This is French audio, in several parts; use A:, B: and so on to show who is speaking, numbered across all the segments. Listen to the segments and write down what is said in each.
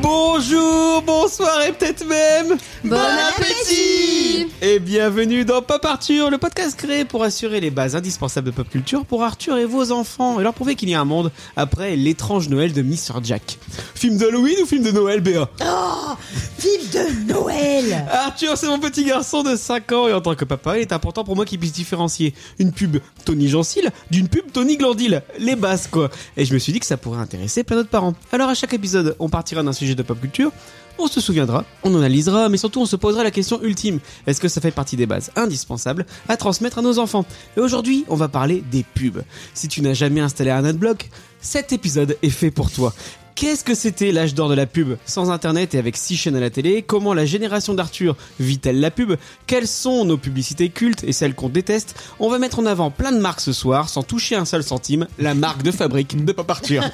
A: Bonjour, bonsoir et peut-être même
B: Bon appétit
A: Et bienvenue dans Pop Arthur, le podcast créé pour assurer les bases indispensables de pop culture pour Arthur et vos enfants et leur prouver qu'il y a un monde après l'étrange Noël de Mr Jack. Film d'Halloween ou film de Noël, Béa
B: Vive Oh, de Noël
A: Arthur, c'est mon petit garçon de 5 ans et en tant que papa, il est important pour moi qu'il puisse différencier une pub Tony Gencil d'une pub Tony Glandil. Les bases, quoi. Et je me suis dit que ça pourrait intéresser plein d'autres parents. Alors à chaque épisode, on partira d'un sujet de pop culture, on se souviendra, on analysera, mais surtout on se posera la question ultime. Est-ce que ça fait partie des bases indispensables à transmettre à nos enfants Et aujourd'hui, on va parler des pubs. Si tu n'as jamais installé un adblock, cet épisode est fait pour toi. Qu'est-ce que c'était l'âge d'or de la pub Sans internet et avec 6 chaînes à la télé, comment la génération d'Arthur vit-elle la pub Quelles sont nos publicités cultes et celles qu'on déteste On va mettre en avant plein de marques ce soir, sans toucher un seul centime, la marque de fabrique de Pop Arthur.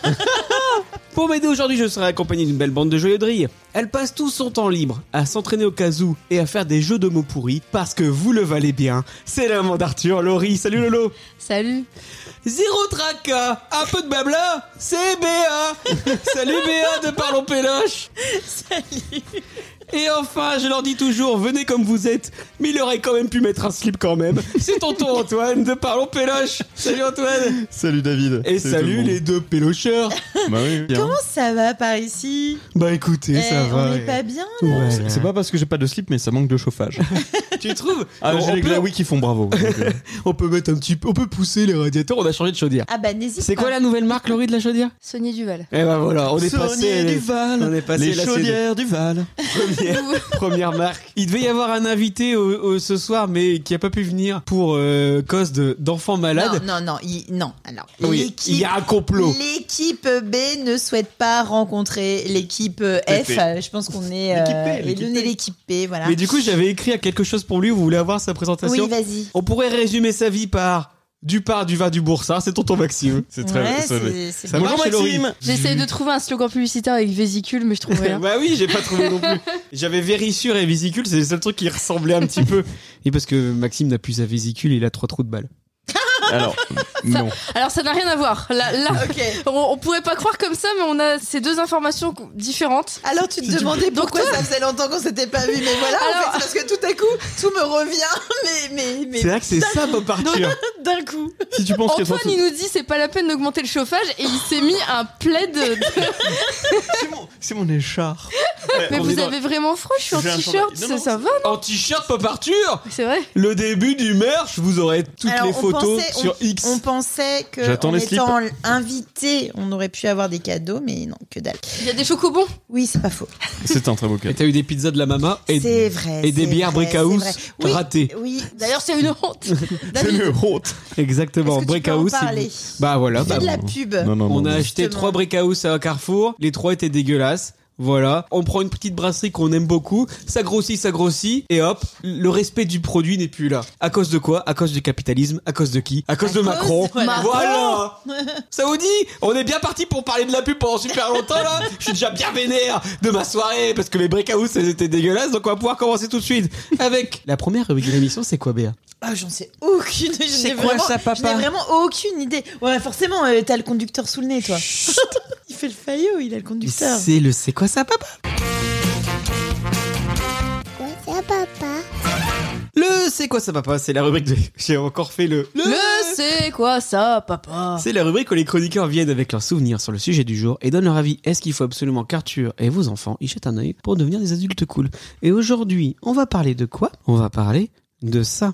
A: Pour m'aider aujourd'hui, je serai accompagné d'une belle bande de joyeux Elle passe tout son temps libre à s'entraîner au kazoo et à faire des jeux de mots pourris parce que vous le valez bien. C'est la maman d'Arthur, Laurie. Salut Lolo
B: Salut
A: Zéro tracas, un peu de blabla, c'est Béa. Salut Béa de Parlons Péloche. Salut. Et enfin, je leur dis toujours, venez comme vous êtes, mais il aurait quand même pu mettre un slip quand même. C'est tonton Antoine de Parlons Péloche. Salut Antoine.
C: Salut David.
A: Et salut
C: tout le
A: les deux pélocheurs.
C: monde. Bah oui, bien.
B: Comment ça va par ici
A: Bah écoutez,
B: Eh,
A: ça va.
B: On
A: eh.
B: est pas bien
A: Ouais.
C: C'est- C'est pas parce que j'ai pas de slip, mais ça manque de chauffage.
A: Tu trouves
C: Ah,
A: on,
C: j'ai les
A: peut,
C: glaouis qui font bravo. Donc, euh,
A: on peut mettre un petit peu, on peut pousser les radiateurs, on a changé de chaudière.
B: Ah bah n'hésite pas
A: C'est quoi la nouvelle marque, Laurie, de la chaudière
D: Sony Duval.
A: Eh ben voilà, on est
C: Saunier
A: passé.
C: du Val,
A: on est passé
C: les
A: la CD.
C: chaudières du Val.
A: première, première marque. Il devait y avoir un invité au- au- ce soir, mais qui a pas pu venir pour euh, cause de- d'enfants malades.
B: Non, non, non, il- non. Alors,
A: oui,
B: l'équipe-
A: il y a un complot.
B: L'équipe B ne souhaite pas rencontrer l'équipe euh, F.
C: P.
B: Euh, Je pense qu'on est. euh,
C: L'équipe P,
B: et
C: l'équipe
B: donner
C: P.
B: l'équipe P, voilà.
A: Mais du coup, j'avais écrit à quelque chose pour lui. Vous voulez avoir sa présentation
B: oui, vas-y.
A: On pourrait résumer sa vie par du par du vin du Boursard. C'est tonton Maxime.
C: C'est
B: Ouais,
C: ça-
B: c'est- c'est
A: Ça
B: bien.
A: marche chez Laurie.
D: J'essaye de trouver un slogan publicitaire avec vésicule, mais je trouve rien.
B: hein.
A: Bah oui, j'ai pas trouvé non plus. J'avais vérissure et vésicule, c'est le seul truc qui ressemblait un petit peu. Et parce que Maxime n'a plus sa vésicule, il a trois trous de balle.
C: Alors, non.
D: Alors ça n'a rien à voir. Là, là,
B: Ok.
D: on, on pourrait pas croire comme ça, mais on a ces deux informations co- différentes.
B: Alors tu te
D: du-
B: demandais
D: Donc,
B: pourquoi ça faisait longtemps qu'on s'était pas vu, mais voilà, en
D: Alors-
B: fait, c'est parce que tout à coup, tout me revient, mais, mais,
A: C'est
B: mais
A: vrai que c'est ça, Bob Arthur.
B: d'un coup.
C: Si tu penses qu'il y a
D: Antoine, il nous dit c'est pas la peine d'augmenter le chauffage et il s'est mis un plaid. de-
C: C'est mon, c'est mon écharpe.
D: Mais
A: on est
D: vous
A: dans-
D: avez vraiment froid Je suis en
C: J'ai un
D: t-shirt,
C: chandail. Non,
D: ça,
C: non,
D: ça va
A: En t-shirt, Pop Arthur
D: C'est vrai.
A: Le début du merch, vous aurez toutes
B: Alors,
A: les
B: on
A: photos
B: pensait-
A: sur X.
B: On pensait que
C: J'attends
B: en
C: les slips.
B: étant invité, on aurait pu avoir des cadeaux, mais non, que dalle.
D: Il y a des chocobons.
B: Oui, c'est pas faux.
C: C'est un très beau
A: Et
C: cadeau.
A: t'as eu des pizzas de la mama et,
B: C'est vrai.
A: et des
B: c'est
A: bières
B: vrai,
A: Breakhouse
B: c'est vrai.
A: ratées.
B: Oui, oui.
D: D'ailleurs, c'est une honte.
C: C'est
B: David,
C: le honte.
A: Exactement,
B: est-ce que tu peux en
A: Breakhouse. c'est-
B: parler
A: Bah voilà,
B: Fais
A: bah,
B: de la
C: bon.
B: pub.
C: Non, non,
A: on
C: non,
A: a
C: non.
A: acheté
B: Justement.
A: trois Breakhouse à Carrefour, les trois étaient dégueulasses. Voilà, on prend une petite brasserie qu'on aime beaucoup, ça grossit, ça grossit, et hop, le respect du produit n'est plus là. À cause de quoi À cause du capitalisme, à cause de qui À cause
B: À
A: de
B: cause-
A: Macron.
B: voilà.
A: Voilà Ça vous dit On est bien parti pour parler de la pub pendant super longtemps là Je suis déjà bien vénère de ma soirée parce que mes breakouts elles étaient dégueulasses, donc on va pouvoir commencer tout de suite avec la première rubrique de l'émission, c'est quoi Béa
B: Ah, j'en sais aucune. Je n'ai
A: quoi
B: vraiment,
A: ça,
B: je
A: papa
B: n'ai vraiment aucune idée. Ouais, forcément, euh, t'as le conducteur sous le nez, toi. il fait le faillot, il a le conducteur.
A: C'est le c'est quoi ça papa
E: Quoi ça, papa
A: Le c'est quoi ça papa C'est la rubrique de... J'ai encore fait le...
D: Le c'est quoi ça, papa
A: C'est la rubrique où les chroniqueurs viennent avec leurs souvenirs sur le sujet du jour et donnent leur avis. Est-ce qu'il faut absolument qu'Arthur et vos enfants y jettent un œil pour devenir des adultes cool Et aujourd'hui, on va parler de quoi On va parler de ça.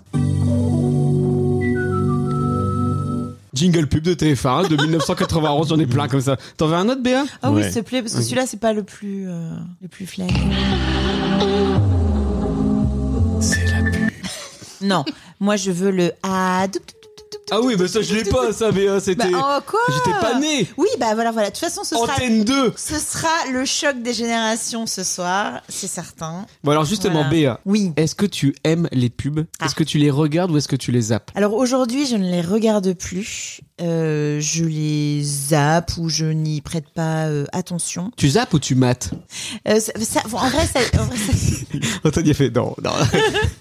A: Jingle pub de TF1 hein, de 1991, j'en ai plein comme ça. T'en veux un autre, Béa
B: Ah oui,
C: Ouais.
B: s'il te plaît, parce que
A: Ok.
B: celui-là, c'est pas le plus, euh, le plus flag.
C: C'est la pub.
B: Non, moi, je veux le. Ah, doup, doup, doup, doup, doup,
A: Ah oui, mais ça je l'ai pas, ça, Béa,
B: doup. Bah,
A: c'était...
B: oh, quoi
A: J'étais pas né
B: Oui, bah voilà, voilà. De toute façon, ce sera
A: Antenne 2
B: Ce sera le choc des générations ce soir, c'est certain.
A: Bon alors justement,
B: Voilà. Ah.
A: Béa,
B: Oui.
A: est-ce que tu aimes les pubs Est-ce que tu les regardes ou est-ce que tu les zappes
B: Alors aujourd'hui, je ne les regarde plus. euh, je les zappe ou je n'y prête pas euh, attention.
A: Tu zappes ou tu mates
B: Euh, ça- ça- en vrai, ça- en vrai, ça-
A: Anthony a fait non, non.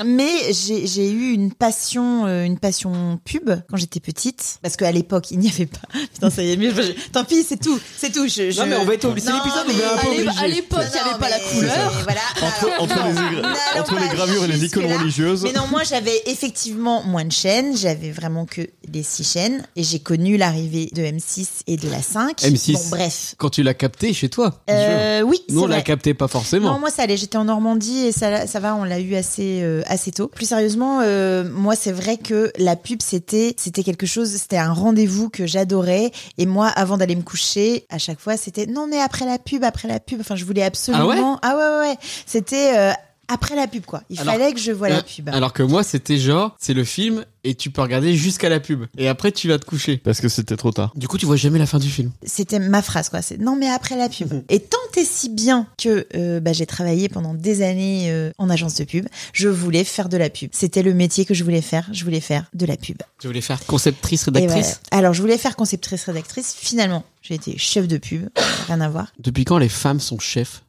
B: Mais j'ai j'ai eu une passion, euh, une passion pub quand j'étais petite, parce qu'à l'époque il n'y avait pas. Putain, ça y est, mais je- je- tant pis, c'est tout, c'est tout. Je, je-
A: Non, mais on va être obligé. C'est
B: Non,
A: l'épisode où on
B: mais
A: est un peu
D: à l'é-
A: obligé.
D: à l'époque, il n'y avait
B: Non,
D: pas la
B: mais-
D: couleur.
B: mais Voilà.
C: Entre, entre
B: Alors,
C: les,
B: non,
C: gra-
B: n'allons
C: entre les
B: pas
C: gravures et les icônes
B: jusque-là.
C: religieuses.
B: Mais non, moi j'avais effectivement moins de chaînes, j'avais vraiment que les six chaînes, et j'ai connu l'arrivée de M6 et de la 5.
A: M6.
B: Bon, bref.
A: Quand tu l'as capté chez toi.
B: Euh, oui,
A: Nous, on
B: c'est
A: l'a
B: vrai.
A: capté pas
B: Non,
A: forcément.
B: moi ça allait, j'étais en Normandie et ça, ça va, on l'a eu assez, euh, assez tôt. Plus sérieusement, euh, moi c'est vrai que la pub c'était c'était quelque chose, c'était un rendez-vous que j'adorais. Et moi, avant d'aller me coucher, à chaque fois c'était non mais après la pub, après la pub. Enfin, je voulais absolument. Ah ouais, ouais, ouais. C'était euh, après la pub quoi. Il
A: Alors-
B: fallait que je voie
A: Euh,
B: la pub.
A: Alors que moi, c'était genre, c'est le film et tu peux regarder jusqu'à la pub. Et après, tu vas te coucher.
C: Parce que c'était trop tard.
A: Du coup, tu vois jamais la fin du film.
B: C'était ma phrase quoi. C'est non mais après la
A: Mhm.
B: pub. Et tant et si bien que euh, bah, j'ai travaillé pendant des années euh, en agence de pub, je voulais faire de la pub. C'était le métier que je voulais faire. Je voulais faire de la pub.
A: Tu voulais faire conceptrice,
B: Et
A: rédactrice.
B: voilà. Alors, je voulais faire conceptrice rédactrice. Finalement, j'ai été chef de pub. Rien à voir.
A: Depuis quand les femmes sont chefs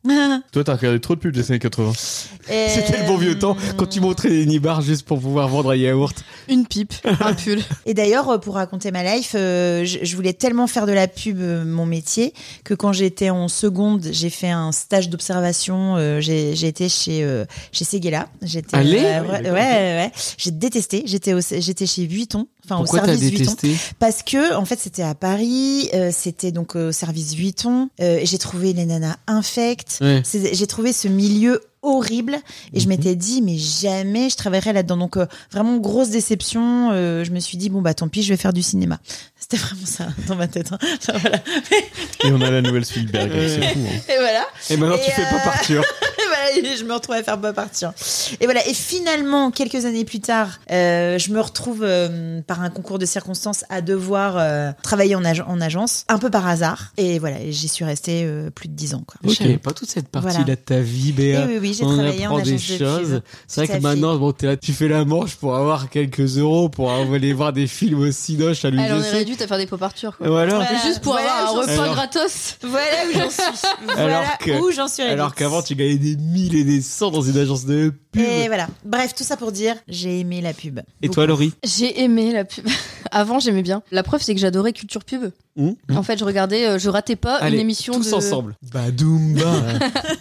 C: Toi, t'as regardé trop de pubs des années 80.
B: Euh,
A: C'était le bon vieux temps quand tu montrais des nibards juste pour pouvoir vendre un yaourt.
D: Une pipe, un pull.
B: Et d'ailleurs, euh, pour raconter ma life, euh, je, je voulais tellement faire de la pub euh, mon métier que quand j'étais en seconde, j'ai fait un stage d'observation. euh, j'ai j'ai été chez euh, chez Seguela. J'étais
A: Allez
B: euh,
A: Oui,
B: ouais, ouais,
A: d'accord.
B: ouais. J'ai détesté. J'étais au- j'étais chez Vuitton. Enfin, au
A: Pourquoi t'as
B: service Vuitton.
A: détesté
B: Parce que en fait c'était à Paris, euh, c'était donc au service Vuitton. Euh, et j'ai trouvé les nanas infectes.
A: Ouais.
B: C'est- J'ai trouvé ce milieu horrible et
A: Mm-hmm.
B: je m'étais dit mais jamais je travaillerai là-dedans. Donc euh, vraiment grosse déception. Euh, je me suis dit bon bah tant pis, je vais faire du cinéma. C'était vraiment ça dans ma tête. hein. Enfin, voilà.
C: Et on a la nouvelle Spielberg.
A: Ouais.
C: c'est fou. hein.
B: Et voilà.
A: Et maintenant, tu
B: Et
A: fais
B: euh,
A: pas partir.
B: Et voilà, je me retrouve à faire pas partir. Et voilà, et finalement, quelques années plus tard, euh, je me retrouve euh, par un concours de circonstances à devoir euh, travailler en, ag- en agence, un peu par hasard. Et voilà, et j'y suis restée euh, plus de dix ans. Quoi.
A: Je
C: Ok.
A: savais pas toute cette partie-là
B: Voilà.
A: de ta vie,
B: Et
A: Béa.
B: oui, oui, j'ai
A: euh, on
B: travaillé en
A: apprend des
B: agence euh, de
A: choses.
B: pub.
A: C'est vrai
B: Tout
A: que
B: à
A: maintenant, bon, t'es là, tu fais la manche pour avoir quelques euros pour aller voir des films sinoches à
D: Elle en est
A: l'UGC.
D: réduite à faire des pop artures
C: Euh,
D: quoi.
A: Voilà.
B: Voilà.
D: Juste pour
B: Voilà,
D: avoir un
B: j'en
D: repas
A: suis.
D: gratos.
B: Voilà où j'en suis. voilà
A: Alors que-
B: où j'en suis. réduite.
A: Alors qu'avant, tu gagnais des 1000 et des 100 dans une agence de pub.
B: Et voilà. Bref, tout ça pour dire, j'ai aimé la pub.
A: Et toi, Laurie
D: J'ai aimé la pub. Avant, j'aimais bien. La preuve, c'est que j'adorais culture pub.
A: Mmh.
D: En fait, je regardais, euh, je ratais pas
A: Allez,
D: une émission
A: tous
D: de.
A: ensemble. Badoumba.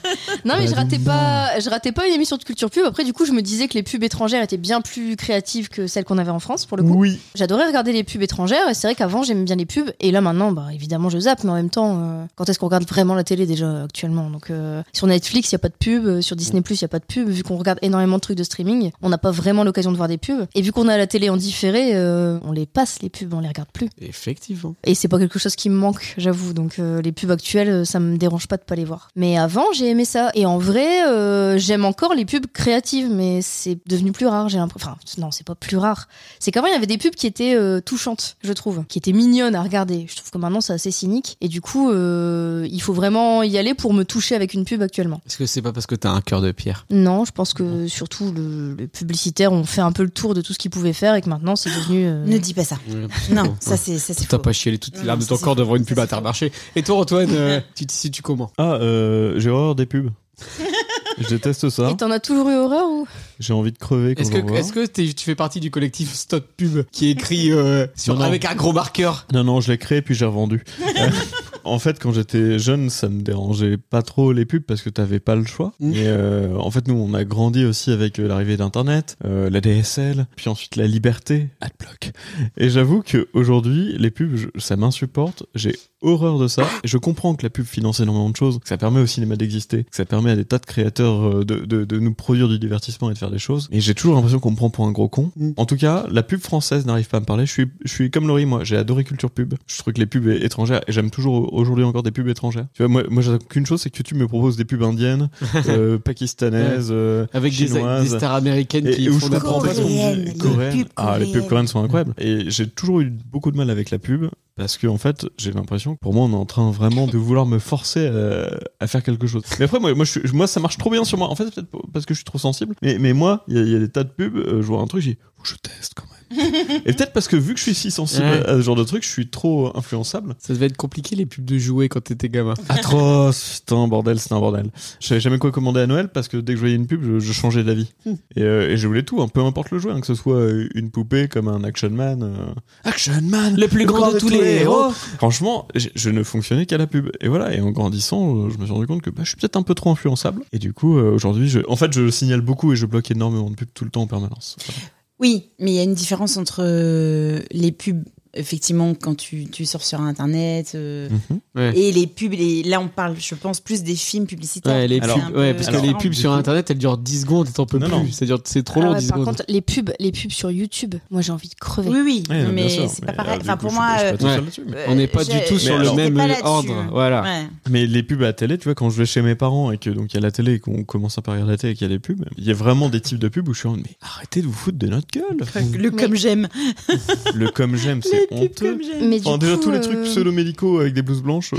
D: Non, mais je
A: Bah,
D: ratais
A: dis-moi.
D: pas, je ratais pas une émission de culture pub. Après, du coup, je me disais que les pubs étrangères étaient bien plus créatives que celles qu'on avait en France, pour le coup.
C: Oui.
D: J'adorais regarder les pubs étrangères. Et c'est vrai qu'avant, j'aimais bien les pubs. Et là, maintenant, bah, évidemment, je zappe. Mais en même temps, euh, quand est-ce qu'on regarde vraiment la télé déjà euh, actuellement Donc, euh, sur Netflix, il y a pas de pub. euh, Sur Disney+, il y a pas de pub. Vu qu'on regarde énormément de trucs de streaming, on n'a pas vraiment l'occasion de voir des pubs. Et vu qu'on a la télé en différé, euh, on les passe les pubs, on les regarde plus.
A: Effectivement.
D: Et c'est pas quelque chose qui me manque, j'avoue. Donc euh, les pubs actuelles, euh, ça me dérange pas de pas les voir. Mais avant, j'ai aimé ça. Et en vrai, euh, j'aime encore les pubs créatives, mais c'est devenu plus rare. J'ai l'impression. Enfin, non, c'est pas plus rare. C'est qu'avant, il y avait des pubs qui étaient euh, touchantes, je trouve, qui étaient mignonnes à regarder. Je trouve que maintenant, c'est assez cynique. Et du coup, euh, il faut vraiment y aller pour me toucher avec une pub actuellement.
A: Est-ce que c'est pas parce que t'as un cœur de pierre
D: Non, je pense que surtout le, le publicitaire, on fait un peu le tour de tout ce qu'il pouvait faire et que maintenant, c'est devenu. euh,
B: Ne dis pas ça. Non, ça c'est ça c'est
A: T'as
B: faux.
A: pas chialé toutes les larmes de ton
B: Ça, c'est
A: corps devant une pub
B: Ça, c'est
A: intermarché. Et toi, Antoine, euh, tu te situes comment
C: Ah, euh, j'ai horreur des pubs. Je déteste ça.
D: Et t'en as toujours eu horreur ou
C: J'ai envie de crever quand
A: Est-ce que,
C: j'en vois.
A: est-ce que t'es- tu fais partie du collectif Stop Pub qui écrit euh, sur,
C: Non, non.
A: avec un gros marqueur
C: Non, non, je l'ai créé puis j'ai revendu. Euh, en fait, quand j'étais jeune, ça me dérangeait pas trop les pubs parce que t'avais pas le choix.
A: Mm.
C: Et euh, en fait, nous, on a grandi aussi avec euh, l'arrivée d'Internet, euh, la DSL, puis ensuite la liberté, Adblock. Et j'avoue que aujourd'hui, les pubs, je- ça m'insupporte. J'ai horreur de ça. Et je comprends que la pub finance énormément de choses, que ça permet au cinéma d'exister, que ça permet à des tas de créateurs euh, de, de, de nous produire du divertissement et de faire des choses. Mais j'ai toujours l'impression qu'on me prend pour un gros con.
A: Mm.
C: En tout cas, la pub française n'arrive pas à me parler. Je suis, je suis comme Laurie, moi. J'ai adoré culture pub. Je trouve que les pubs étrangères, et j'aime toujours aujourd'hui encore des pubs étrangères. Tu vois, moi, moi j'attends qu'une chose, c'est que tu me proposes des pubs indiennes, euh, pakistanaises, euh,
A: avec des,
C: chinoises.
A: des stars américaines
C: Et,
A: qui
C: et où
A: font
C: je
A: la
C: comprends pas ce qu'on me
B: Coréenne,
C: dit.
B: les
C: Coréenne.
B: pubs
C: Ah, les pubs
B: coréennes.
C: coréennes sont incroyables. Et j'ai toujours eu beaucoup de mal avec la pub. Parce que en fait, j'ai l'impression que pour moi, on est en train vraiment de vouloir me forcer à, à faire quelque chose. Mais après, moi, moi, je suis- moi, ça marche trop bien sur moi. En fait, c'est peut-être parce que je suis trop sensible. Mais, mais moi, il y, a- il y a des tas de pubs. euh, je vois un truc, j'ai je teste quand même. Et peut-être parce que vu que je suis si sensible
A: Ouais.
C: à ce genre de truc, je suis trop influençable.
A: Ça devait être compliqué les pubs de jouets quand t'étais gamin.
C: Atroce, putain, bordel, c'est un bordel. Je savais jamais quoi commander à Noël parce que dès que je voyais une pub, je, je changeais d'avis. Et, euh, et je voulais tout, hein, peu importe le jouet, hein, que ce soit euh, une poupée comme un Action Man. euh, Action Man
A: Le plus grand, de, tous les, héros.
C: Franchement, je, je ne fonctionnais qu'à la pub. Et voilà, et en grandissant, euh, je me suis rendu compte que bah, je suis peut-être un peu trop influençable. Et du coup, euh, aujourd'hui, je... en fait, je signale beaucoup et je bloque énormément de pubs tout le temps en permanence.
B: Oui, mais il y a une différence entre euh, les pubs, effectivement, quand tu, tu sors sur Internet, euh,
C: Mhm.
A: Ouais.
B: et les pubs. les- là, on parle, je pense, plus des films publicitaires.
A: Ouais, les
B: C'est
C: Alors-
B: un
A: pubs, ouais,
B: peu
A: parce que
C: alors-
A: les
B: différent.
A: pubs sur
C: du coup-
A: internet elles durent 10 secondes et t'en peux
C: Non, non.
A: plus. Ça dure- C'est trop long
D: Ah ouais,
A: 10
D: par
A: secondes.
D: contre, les pubs, les pubs sur YouTube, moi j'ai envie de crever.
B: Oui, oui,
C: Ouais, non, bien
B: mais
C: sûr,
B: c'est
C: mais,
B: pas
C: euh,
B: pareil.
C: du
B: Enfin,
C: coup,
B: pour
C: je-
B: moi.
C: je suis pas tout
A: euh,
C: seul là-dessus, mais-
B: euh,
A: On n'est pas
B: j'ai-
A: du tout
B: j'ai-
A: sur le
B: j'étais
A: même
B: pas là-dessus. hein.
A: ordre. Voilà.
B: Ouais.
C: Mais les pubs à la télé, tu vois, quand je vais chez mes parents et que donc il y a la télé et qu'on commence à pas regarder la télé et qu'il y a des pubs, il y a vraiment des types de pubs où je suis en mode, mais arrêtez de vous foutre de notre gueule.
B: Le
A: Mmh.
D: Mais-
B: comme j'aime.
C: Le comme j'aime,
B: Le
C: c'est
B: pub
C: honteux.
B: comme j'aime.
D: Mais du
C: Enfin, déjà
D: coup,
C: tous les
D: euh,
C: trucs pseudo-médicaux avec des blouses blanches, euh,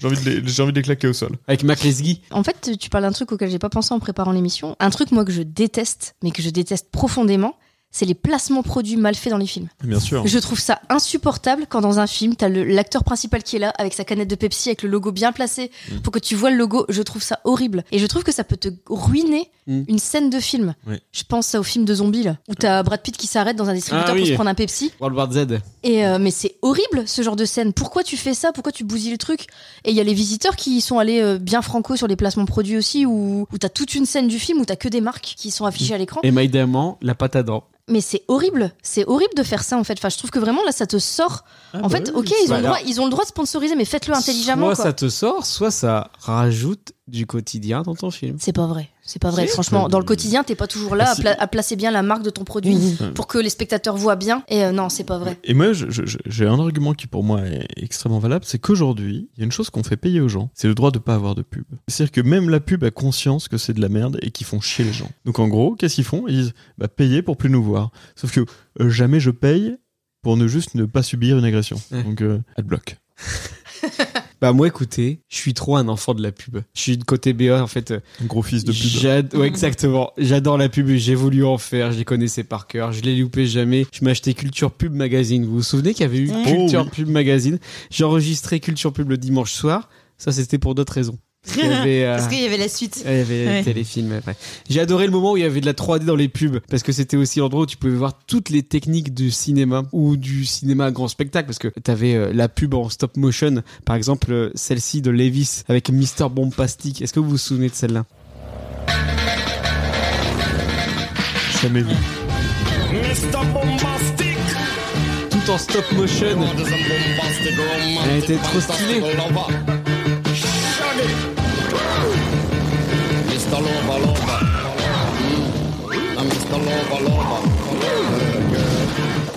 C: j'ai envie, de les- j'ai envie de les claquer au sol.
A: Avec Mac Lesguy.
D: En fait, tu parles d'un truc auquel j'ai pas pensé en préparant l'émission. Un truc, moi, que je déteste, mais que je déteste profondément, c'est les placements produits mal faits dans les films.
C: Bien sûr.
D: Je trouve ça insupportable quand dans un film, t'as le- l'acteur principal qui est là avec sa canette de Pepsi, avec le logo bien placé
C: Mm.
D: pour que tu vois le logo. Je trouve ça horrible. Et je trouve que ça peut te ruiner
A: Mm.
D: une scène de film.
C: Oui.
D: Je pense au film de zombies, là, où t'as Brad Pitt qui s'arrête dans un distributeur
A: Ah oui.
D: pour se prendre un Pepsi.
A: World War Z.
D: Et euh, mais c'est horrible ce genre de scène. Pourquoi tu fais ça Pourquoi tu bousilles le truc Et il y a les visiteurs qui y sont allés euh, bien franco sur les placements produits aussi, où, où t'as toute une scène du film où t'as que des marques qui sont affichées à l'écran.
A: Et My Diamant, la pâte à dents.
D: Mais c'est horrible, c'est horrible de faire ça en fait. Enfin, je trouve que vraiment là, ça te sort. en fait, ok, ils ont, le
A: Bah,
D: droit, ils ont le droit de sponsoriser, mais faites-le intelligemment.
A: Soit
D: quoi.
A: ça te sort, soit ça rajoute du quotidien dans ton film.
D: C'est pas vrai. C'est pas vrai.
C: Si.
D: Franchement, dans le quotidien, t'es pas toujours là
C: Ah,
D: à,
C: si.
D: pla- à placer bien la marque de ton produit pour que les spectateurs voient bien. Et euh, non, c'est pas vrai.
C: Et moi, je- je- je- j'ai un argument qui pour moi est extrêmement valable, c'est qu'aujourd'hui, il y a une chose qu'on fait payer aux gens, c'est le droit de pas avoir de pub. C'est-à-dire que même la pub a conscience que c'est de la merde et qu'ils font chier les gens. Donc en gros, qu'est-ce qu'ils font Ils disent, bah payez pour plus nous voir. Sauf que euh, jamais je paye pour ne juste ne pas subir une agression.
A: Ouais.
C: Donc euh, adblock.
A: Bah moi écoutez, je suis trop un enfant de la pub. Je suis de côté BA en fait. euh,
C: Gros fils de pub.
A: j'ad- Ouais, exactement. J'adore la pub, j'ai voulu en faire, je les connaissais par cœur, je les loupais jamais. Je m'achetais Culture Pub Magazine. Vous vous souvenez qu'il y avait eu
B: Oh,
A: Culture
C: oui.
A: Pub Magazine J'enregistrais Culture Pub le dimanche soir. Ça c'était pour d'autres raisons. Parce qu'il y avait, euh,
B: Ah, Parce qu'il y avait la suite.
A: Il y avait
B: Ouais.
A: téléfilm après. J'ai adoré le moment où il y avait de la 3D dans les pubs parce que c'était aussi l'endroit où tu pouvais voir toutes les techniques du cinéma ou du cinéma à grand spectacle parce que t'avais euh, la pub en stop motion, par exemple euh, celle-ci de Levis avec Mister Bombastic. Est-ce que vous vous souvenez de celle-là
C: Jamais vu.
A: Tout en stop motion. Elle était trop stylée.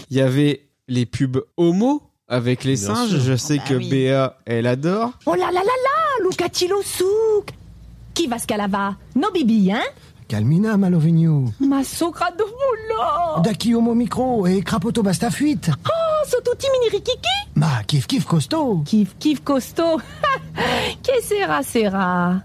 A: Il y avait les pubs homo avec les
C: Bien
A: singes.
C: sûr.
A: Je sais
B: bah
A: que
B: oui.
A: Béa, elle adore.
F: Oh là là là là, Luca Chilosouk Qui va scalava No bibi, hein
G: Calmina, Malovigno.
F: Ma socra do volo
G: Dakiomo micro et crapoto basta fuite.
F: Oh, so tutti mini rikiki
G: Ma kiff kiff costaud.
F: Kif kif costaud Che sera sera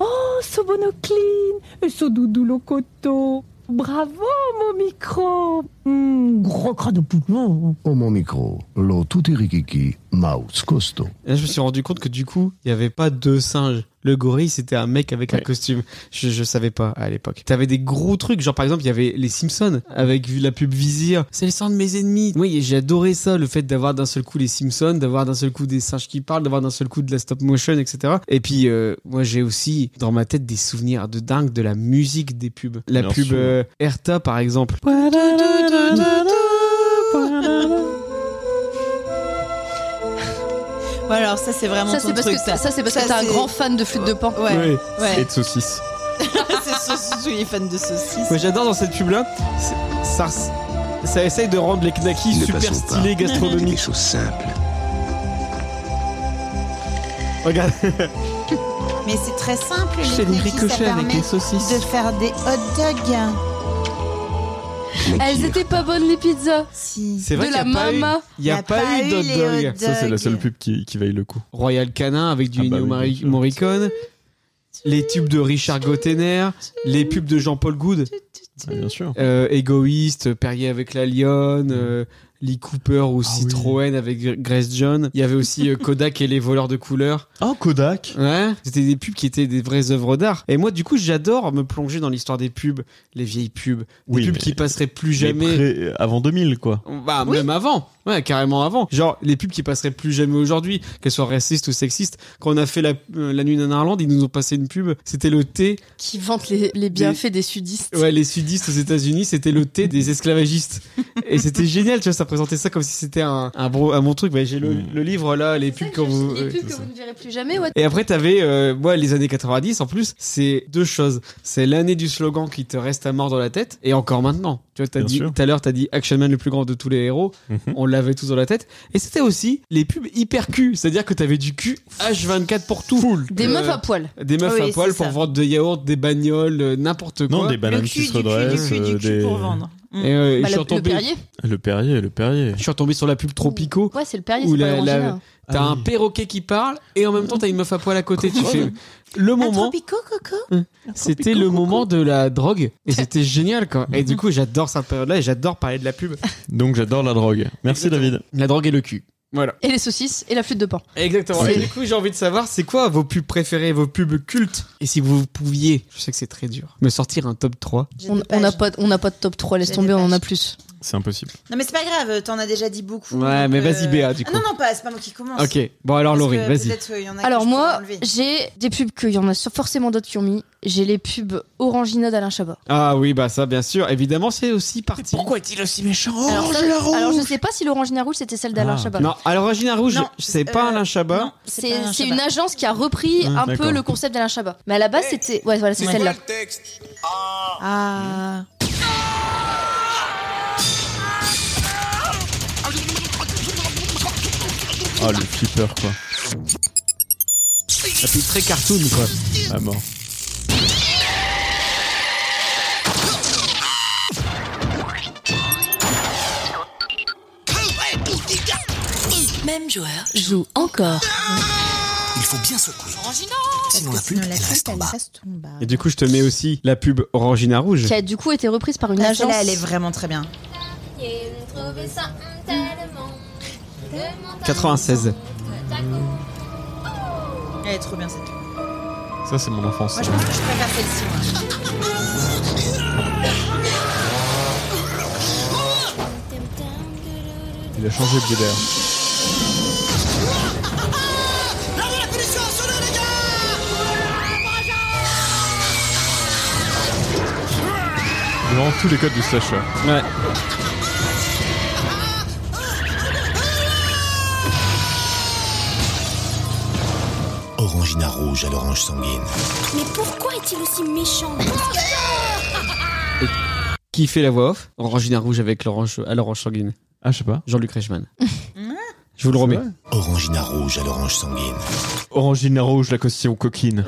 F: Oh, so bonocline Et so doudou locoto Bravo, mon micro Hmm, Gros cra de poulon
G: Homo micro, lo tutti rikiki, mouse costaud.
A: Et là, je me suis rendu compte que du coup, il n'y avait pas deux singes. Le gorille, c'était un mec avec un
C: Ouais.
A: costume. Je, je savais pas à l'époque. T'avais des gros trucs, genre par exemple, il y avait les Simpsons avec la pub Vizir. C'est le sang de mes ennemis. Oui, j'ai adoré ça, le fait d'avoir d'un seul coup les Simpsons, d'avoir d'un seul coup des singes qui parlent, d'avoir d'un seul coup de la stop motion, etc. Et puis, euh, moi, j'ai aussi dans ma tête des souvenirs de dingue de la musique des pubs. La
C: Bien
A: pub
C: sûr.
A: euh, Erta, par exemple.
B: Ouais, alors ça, c'est vraiment
D: Ça,
B: ton
D: c'est parce
B: truc,
D: que
B: ça.
D: ça, c'est parce que t'es un
B: c'est-
D: grand fan de flûte de pan.
B: Ouais, ouais.
C: Et de saucisses.
B: c'est saucisse, je suis fan de saucisses.
A: Moi j'adore dans cette pub là, ça, res- ça essaye de rendre les knackis
H: Ne
A: super
H: passons pas.
A: stylés
H: C'est des
A: gastronomiques.
H: choses simples.
A: Regarde,
I: Mais c'est
B: Très simple,
A: j'ai
B: les
A: des
B: cookies, ça
A: ricochets avec
B: permet
A: des saucisses.
B: de faire des hot dogs.
D: Elles étaient pas bonnes les pizzas.
B: Si.
A: C'est vrai
D: de
A: qu'il
D: la
A: n'y a pas
D: mama.
A: eu, il y a pas eu d'hot
B: les
A: dog.
B: hot
C: Ça, c'est la
B: dogs.
C: seule pub qui, qui vaille le coup.
A: Royal Canin avec du
C: Ah bah
A: Ennio
C: oui, bien
A: Mari-
C: sûr.
A: Morricone. les tubes de Richard Gottener, les pubs de Jean-Paul Goud,
C: Ah, bien sûr.
A: euh, Égoïste, Perrier avec la lionne, euh, Lee Cooper ou
C: Ah oui.
A: Citroën avec Gr- Grace John. Il y avait aussi euh, Kodak et les voleurs de couleurs.
C: Ah, Kodak
A: Ouais, c'était des pubs qui étaient des vraies œuvres d'art. Et moi, du coup, j'adore me plonger dans l'histoire des pubs, les vieilles pubs, des
C: Oui,
A: pubs
C: mais-
A: qui passeraient plus
C: Mais
A: jamais.
C: pré- euh, Avant 2000, quoi.
A: Bah, même avant, ouais, carrément avant. Genre, les pubs qui passeraient plus jamais aujourd'hui, qu'elles soient racistes ou sexistes. Quand on a fait la, euh, la nuit nanarlande, ils nous ont passé une pub, c'était le thé.
D: Qui vante les, les bienfaits des sudistes.
A: Ouais, les sudistes aux États-Unis, c'était le thé des esclavagistes. Et c'était génial, tu vois, ça présentait ça comme si c'était un, un, bon, un bon truc. Bah, j'ai le,
C: Mm.
A: le livre là, les pubs
D: C'est
A: quand
D: que-
A: vous.
D: les
A: ouais.
D: pubs que vous ne verrez plus jamais, ouais.
A: Et après, t'avais, euh, ouais, les années 90, en plus, c'est deux choses. C'est l'année du slogan qui te reste à mort dans la tête, et encore maintenant. Tu vois, t'as
C: Bien
A: dit,
C: sûr.
A: tout à l'heure, t'as dit Action Man le plus grand de tous les héros.
C: Mhm.
A: On l'avait tous dans la tête. Et c'était aussi les pubs hyper cul. C'est-à-dire que t'avais du cul H24 pour tout.
D: Des
A: Euh,
D: meufs à poil.
A: Des meufs
B: Oui,
A: à
B: c'est
A: poil pour
B: ça.
A: vendre de yaourt, des bagnoles, euh, n'importe quoi.
C: Non, des bananes
J: le cul,
C: qui
J: du
C: se
J: cul,
C: redressent.
J: du cul,
C: euh,
J: du cul
C: des-
J: pour vendre.
A: Et, euh, et
D: Bah, le,
A: je, suis
D: le
A: retombé,
D: Perrier.
C: Le Perrier, le Perrier.
A: je suis retombé sur la pub Tropico.
D: Ouais, c'est le Perrier,
A: Ou
D: c'est
A: la-
D: pas l'Orangina.
A: la-
C: Ah
A: T'as un perroquet qui parle, et en même temps, t'as une meuf à poil à côté. Tu fais le
B: Un
A: moment.
B: tropico, coco
A: C'était le moment de la drogue et c'était génial quoi. Et du coup, j'adore cette période-là et j'adore parler de la pub.
C: Donc j'adore la drogue. Merci David.
A: La drogue et le cul. Voilà.
D: Et les saucisses et la flûte de pain.
A: Exactement.
C: C'est-
A: Et du coup, j'ai envie de savoir, c'est quoi vos pubs préférées, vos pubs cultes Et si vous pouviez, je sais que c'est très dur, me sortir un top 3.
B: J'ai
D: On
B: deux
D: on n'a
B: pages.
D: pas, on n'a pas de top 3, laisse
B: J'ai
D: tomber,
B: des
D: on en a
B: pages.
D: plus.
C: C'est impossible.
B: Non, mais c'est pas grave, t'en as déjà dit beaucoup.
A: Ouais,
B: donc,
A: mais vas-y, Béa, du
B: ah
A: coup.
B: non, non, pas, Ah, c'est pas moi qui commence.
A: Ok. Bon, alors
B: Parce
A: Laurie,
B: que
A: vas-y.
B: peut-être, euh, y en a que
D: Alors
B: je pourrais
D: moi,
B: enlever.
D: j'ai des pubs qu'il y en a sur- forcément d'autres qui ont mis. J'ai les pubs Orangina d'Alain Chabat.
A: Ah oui, bah ça, bien sûr. Évidemment, c'est aussi parti.
J: est-il aussi méchant
D: alors, ça- alors, je sais pas si l'Orangina rouge c'était celle d'Alain
C: Ah.
D: Chabat.
A: Non, alors Regina Rouge,
B: Non,
A: c'est pas
B: euh,
A: Alain
B: non,
A: Chabat.
D: C'est
B: pas un
D: c'est
B: Shabbat.
D: une agence qui a repris
C: Ah,
D: un
C: d'accord.
D: peu le concept d'Alain Chabat. Mais à la base, c'était. Ouais, voilà, c'est celle-là.
B: Ah.
C: Ah, le flipper, quoi.
A: Ça fait très cartoon quoi.
C: À mort.
K: Même joueur,
D: Joue encore.
L: Il faut bien secouer. Sinon la
B: Parce que
L: pub,
B: sinon, la
L: elle
B: pub,
L: reste en
B: elle
L: bas.
B: reste en bas. Ah,
A: Et du coup, je te mets aussi la pub Orangina Rouge.
D: Qui a du coup été reprise par une
B: Ah,
D: agence.
B: Celle-là, elle est vraiment très bien.
E: ça
A: 96.
B: Elle est trop bien cette. Moi,
C: Ça, c'est mon enfance.
B: je pense que je préfère celle-ci. moi.
C: Il a changé de d'air. Vraiment tous les codes du slasher.
A: Ouais.
L: Orangina rouge à l'orange sanguine.
E: Mais pourquoi est-il aussi méchant
A: Qui fait la voix off Orangina Rouge avec l'orange à l'orange sanguine.
C: Ah, je sais pas.
A: Jean-Luc Reichmann. Je vous le remets.
L: Orangina rouge à l'orange sanguine.
C: Orangina rouge, la question coquine.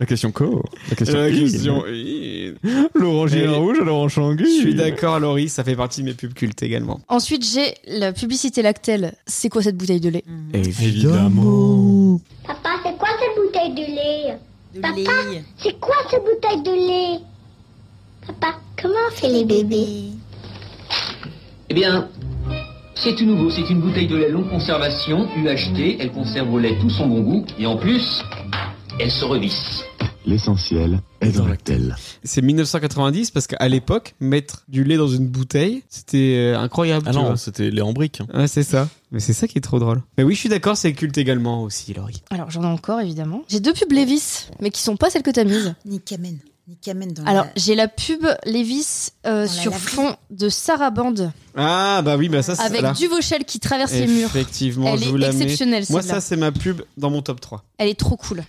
C: la question co. La question in.
A: Je
C: L'orangina
A: Et-
C: rouge, alors en changuille.
A: suis d'accord, Laurie, ça fait partie de mes pubs cultes également.
D: Ensuite, j'ai la publicité Lactel. C'est quoi cette bouteille de lait
C: Évidemment.
E: Papa, c'est quoi cette bouteille de lait
B: De
E: Papa.
B: lait.
E: C'est quoi cette bouteille de lait Papa, comment on fait les bébés
M: Eh bien, c'est tout nouveau. C'est une bouteille de lait longue conservation, UHT. Elle conserve au lait tout son bon goût. Et en plus, elle se revisse.
N: L'essentiel est dans l'actel.
A: C'est 1990 parce qu'à l'époque, mettre du lait dans une bouteille, c'était euh, incroyable.
C: Ah
A: tu
C: non,
A: vois.
C: c'était les en briques. hein.
A: Ouais, c'est ça. Mais c'est ça qui est trop drôle. Mais oui, je suis d'accord, c'est culte également aussi, Laurie.
D: Alors, j'en ai encore évidemment. J'ai deux pubs Levis, mais qui sont pas celles que t'as mises.
B: Nick Amen. Nick Amen dans
D: Alors,
B: la-
D: j'ai la pub Levis euh,
B: la
D: sur
B: laverie.
D: fond de Sarah Band
A: Ah bah oui, bah ça c'est
D: avec
A: là.
D: Duvochel qui traverse les murs.
A: Effectivement,
D: Elle
A: je vous
D: est
A: la mets.
D: exceptionnelle
A: Moi,
D: celle-là.
A: ça c'est ma pub dans mon top 3.
D: Elle est trop cool.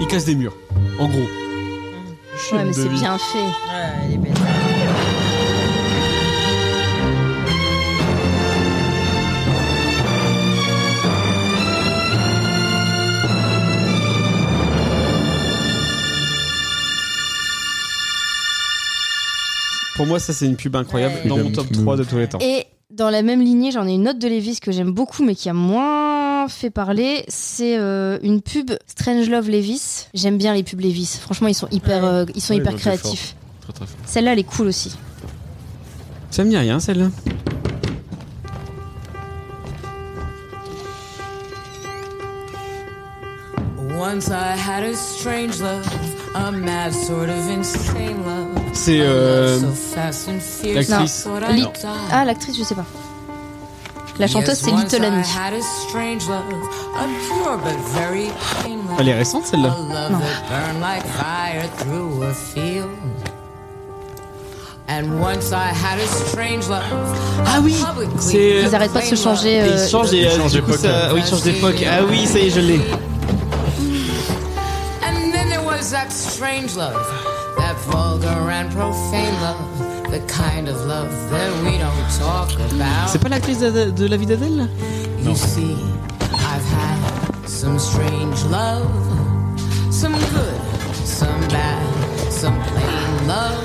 A: il casse des murs. En gros.
D: Ouais, mais c'est bien fait.
E: Ah,
A: Pour moi, ça, c'est une pub incroyable
C: Ouais.
A: dans mon top 3 de tous les temps.
D: Et dans la même lignée, j'en ai une autre de Levis que j'aime beaucoup, mais qui a moins fait parler. C'est euh, une pub Strange Love Levis. J'aime bien les pubs Levis. Franchement, ils sont hyper, euh, ils sont
A: Ouais,
D: hyper
A: donc, c'est
D: créatifs.
C: Très très fort.
D: Celle-là, elle est cool aussi.
A: Ça me dit rien, celle-là.
O: Once I had a strange love, a mad sort of insane love.
A: C'est,
O: A love
A: euh,
O: so fast and fierce, I
D: L'actrice.
O: thought I'd
D: Lit-
O: die.
D: Ah, l'actrice, je sais pas. La chanteuse,
O: Yes,
D: c'est
O: once
D: Little
O: I
D: Annie.
O: had a strange love, a pure but very plain love.
A: Elle est récente, celle-là.
O: A love
A: Non.
O: that burned like fire through a field. And once I had a strange love. Ah oui,
A: C'est. euh,
D: Ils arrêtent pas de se changer.
A: Et
D: euh,
A: ils changent, et,
C: Ils
A: euh,
C: changent
A: du coup,
C: d'époque,
A: ça-
C: là.
A: oui, ils changent d'époque. Ah oui, ça y est, je l'ai.
O: And then there was that strange love, that vulgar and profane love, the kind of love that we don't talk about.
A: C'est pas l'actrice de, de la vie d'Adèle
O: You see, I've had some strange love, some good, some bad, some plain love,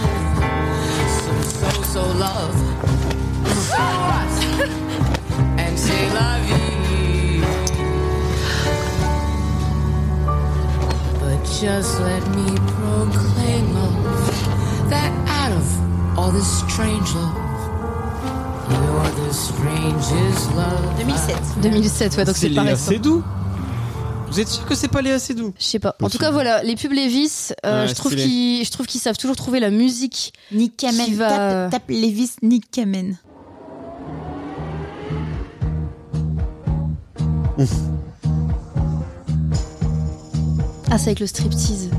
O: some so so love, so what? and say love you. But just let me proclaim, love, that out of all this strange love, you're the strangest love.
A: Ah.
D: 2007, ouais, Ah, donc c'est pas récent.
A: doux. Vous êtes sûr que c'est pas Léa Seydoux
D: Je sais pas. En tout cas, voilà, les pubs Levis, euh,
A: Ouais,
D: je trouve
A: stylé.
D: qu'ils, je trouve qu'ils savent toujours trouver la musique.
B: Nick
D: Qui
B: Kamen.
D: va-
A: euh,
B: Tape, tape Levis Nick Kamen.
D: Ah, c'est avec le striptease.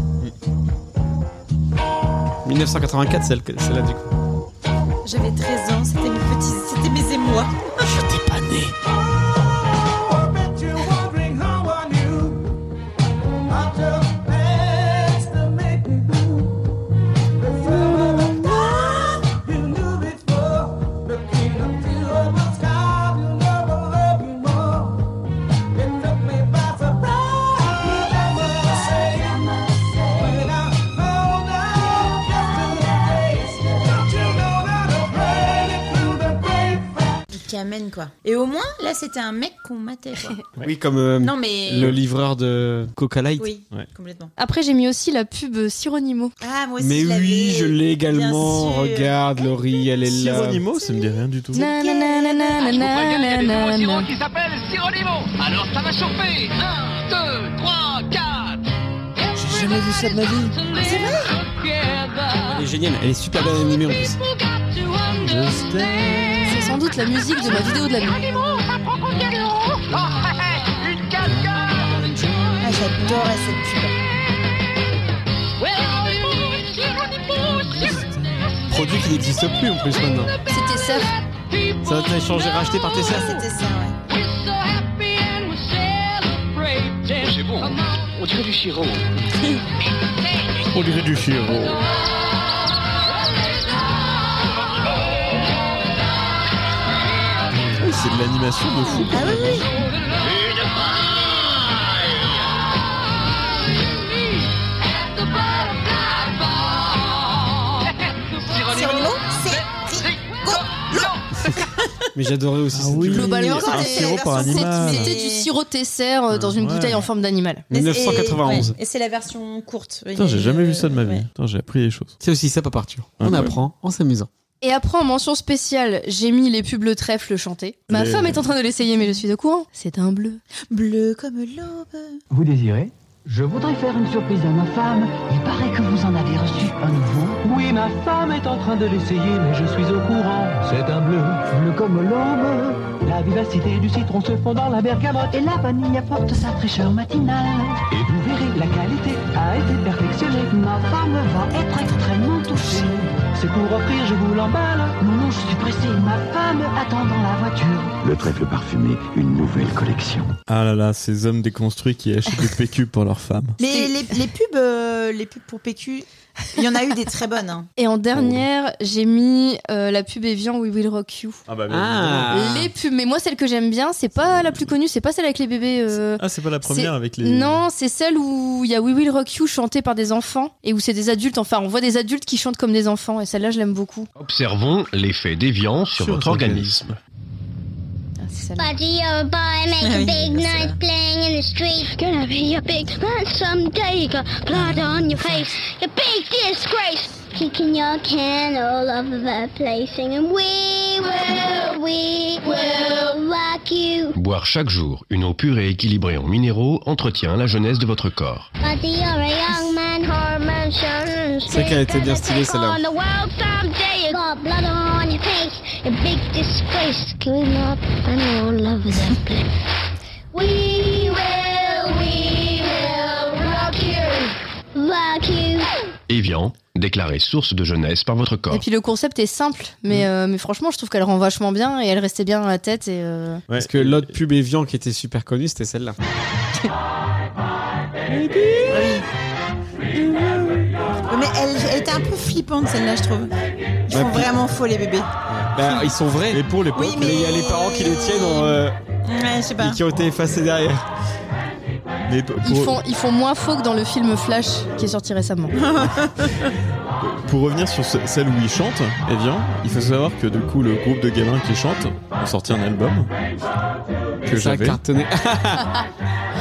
A: 1984, celle- celle-là, du coup.
B: J'avais 13 ans, c'était mes petits, c'était mes émois.
A: J'étais pas né.
B: Nick Kamen, quoi. Et au moins, là, c'était un mec qu'on matait, quoi.
A: Oui, comme euh,
B: Non, mais-
A: le livreur de Coca Light.
B: Oui, complètement.
D: Après, j'ai mis aussi la pub euh, Sironimo.
B: Ah, moi
A: Mais oui, je l'ai également.
D: Bien sûr.
A: Regarde, Laurie, elle est là.
C: Sironimo, ça me dit rien du tout.
D: Nananananana.
M: qui s'appelle Sironimo. Alors ça va chauffer. 1, 2, 3, 4. J'ai jamais vu ça de ma vie.
F: Ah,
M: C'est vrai
A: Elle est géniale, elle est super bien animée en plus.
D: C'est sans doute la musique de ma vidéo de la nuit.
F: Oh,
B: Ah, j'adorais cette pub.
D: Oh,
A: Produit qui n'existe plus en plus maintenant.
D: C'était
A: Ah,
D: ça.
A: Ça a été changé, racheté par Tesla.
B: Ah, C'était ça, ouais.
M: C'est bon. hein. On dirait du Chiro.
C: On dirait du chiro. Oui, C'est de l'animation de fou.
B: Ah oui, oui.
M: Sironimo,
A: Mais j'adorais aussi cette pub.
D: Globalement,
A: un sirop par
D: c'était-
A: animal.
D: c'était du sirop Tesser euh, dans une
C: Ouais.
D: bouteille en forme d'animal.
A: 1991.
B: Et c'est la version courte.
C: Putain, j'ai jamais vu ça de ma vie. Putain, j'ai appris les choses.
A: C'est aussi ça, pas Arthur. On
C: Incroyable.
A: apprend en s'amusant.
D: Et après, en mention spéciale, j'ai mis les pubs Le Trèfle chanté. Ma
A: Les-
D: femme est en train de l'essayer, mais je suis au courant. C'est un bleu.
B: Bleu comme l'aube.
G: Vous désirez Je voudrais faire une surprise à ma femme. Il paraît que vous en avez reçu un nouveau. Oui, ma femme est en train de l'essayer, mais je suis au courant. C'est un bleu. Bleu comme l'aube. La vivacité du citron se fond dans la bergamote. Et la vanille apporte sa fraîcheur matinale. Et vous verrez, la qualité a été perfectionnée. Ma femme va être extrêmement touchée. c'est pour offrir, je vous l'emballe. Non, non, je suis pressé, ma femme attend dans la voiture.
P: Le trèfle parfumé, une nouvelle collection.
C: Ah là là, ces hommes déconstruits qui achètent des PQ pour leurs femmes.
B: Les, les, les pubs, euh, les pubs pour PQ, il y en a eu des très bonnes. hein.
D: Et en dernière, j'ai mis euh, la pub Evian We Will Rock You.
C: Ah bah
A: bien Ah. évidemment.
D: Les pubs, mais moi celle que j'aime bien, c'est pas la plus connue, c'est pas celle avec les bébés. euh,
C: Ah, c'est pas la
D: c'est-
C: première avec les.
D: Non, c'est celle où il y a We Will Rock You chantée par des enfants et où c'est des adultes. Enfin, on voit des adultes qui chantent comme des enfants et celle-là, je l'aime beaucoup.
Q: Observons l'effet déviant sur, votre organisme.
E: Buddy, you're a boy, make a big noise playing in the street. Gonna be a big man someday, you got blood on your face, a big disgrace. Kicking your can all over the place, singing, we will, we will rock you.
Q: Boire chaque jour une eau pure et équilibrée en minéraux entretient la jeunesse de votre corps.
E: Buddy, you're a young man, hard man, shouting
Q: C'est vrai qu'elle était bien stylée, celle-là.
E: On the world someday, you got blood on your face, a big disgrace. Killing your can all over the place. We will, we will rock you. Rock you.
Q: Evian, déclaré source de jeunesse par votre corps.
D: Et puis le concept est simple, mais, euh, mais franchement, je trouve qu'elle rend vachement bien et elle restait bien dans la tête. Et, euh,
A: Parce que l'autre pub Evian qui était super connue, c'était celle-là.
B: Mais elle, elle était un peu flippante celle-là, je trouve. Ils
A: Bah,
B: font
A: puis-
B: vraiment faux les bébés.
A: Bah, ils sont vrais. Et pour les
B: Oui, mais-
A: mais il y a les parents qui les tiennent en, euh,
B: Ouais, je sais
A: et
B: pas.
A: qui ont été effacés derrière.
C: Mais pour,
D: ils, font, ils font moins faux que dans le film Flash qui est sorti récemment.
C: pour revenir sur ce- celle où ils chantent, Evian, il faut savoir que du coup, le groupe de gamins qui chante ont sorti un album que
A: Ça a
C: j'avais.
A: cartonné.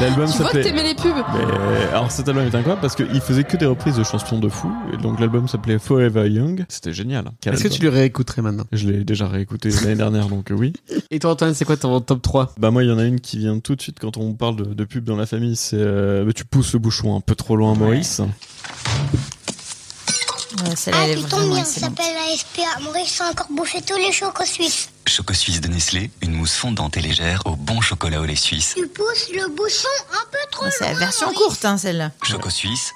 C: L'album
D: tu vois que
C: s'appelait-
D: t'aimais les pubs
C: Mais, alors cet album est incroyable parce qu'il faisait que des reprises de chansons de fou. Et donc l'album s'appelait Forever Young. C'était génial. Quel
A: Est-ce que
C: album.
A: tu le réécouterais maintenant
C: Je l'ai déjà réécouté l'année dernière donc euh, oui.
A: Et toi, Antoine, c'est quoi ton top 3
C: Bah moi il y en a une qui vient tout de suite quand on parle de, de pub dans la famille. C'est euh, bah, tu pousses le bouchon un peu trop loin Maurice.
E: Ah, tu tombes bien, ça s'appelle la SPA. Maurice a encore bouffé tous les chocos suisses.
R: Choco Suisse de Nestlé, une mousse fondante et légère au bon chocolat au lait suisse.
E: Tu pousses le bouchon un peu trop
B: C'est la
E: loin.
B: version courte, hein, celle-là.
R: Choco Suisse,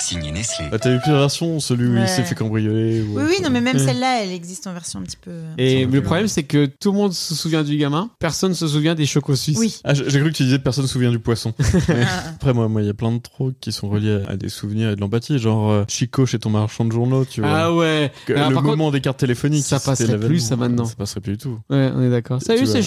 R: signé Nestlé.
C: Bah t'as vu plusieurs versions, celui où
B: Ouais.
C: il s'est fait cambrioler. ou-
B: Oui, oui, non, mais même
A: Ouais.
B: celle-là, elle existe en version un petit peu.
A: Mm. Et le problème, c'est que tout le monde se souvient du gamin, personne se souvient des chocos suisses.
B: Oui.
C: Ah, j'ai j'ai cru que tu disais personne ne se souvient du poisson. Mais
A: Ah.
C: Après, moi, moi, il y a plein de trucs qui sont reliés à, à des souvenirs et de l'empathie, genre euh, Chico chez ton marchand de journaux, tu vois.
A: Ah ouais.
C: Que-
A: Alors,
C: le
A: par
C: moment des cartes téléphoniques.
A: ça
C: c'était
A: passerait
C: l'événement.
A: plus, ça, maintenant.
C: Ça passerait plus du tout.
A: Ouais, on est d'accord.
C: Tu
A: Salut,
C: vois.
A: c'est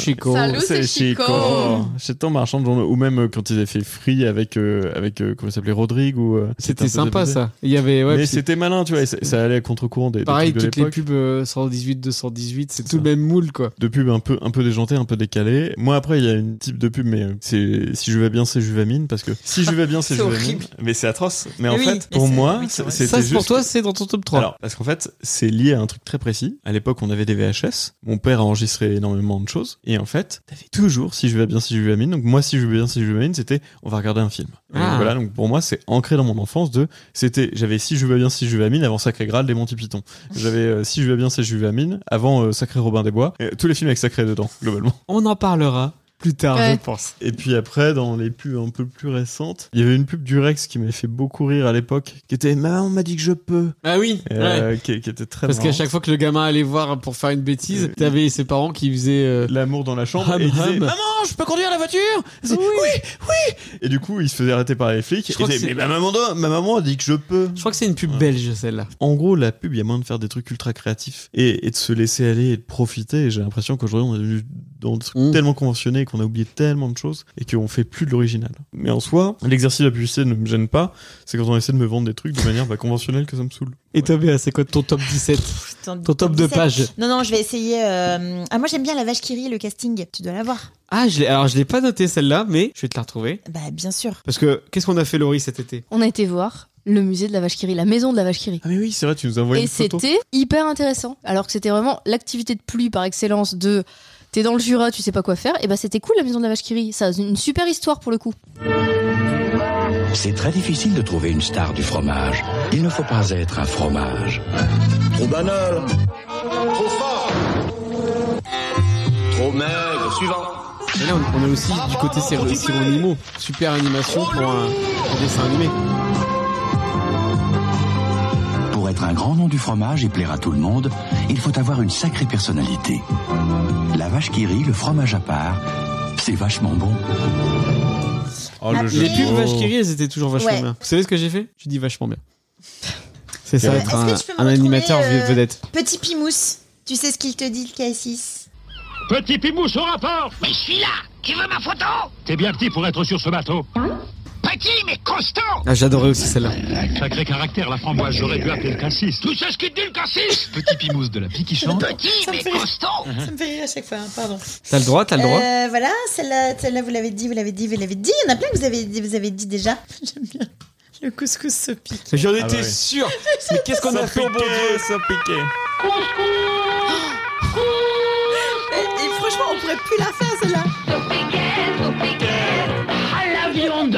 A: Chico.
C: Oh, Chez ton marchand de journaux. Ou même euh, quand ils avaient fait Free avec, euh, avec euh, comment il s'appelait, Rodrigue. Ou, euh,
A: C'était
C: un peu
A: sympa,
C: dépassé.
A: ça. Il y avait, ouais,
C: Mais
A: puis-
C: c'était malin, tu vois, et c'est- ça allait à contre-courant des, des
A: Pareil,
C: trucs de
A: toutes les
C: l'époque.
A: pubs euh, 118, 218, c'est tout le même moule, quoi.
C: de pub un peu un peu déjanté, un peu décalé. Moi après il y a une type de pub mais euh, c'est si je vais bien c'est Juvamine parce que si je vais bien c'est
A: C'est
C: Juvamine
A: horrible.
C: mais c'est atroce. Mais en
A: Oui,
C: fait
A: mais
C: pour
A: c'est-
C: moi
A: oui, c'est vrai.
C: c'était
A: Ça, c'est pour
C: juste-
A: toi, c'est dans ton top 3.
C: Alors parce qu'en fait c'est lié à un truc très précis. À l'époque on avait des VHS. Mon père a enregistré énormément de choses et en fait t'avais toujours si je vais bien si je vais bien. Donc moi si je vais bien si je vais bien c'était on va regarder un film. Et
A: Ah.
C: Voilà donc pour moi c'est ancré dans mon enfance de c'était j'avais si je vais bien si je vais mine avant Sacré Graal des Monty Python. J'avais euh, si je vais bien c'est je vais mine avant euh, Sacré Robin des Bois. Et tous les films avec Sacré dedans globalement.
A: On en parlera plus tard,
C: Ouais.
A: je pense.
C: Et puis après, dans les pubs un peu plus récentes, il y avait une pub du Rex qui m'avait fait beaucoup rire à l'époque, qui était Maman m'a dit que je peux.
A: Ah oui,
C: Euh,
A: ouais.
C: qui, qui était très
A: Parce qu'à
C: marrante.
A: chaque fois que le gamin allait voir pour faire une
C: Euh,
A: bêtise, t'avais ses parents qui faisaient euh,
C: l'amour dans la chambre
A: Hum,
C: et il disait,
A: hum.
C: Maman, je peux conduire la voiture oui. oui, Et du coup, il se faisait arrêter par les flics.
A: Je
C: Et
A: crois
C: il
A: que
C: disait,
A: c'est-
C: mais ma maman, doit- ma maman a dit que je peux.
A: Je crois que c'est une pub belge, celle-là.
C: En gros, la pub, il y a moyen de faire des trucs ultra créatifs et, et de se laisser aller et de profiter. Et j'ai l'impression qu'aujourd'hui, on est devenu dans des trucs tellement conventionnés qu'on a oublié tellement de choses et qu'on fait plus de l'original. Mais en soi, l'exercice de la publicité ne me gêne pas. C'est quand on essaie de me vendre des trucs de manière bah, conventionnelle que ça me saoule.
A: Et toi, Béa, c'est quoi ton top 17
B: Ton,
A: Ton top de
B: 17.
A: page.
B: Non, non, je vais essayer. euh, Ah, moi, j'aime bien la vache qui rit, le casting. Tu dois la voir.
A: Ah, je l'ai- alors je l'ai pas noté celle-là, mais je vais te la retrouver.
B: Bah, bien sûr.
A: Parce que qu'est-ce qu'on a fait, Laurie, cet été
D: On a été voir le musée de la vache qui rit, la maison de la vache qui rit.
C: Ah, mais oui, c'est vrai, tu nous as envoyé
D: Et
C: une photo.
D: c'était hyper intéressant. Alors que c'était vraiment l'activité de pluie par excellence de t'es dans le Jura, tu sais pas quoi faire. Et bah c'était cool la maison de la vache qui rit. Ça a une super histoire pour le coup.
P: C'est très difficile de trouver une star du fromage. Il ne faut pas être un fromage.
L: Trop banal. Trop fort. Trop maigre. Suivant.
A: Et là, on, on est aussi du côté Cyril Cyril Nimo. Super animation pour un, un dessin animé.
P: Pour être un un grand nom du fromage et plaire à tout le monde, il faut avoir une sacrée personnalité. La vache qui rit, le fromage à part, c'est vachement bon.
C: Oh, le jeu
A: les
C: de
A: pubs
C: mots.
A: vaches qui rient, elles étaient toujours vachement
B: Ouais.
A: bien. Vous savez ce que j'ai fait J'ai dit vachement bien. C'est ça,
B: Euh,
A: être
B: est-ce
A: un,
B: que tu peux me
A: un
B: retrouver,
A: animateur
B: euh,
A: vedette.
B: Petit Pimousse, tu sais ce qu'il te dit, le K6
S: Petit Pimousse au rapport
T: Mais je suis là Tu veux ma photo Hein?
S: T'es bien petit pour être sur ce bateau.
T: Petit mais constant
A: Ah, j'adorais aussi celle-là.
S: Sacré caractère, la framboise, j'aurais dû appeler le cassis.
T: Tout ça ce que dit le cassis
S: Petit Pimousse de la pique qui chante.
T: Petit
B: Ça me
T: mais
B: fait-
T: constant
B: Ça me fait rire à chaque fois, hein, pardon.
A: T'as le droit, t'as le droit.
B: Euh, voilà, celle-là, celle-là, vous l'avez dit, vous l'avez dit, vous l'avez dit. Il y en a plein que vous avez, dit- vous avez dit déjà. J'aime bien. Le couscous se pique.
A: J'en
C: Ah
A: étais
C: bah oui.
A: sûr. Mais qu'est-ce qu'on
C: Ça
A: a fait,
C: piquait,
A: bon Dieu
C: ça piquait.
B: Et, et franchement, on pourrait plus la faire, celle-là.
T: À la viande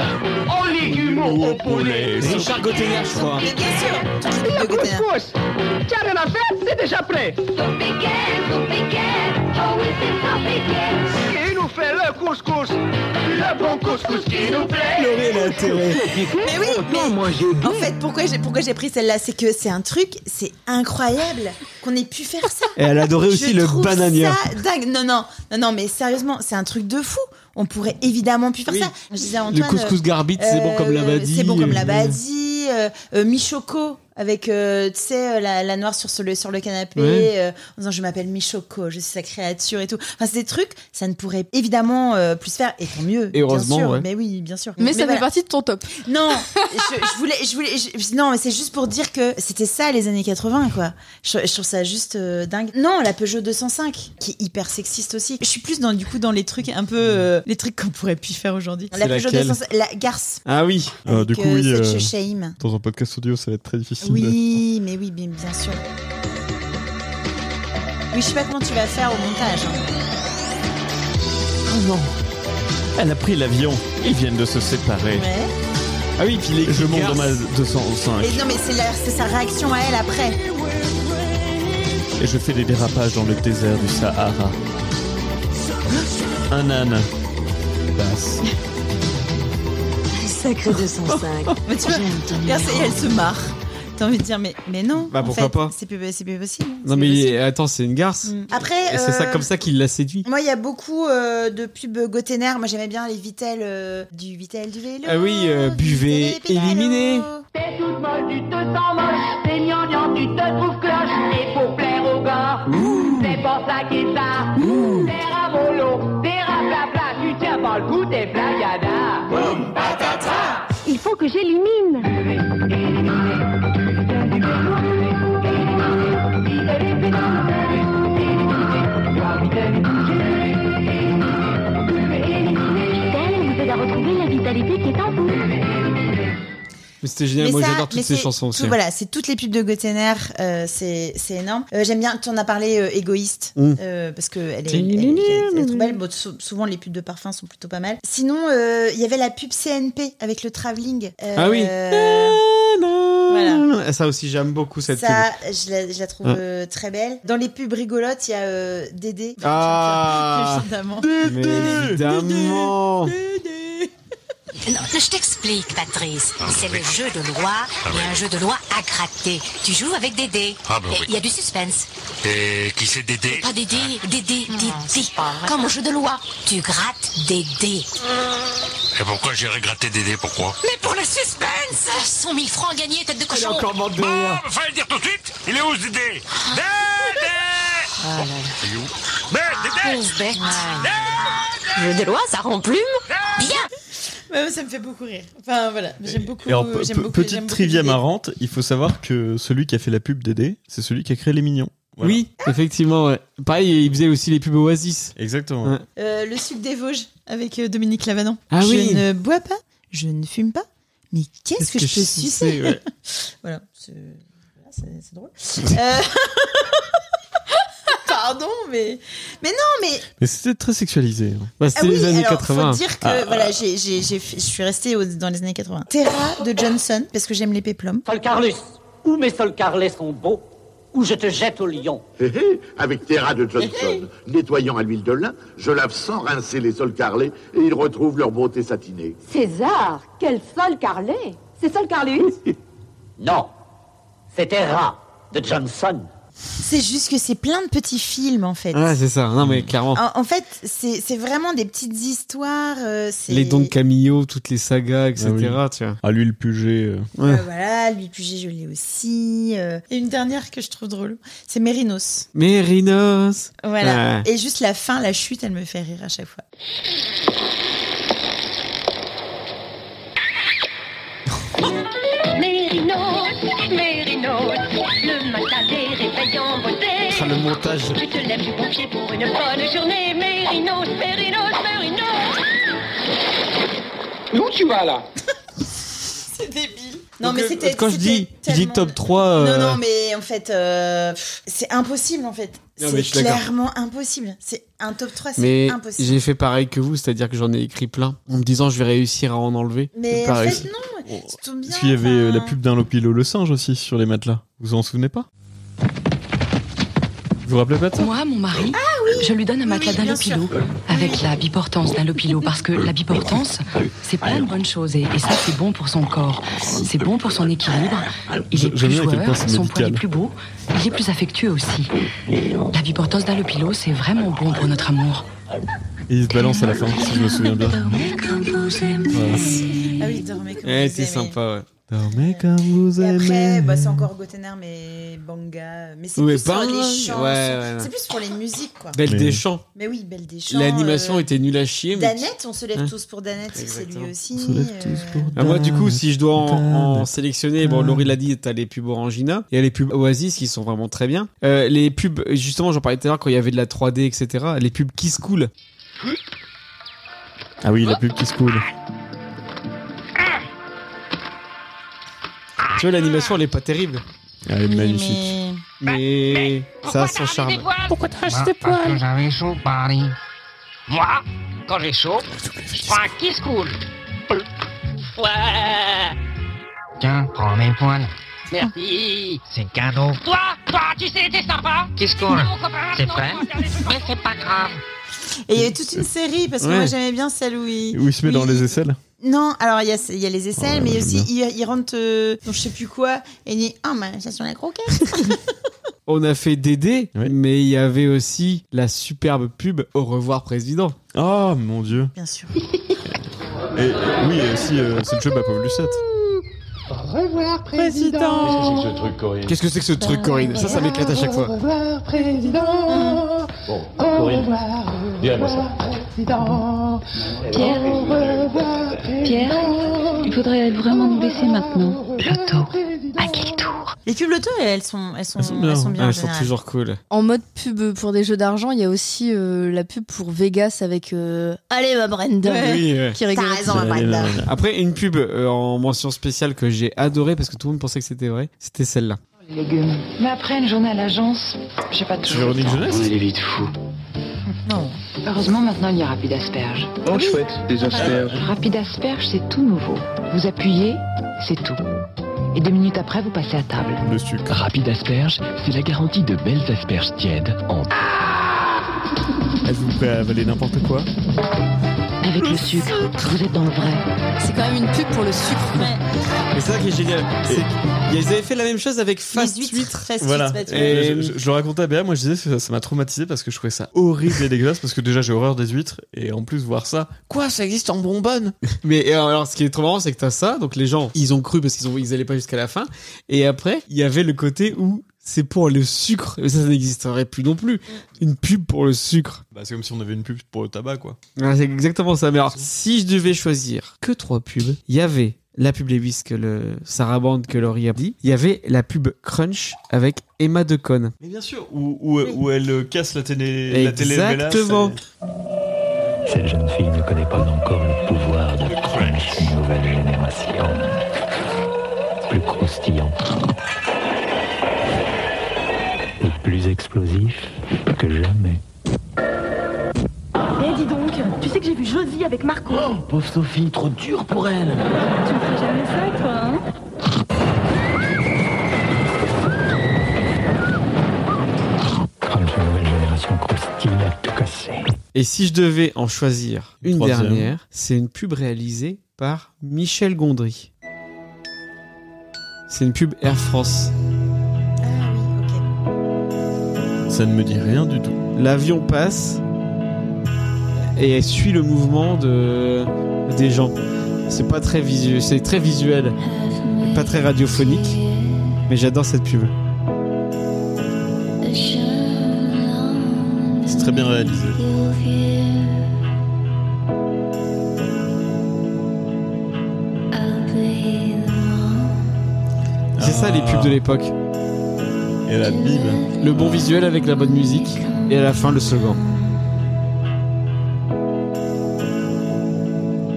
T: Au légumes Au poulet
A: Richard Gauthier, je crois.
B: Mais bien sûr, toute l'équipe de hein. Gauthier.
T: Tiens, la fête, c'est déjà prêt oh, Il nous fait le couscous Le bon couscous qui nous plaît
A: Laurie, elle a intérêt.
B: Mais oui, mais en fait, pourquoi j'ai pourquoi j'ai pris celle-là, c'est que c'est un truc, c'est incroyable qu'on ait pu faire ça.
A: Et elle adorait aussi
B: Je
A: le
B: trouve
A: banania.
B: ça dingue. Non, non, non, non, mais sérieusement, c'est un truc de fou. On pourrait évidemment pu faire ça. Je disais à Antoine, euh,
A: Le couscous garbite, c'est bon comme la badie.
B: C'est bon comme la
A: Euh,
B: badie. euh, euh, Michoko avec, euh, tu sais, euh, la, la noire sur, ce- le, sur le canapé,
A: Ouais.
B: euh, en disant je m'appelle Michoko, je suis sa créature et tout. Enfin, c'est des trucs, ça ne pourrait évidemment euh, plus se faire, et tant mieux.
A: Et heureusement,
B: bien sûr,
A: ouais.
B: Mais oui, bien sûr.
D: Mais, ça
B: voilà.
D: fait partie de ton top.
B: Non, je, je voulais, je voulais, je- non, mais c'est juste pour dire que c'était ça les années 80, quoi. Je, je trouve ça juste euh, dingue. Non, la Peugeot 205, qui est hyper sexiste aussi. Je suis plus dans du coup dans les trucs un peu, euh, les trucs qu'on pourrait plus faire aujourd'hui.
C: C'est
B: La Peugeot
C: laquelle
B: 205, la garce.
A: Ah oui.
C: Ah, du
B: Avec,
C: coup,
B: euh,
C: oui.
B: cette je
C: euh,
B: shame.
C: Dans un podcast audio, ça va être très difficile.
B: Oui, mais oui, bien, bien sûr. Oui, je sais pas comment tu vas faire au montage. hein.
C: Oh non. Elle a pris l'avion. Ils viennent de se séparer.
B: Ouais.
A: Ah oui, puis les
C: Je monte
A: Cars.
C: dans ma 205
B: Et non, mais c'est la- c'est sa réaction à elle après.
C: et je fais des dérapages dans le désert du Sahara. Un âne passe.
B: Sacré 205. mais tu vois, regarde, ça y est, elle se marre. T'as envie de dire, mais, mais non.
A: Bah,
B: en
A: pourquoi
B: fait,
A: pas.
B: C'est plus, c'est plus possible.
A: Non mais attends, c'est une garce.
B: Mm. Après,
A: Et c'est ça
B: euh,
A: comme ça qu'il l'a séduit.
B: Moi, il y a beaucoup euh, de pubs Gotener. Moi, j'aimais bien les Vitel euh, du Vitel du vélo.
A: Ah oui, euh, buvez, éliminez.
T: T'es toute molle, tu te sens moche. T'es gnangnan, tu te trouves cloche. Et pour plaire aux gars, c'est pour ça qu'il ça. T'es ramolo, t'es raplapla. Tu tiens pas le coup, t'es playada. Boum, patata.
U: Il faut que j'élimine.
T: Vitel vous aide à retrouver la vitalité qui est en vous.
A: Mais c'était génial. moi
B: ça-
A: j'adore toutes
B: mais
A: ces
B: c'est
A: chansons aussi.
B: tout- voilà, c'est toutes les pubs de Gotener, euh, c'est c'est énorme. Euh, J'aime bien, tu en as parlé, euh, égoïste,
A: Mm.
B: euh, parce que elle est,
A: C'est-
B: elle- elle- elle est trop belle. Bon, sou- souvent les pubs de parfum sont plutôt pas mal. Sinon, euh, il y avait la pub CNP avec le travelling. Euh,
A: Ah oui.
B: voilà.
A: Ça aussi j'aime beaucoup cette pub. Mm.
B: Ça, je la, je la trouve
A: Ouais.
B: euh, très belle. Dans les pubs rigolotes, il y a euh, Dédé.
A: Ah.
B: Évidemment.
A: Mais évidemment.
K: Non, je t'explique, Patrice.
R: Ah,
K: C'est le jeu de loi et un jeu de loi à gratter. Tu joues avec des dés.
R: Ah, bah
K: Et
R: oui. Ah.
K: Il y a du suspense.
R: Et qui c'est Dédé
K: Pas des dés, des dés, des dés. Comme au jeu de loi. Tu grattes des dés.
R: Et pourquoi j'irai gratter Dédé Pourquoi
K: Mais pour le suspense 100 000 Ah, francs gagnés, tête de cochon
R: Bon, fallait le dire tout de suite Il est où ce Dédé
K: Ah.
R: Dédé
K: Pauvre Ah, bête. Jeu de loi, ça rend plume Bien
B: Ouais, ça me fait beaucoup rire. Enfin, voilà, j'aime beaucoup.
C: Et alors, pe-
B: j'aime
C: pe-
B: beaucoup- j'aime
C: petite
B: beaucoup
C: trivia
B: Dédé.
C: marrante, il faut savoir que celui qui a fait la pub Dédé, c'est celui qui a créé Les Mignons. Voilà.
A: Oui, effectivement. ouais. Pareil, il faisait aussi les pubs Oasis.
C: Exactement.
A: Ouais.
B: Euh, le sucre des Vosges avec euh, Dominique Lavanant.
A: Ah
B: je
A: oui.
B: ne bois pas, je ne fume pas, mais qu'est-ce que, je peux sucer
A: ouais.
B: Voilà, c'est voilà, c'est- c'est drôle. Euh, Pardon, mais mais non, mais
C: Mais c'était très sexualisé.
A: Bah,
B: ah
A: c'était
B: oui,
A: les années
B: alors,
A: 80.
B: Faut dire que
C: Ah.
B: voilà, j'ai- j'ai- j'ai fait- je suis restée au- dans les années 80. Terra de Johnson parce que j'aime les péplums.
V: Solcarlus, ou mes solcarlets sont beaux, ou je te jette au lion.
L: Hé, hé, Avec Terra de Johnson, nettoyant à l'huile de lin, je lave sans rincer les sols carrelés et ils retrouvent leur beauté satinée.
U: César, quel sol carlé C'est sol carlé
V: Non, c'était rat. de Johnson.
B: C'est juste que c'est plein de petits films en fait.
A: Ah, c'est ça. Non, mais clairement.
B: En, en fait, c'est c'est vraiment des petites histoires. euh, c'est-
A: Les dons de Camillo, toutes les sagas, etc.
C: Ah
A: Tu vois.
C: Ah, lui, le Puget. euh.
B: Euh, voilà, lui Puget, je l'ai aussi. euh. Et une dernière que je trouve drôle, c'est Mérinos.
A: Mais Rinos.
B: Voilà.
A: Ouais.
B: Et juste la fin, la chute, elle me fait rire à chaque fois.
T: Mérinos, Mérinos, le matin des réveils en beauté.
A: Ah, le montage.
T: Tu te lèves du bon pied pour une bonne journée. Mérinos, Mérinos, Mérinos.
M: Mais où tu vas là
B: C'est débile. Non,
A: Donc,
B: mais
A: euh,
B: c'était.
A: Quand je
B: c'était
A: dis, je
B: tellement-
A: dis top 3.
B: Non,
A: euh,
B: non, mais en fait, euh, pff, c'est impossible en fait.
A: Non,
B: C'est
A: mais je suis d'accord.
B: clairement impossible. C'est un top 3, c'est
A: Mais
B: impossible.
A: j'ai fait pareil que vous, c'est-à-dire que j'en ai écrit plein en me disant je vais réussir à en enlever.
B: Mais en
A: Pareil.
B: fait, non.
A: Oh.
B: ça tombe bien.
C: Parce qu'il y avait euh, la pub d'un Lopilo le singe aussi sur les matelas. Vous en souvenez pas Vous vous rappelez pas de ça
W: Moi, mon mari, je lui donne un matelas d'un lopilo avec la biportance d'un lopilo parce que la biportance, c'est plein de bonnes choses et, et ça, c'est bon pour son corps, c'est bon pour son équilibre. Il
C: Je-
W: est plus
C: j'aime bien à quel point
W: joueur,
C: c'est
W: son poil est
C: médical.
W: plus beau, il est plus affectueux aussi. La biportance d'un lopilo, c'est vraiment bon pour notre amour.
C: Et il se balance à la fin, si je me souviens bien.
B: Ah oui, dormez comme
A: Ouais,
B: vous
A: c'est
B: aimez.
A: sympa, ouais.
C: Dormez comme vous
B: Et après,
C: aimez.
B: bah, c'est encore Gotenard, mais Banga. Mais c'est
A: Ouais,
B: plus sur
A: Bang,
B: les chants.
A: ouais,
B: sur-
A: ouais, ouais.
B: C'est plus pour les musiques, quoi.
A: Belle
B: mais...
A: des champs.
B: Mais oui, Belle des Champs.
A: L'animation
B: euh,
A: était nulle à chier. Mais...
B: Danette, on se lève
A: Hein
B: tous pour Danette, c'est lui aussi. euh.
A: Ah, moi, du coup, si je dois en, en sélectionner, bon, Laurie l'a dit, t'as les pubs Orangina, il y a les pubs Oasis qui sont vraiment très bien. Euh, les pubs, justement, j'en parlais tout à l'heure quand il y avait de la 3D, etc. Les pubs Kiss Cool.
C: Ah oui, la pub qui se coule.
A: Tu vois, l'animation, elle est pas terrible.
C: Ah, Elle est magnifique.
A: Mais ça a son charme.
T: Pourquoi t'as
A: Moi, acheté parce poil que
T: j'avais chaud, Paris. Moi, quand j'ai chaud, je prends un kiss cool. Ouais.
G: Tiens, prends mes poils.
T: Merci.
G: C'est cadeau.
T: Toi, toi, tu sais, t'es sympa.
G: Kiss cool.
T: Mon copain,
G: C'est
T: non,
G: vrai
T: Mais c'est pas grave.
B: Et il y avait toute une série, parce que
C: Ouais.
B: moi j'aimais bien celle où il.
C: Où il se met dans les aisselles
B: Non, alors il y a, il y a les aisselles,
C: Ouais,
B: mais il y a
C: j'aime
B: aussi, il, il rentre euh, dans je sais plus quoi, et il dit Ah, mais ça sent la croquette.
A: On a fait DD, mais il y avait aussi la superbe pub Au revoir, président.
C: Oh mon dieu.
B: Bien sûr.
C: Et et oui, et aussi, euh, c'est le jeu de la pauvre Lucette.
T: Au revoir, président.
C: Corinne
A: Qu'est-ce que c'est que ce truc, Corinne Ça, ça m'éclate à chaque
T: Au
A: fois.
T: revoir, président.
A: Bon,
T: Au revoir,
A: dis-moi
T: président. Pierre, au revoir,
W: Pierre, il faudrait vraiment nous laisser maintenant.
B: À quel tour Les pubs Loto, elles sont, elles sont, elles sont bien.
A: Ah, Elles sont,
B: en général.
A: toujours cool.
D: En mode pub pour des jeux d'argent, il y a aussi euh, la pub pour Vegas avec euh, Allez ma Brenda
A: Oui, ouais.
D: qui rigole.
A: Après, une pub euh, en mention spéciale que j'ai adorée parce que tout le monde pensait que c'était vrai, c'était celle-là.
W: Légumes. Mais après une journée à l'agence, j'ai pas toujours.
A: Véronique Jeunesse
W: On est vite fou. Non. Heureusement, maintenant, il y a Rapide Asperge.
T: Oh, chouette, des asperges.
W: Rapide Asperge, c'est tout nouveau. Vous appuyez, c'est tout. Et deux minutes après, vous passez à table.
C: Le sucre.
S: Rapide asperge, c'est la garantie de belles asperges tièdes en
C: Êtes-vous prêt à avaler n'importe quoi
W: Avec le sucre, vous êtes dans le vrai.
D: C'est quand même une pub pour le sucre.
A: Mais c'est ça qui est génial. c'est qu'ils- Ils avaient fait la même chose avec Fast Huître.
C: Voilà.
A: Et-
C: Et je, je- je le racontais à Béa, moi je disais que ça- ça m'a traumatisé parce que je trouvais ça horrible et dégueulasse parce que déjà j'ai horreur des huîtres et en plus voir ça.
A: Quoi, ça existe en bonbonne Mais et alors, ce qui est trop marrant, c'est que t'as ça. Donc les gens, ils ont cru parce qu'ils ont, ils allaient pas jusqu'à la fin. Et après, il y avait le côté où c'est pour le sucre. Et ça, ça n'existerait plus non plus. Une pub pour le sucre.
C: Bah, c'est comme si on avait une pub pour le tabac quoi.
A: Ah, C'est exactement ça. Mais alors, si je devais choisir que trois pubs, il y avait la pub Levis que le Sarabande que Laurie a dit. Il y avait la pub Crunch avec Emma Deconne.
C: Mais bien sûr, où, où- où elle euh, casse la télé. La
A: Exactement.
G: Cette jeune fille ne connaît pas encore le pouvoir de Crunch, nouvelle génération. Plus croustillant. Et plus explosif que jamais.
T: Eh, dis donc, tu sais que j'ai vu Josie avec Marco.
G: Oh, Pauvre Sophie, trop dure pour elle.
T: Tu ne ferais jamais ça, toi, hein
G: Crunch, nouvelle génération croustille à tout casser.
A: Et si je devais en choisir une
C: Troisième.
A: dernière, c'est une pub réalisée par Michel Gondry. C'est une pub Air France.
B: Ah
C: Ça ne me dit rien du tout.
A: L'avion passe et elle suit le mouvement de des gens. C'est pas très visuel, c'est très visuel, pas très radiophonique, mais j'adore cette pub.
C: C'est très bien réalisé.
A: C'est ça les pubs de l'époque.
C: Et la bim.
A: Le bon visuel avec la bonne musique et à la fin le slogan.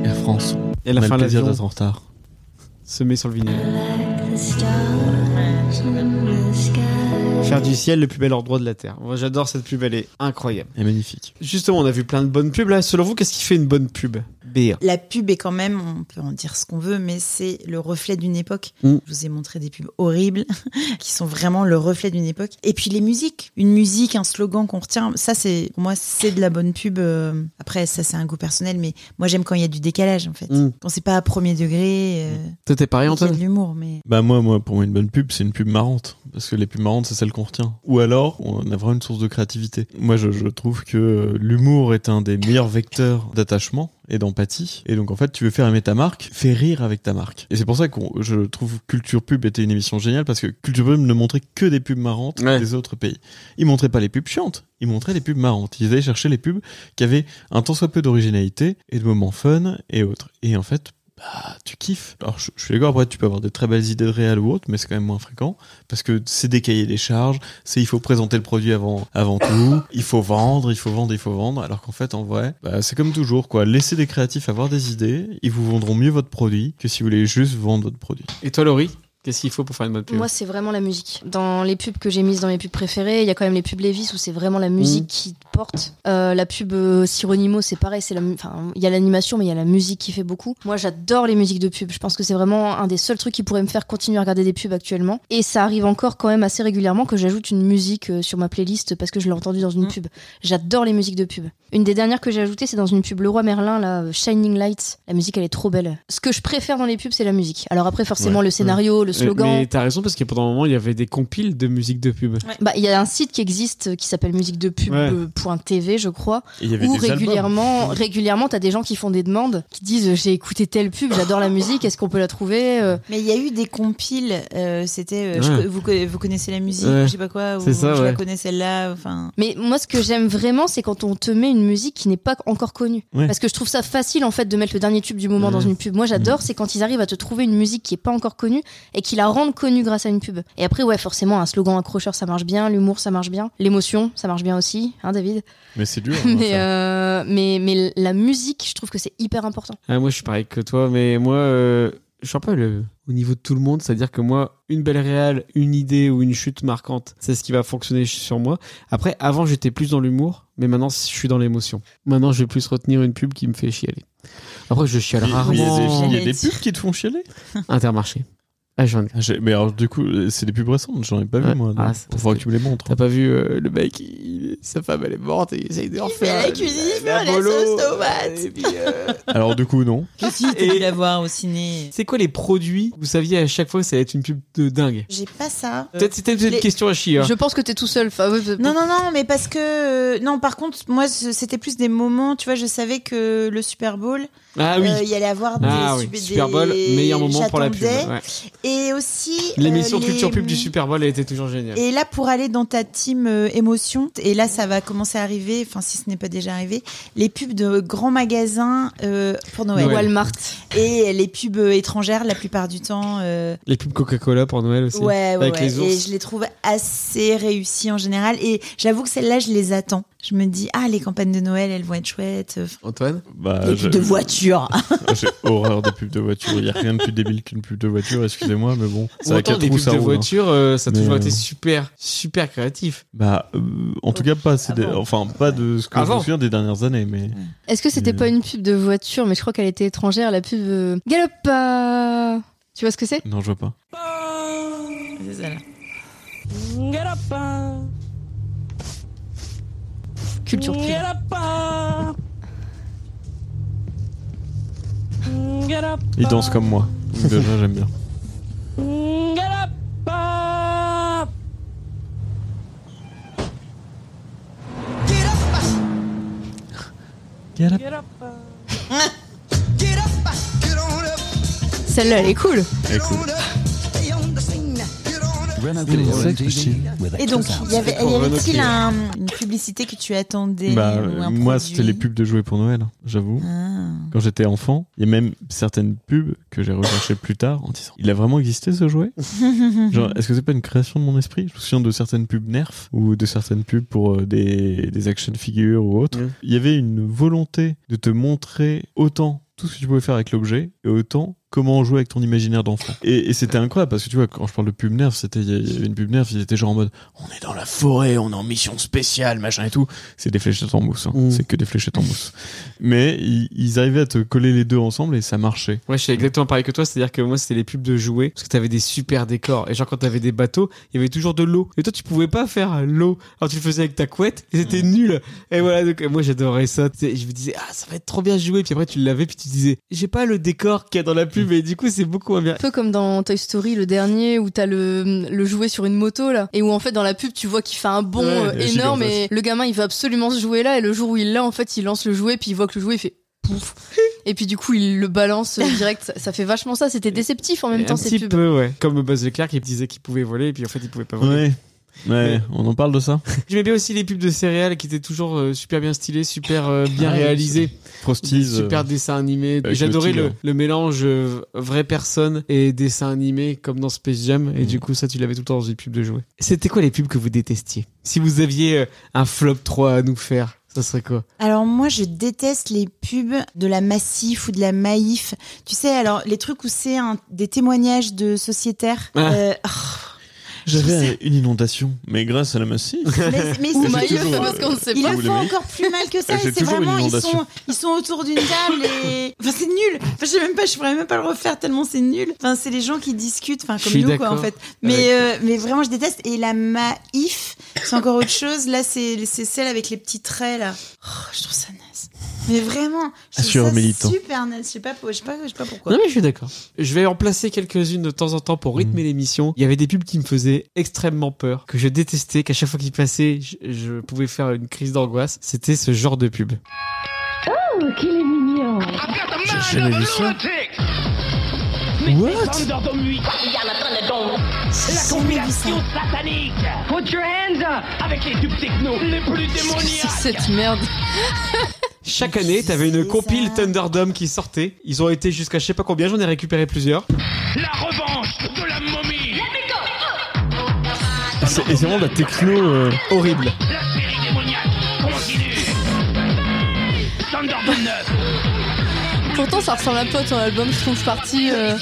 C: Air France.
A: Et à la
C: On a
A: fin
C: le plaisir
A: l'avion
C: d'être en retard.
A: se met sur le vinyle. Faire du ciel le plus bel endroit de la terre. Moi, j'adore cette pub, elle est incroyable.
C: Et magnifique.
A: Justement, on a vu plein de bonnes pubs là. Selon vous, qu'est-ce qui fait une bonne pub BR.
B: La pub est quand même, on peut en dire ce qu'on veut, mais c'est le reflet d'une époque.
A: Mm.
B: Je vous ai montré des pubs horribles qui sont vraiment le reflet d'une époque. Et puis les musiques, une musique, un slogan qu'on retient, ça c'est, pour moi, c'est de la bonne pub. Euh, Après, ça c'est un goût personnel, mais moi j'aime quand il y a du décalage en fait.
A: Mm.
B: Quand c'est pas à premier degré, euh,
D: Mm.
A: Toi, t'es pareil,
B: il y a de
A: Antoine
B: l'humour, mais
C: Bah moi, moi, pour moi, une bonne pub, c'est une pub marrante. Parce que les pubs marrantes, c'est celles qu'on retient. Ou alors, on a vraiment une source de créativité. Moi, je, je trouve que euh, l'humour est un des meilleurs vecteurs d'attachement et d'empathie. Et donc, en fait, tu veux faire aimer ta marque, fais rire avec ta marque. Et c'est pour ça que je trouve Culture Pub était une émission géniale, parce que Culture Pub ne montrait que des pubs marrantes des autres pays. Ils montraient pas les pubs chiantes, ils montraient les pubs marrantes. Ils allaient chercher les pubs qui avaient un tant soit peu d'originalité et de moments fun et autres. Et en fait, bah, tu kiffes. Alors, je, je suis d'accord, après, tu peux avoir des très belles idées de réel ou autre, mais c'est quand même moins fréquent parce que c'est des cahiers des charges, c'est il faut présenter le produit avant, avant tout, il faut vendre, il faut vendre, il faut vendre. Alors qu'en fait, en vrai, bah, c'est comme toujours, quoi. Laissez des créatifs avoir des idées, ils vous vendront mieux votre produit que si vous voulez juste vendre votre produit.
A: Et toi, Laurie Qu'est-ce qu'il faut pour faire une bonne pub
D: Moi, c'est vraiment la musique. Dans les pubs que j'ai mises dans mes pubs préférées, il y a quand même les pubs Levis où c'est vraiment la musique
A: Mm.
D: qui te porte. Euh, la pub euh, Sironimo, c'est pareil. C'est la mu- enfin, il y a l'animation, mais il y a la musique qui fait beaucoup. Moi, j'adore les musiques de pub. Je pense que c'est vraiment un des seuls trucs qui pourrait me faire continuer à regarder des pubs actuellement. Et ça arrive encore quand même assez régulièrement que j'ajoute une musique euh, sur ma playlist parce que je l'ai entendue dans
A: Mm.
D: une pub. J'adore les musiques de pub. Une des dernières que j'ai ajoutées, c'est dans une pub Leroy Merlin, là, euh, Shining Lights. La musique, elle est trop belle. Ce que je préfère dans les pubs, c'est la musique. Alors après, forcément,
A: Ouais.
D: le scénario,
A: Ouais.
D: le slogan.
A: Mais t'as raison, parce que pendant un moment, il y avait des compiles de musique de pub.
D: Bah, il y a un site qui existe euh, qui s'appelle musique de pub
A: Ouais.
D: euh, point TV, je crois,
A: Et il y avait
D: où
A: des albums.
D: régulièrement, régulièrement, t'as des gens qui font des demandes, qui disent euh, j'ai écouté telle pub, j'adore la musique, est-ce qu'on peut la trouver Euh,
B: mais il y a eu des compiles. euh, C'était, euh, je
D: Ouais.
B: co- vous, co- vous connaissez la musique,
D: Ouais.
B: je sais pas quoi, ou
D: C'est ça,
B: je la
D: ouais.
B: connais celle-là, enfin.
D: Mais moi, ce que j'aime vraiment, c'est quand on te met une musique qui n'est pas encore connue.
B: Ouais.
D: Parce que je trouve ça facile, en fait, de mettre le dernier tube du moment
B: Ouais.
D: dans une pub. Moi, j'adore, c'est quand ils arrivent à te trouver une musique qui n'est pas encore connue et qui la rendent connue grâce à une pub. Et après, ouais, forcément, un slogan accrocheur, ça marche bien, l'humour, ça marche bien, l'émotion, ça marche bien aussi, hein, David
C: Mais c'est dur. hein,
D: mais, euh, mais, mais la musique, je trouve que c'est hyper important.
A: Ah, moi, je suis pareil que toi, mais moi, euh, je suis un peu le... au niveau de tout le monde. C'est-à-dire que moi, une belle réale, une idée ou une chute marquante, c'est ce qui va fonctionner sur moi. Après, avant, j'étais plus dans l'humour, mais maintenant, je suis dans l'émotion. Maintenant, je vais plus retenir une pub qui me fait chialer. Après, je chiale
C: Il y a des-
A: rarement.
C: il y a des pubs qui te font chialer
A: Intermarché. Ah, je viens de-
C: J'ai- Mais alors, du coup, euh, c'est des pubs récentes, j'en ai pas
A: Ouais.
C: vu, moi.
A: Ah,
C: donc,
A: c'est
C: Faut que tu me les montres.
A: T'as pas vu euh, le mec, il- sa femme elle est morte et il essaye de refaire
B: la
A: euh,
B: cuisine,
A: la
B: la
A: bolo,
B: sauce
A: euh,
B: tomate.
A: et puis, euh,
C: Alors, du coup, non.
B: Qu'est-ce que t'as dû la voir au ciné
A: C'est quoi les produits que Vous saviez à chaque fois que ça allait être une pub de dingue.
B: J'ai pas ça.
A: Peut-être c'était une
B: Les-
A: question à chier. hein.
D: Je pense que t'es tout seul. Enfin, ouais,
B: Non, non, non, mais parce que. euh, Non, par contre, moi, ce- c'était plus des moments, tu vois, je savais que le Super Bowl,
A: Ah oui.
B: euh, il y allait avoir des.
A: Ah oui,
B: des-
A: Super Bowl, meilleur moment pour la pub,
B: j'attendais.
A: ouais.
B: Et aussi.
A: L'émission
B: euh, les-
A: Culture Pub du Super Bowl elle était toujours géniale.
B: Et là, pour aller dans ta team euh, émotion, et là, ça va commencer à arriver, enfin, si ce n'est pas déjà arrivé, les pubs de grands magasins euh, pour Noël.
A: Noël. Walmart.
B: Et les pubs euh, étrangères, la plupart du temps. euh,
A: Les pubs Coca-Cola pour Noël aussi.
B: Ouais, ouais,
A: avec
B: ouais.
A: les
B: et
A: ours.
B: je les trouve assez réussies en général. Et j'avoue que celles-là, je les attends. Je me dis, ah, les campagnes de Noël, elles vont être chouettes.
A: Antoine
C: Bah,
B: Les pubs de voiture.
C: J'ai horreur des pubs de voiture. Il n'y a rien de plus débile qu'une pub de voiture, excusez-moi, mais bon.
A: Ou
C: à
A: autant
C: quatre
A: des
C: roues,
A: pubs
C: ça
A: de
C: roule, hein.
A: voiture, euh, ça a
C: Mais,
A: toujours
C: euh,
A: été super, super créatif.
C: Bah, euh, en tout cas, pas, c'est des- enfin, pas de ce que je
A: Ah Avant. Mm.
C: me souviens des dernières années, mais.
D: Est-ce que c'était
C: Mais-
D: pas une pub de voiture, mais je crois qu'elle était étrangère, la pub euh, Galop euh, Tu vois ce que c'est
C: Non, je vois pas.
B: C'est ça, là.
T: Get up, hein.
D: Culture pub.
T: Get up, hein. Get up,
C: Ils dansent comme moi. Donc déjà, j'aime bien.
T: get up, hein.
C: Get up.
D: Celle-là, elle est cool.
C: Elle est cool.
B: Et donc, il y avait,
C: Pour
B: y
C: Renaud
B: avait-il
C: Clear.
B: un- une publicité que tu attendais
C: Bah,
B: ou un
C: moi, c'était les
B: produit
C: pubs de jouets pour Noël, hein, j'avoue.
B: Ah.
A: Mm.
C: Quand j'étais enfant, il y a même certaines pubs que j'ai recherchées plus tard en disant Il a vraiment existé ce jouet Genre, est-ce que c'est pas une création de mon esprit Je me souviens de certaines pubs Nerf ou de certaines pubs pour euh, des, des action figures ou autres. Il y avait une volonté de te montrer autant tout ce que tu pouvais faire avec l'objet et autant comment jouer avec ton imaginaire d'enfant. Et, et c'était incroyable parce que tu vois, quand je parle de pub Nerf, c'était, il y a- il y avait une pub Nerf, ils étaient genre en mode on est dans la forêt, on est en mission spéciale, machin et tout. C'est des fléchettes en mousse, hein. c'est que des fléchettes en mousse. Mais ils, ils arrivaient à te coller les deux ensemble et ça marchait.
A: Ouais, je suis exactement pareil que toi, c'est-à-dire que moi c'était les pubs de jouets, parce que t'avais des super décors, et genre quand t'avais des bateaux, il y avait toujours de l'eau, et toi tu pouvais pas faire l'eau, alors tu le faisais avec ta couette, et
D: Mm.
A: c'était nul, et voilà, donc moi j'adorais ça, Tu sais, je me disais, ah ça va être trop bien joué, puis après tu l'avais, puis tu disais, j'ai pas le décor qu'il y a dans la pub, et du coup c'est beaucoup moins bien.
D: Un peu comme dans Toy Story, le dernier, où t'as le, le jouet sur une moto, là. Et où, en fait, dans la pub, tu vois qu'il fait un bond
A: Ouais,
D: euh,
A: et
D: énorme
A: giga
D: et
A: face.
D: le gamin, il veut absolument ce jouet-là. Et le jour où il l'a, en fait, il lance le jouet, puis il voit que le jouet, il fait pouf. Et puis, du coup, il le balance euh, direct. Ça- Ça fait vachement ça. C'était déceptif en même temps,
A: un
D: ces
A: petit
D: pubs.
A: peu, ouais. Comme Buzz Leclerc qui disait qu'il pouvait voler, et puis en fait il pouvait pas voler.
C: Ouais. Ouais, on en parle de ça
A: J'aimais bien aussi les pubs de céréales qui étaient toujours euh, super bien stylées, super euh, bien
C: Ouais,
A: réalisées.
C: Frosties,
A: Des Super
C: euh,
A: dessins animés.
C: avec le
A: J'adorais le,
C: tigre.
A: le mélange euh, vraie personne et dessin animé comme dans Space Jam. Et
C: Mm.
A: du coup, ça, tu l'avais tout le temps dans une pub de jouets. C'était quoi les pubs que vous détestiez Si vous aviez euh, un flop 3 à nous faire, ça serait quoi
B: Alors moi, je déteste les pubs de la Massif ou de la Maïf. Tu sais, alors les trucs où c'est un- des témoignages de sociétaires.
C: Ah.
B: Euh, oh,
C: J'avais une inondation, mais grâce à la massif.
B: mais, mais
C: Ou
B: c'est-
C: Maïf,
B: ils-
C: parce qu'on ne sait
B: ils
C: pas.
B: le
C: Ou les
B: font
C: Maïf.
B: encore plus mal que ça.
C: J'ai
B: et C'est
C: toujours une
B: vraiment, ils
C: inondation.
B: sont, ils sont autour d'une table et enfin c'est nul. Enfin, je sais même pas, je pourrais même pas le refaire tellement c'est nul. Enfin, c'est les gens qui discutent, enfin
J: Je
B: comme
J: suis
B: nous quoi en
J: d'accord.
B: fait.
J: Avec-
B: Mais euh, mais vraiment, je déteste. Et la Maïf, c'est encore autre chose. Là, c'est c'est celle avec les petits traits là. Oh, je trouve ça naze. Mais vraiment, je trouve
A: Assureur
B: ça
A: militant.
B: super naze. Je sais pas, pour- je sais pas, je sais pas pourquoi.
A: Ah, Non mais je suis d'accord. Je vais en placer quelques-unes de temps en temps
C: Mm.
A: pour rythmer l'émission. Il y avait des pubs qui me faisaient extrêmement peur, que je détestais, qu'à chaque fois qu'ils passaient, je, je pouvais faire une crise d'angoisse. C'était ce genre de pub.
T: Oh, qu'il est mignon.
A: J'ai jamais vu ça. What
T: La combinaison satanique. Put your hands up. Avec les tubes techno les plus démoniaques.
D: Cette merde.
A: Chaque année, t'avais une compile Thunderdome qui sortait. Ils ont été jusqu'à je sais pas combien, j'en ai récupéré plusieurs.
T: La revanche de la momie. Let me go.
C: C'est et c'est vraiment de la techno euh,
A: horrible.
T: La série démoniaque continue. Thunderdome 9.
D: Pourtant, ça ressemble un peu à ton album Schtroumpf Party. euh.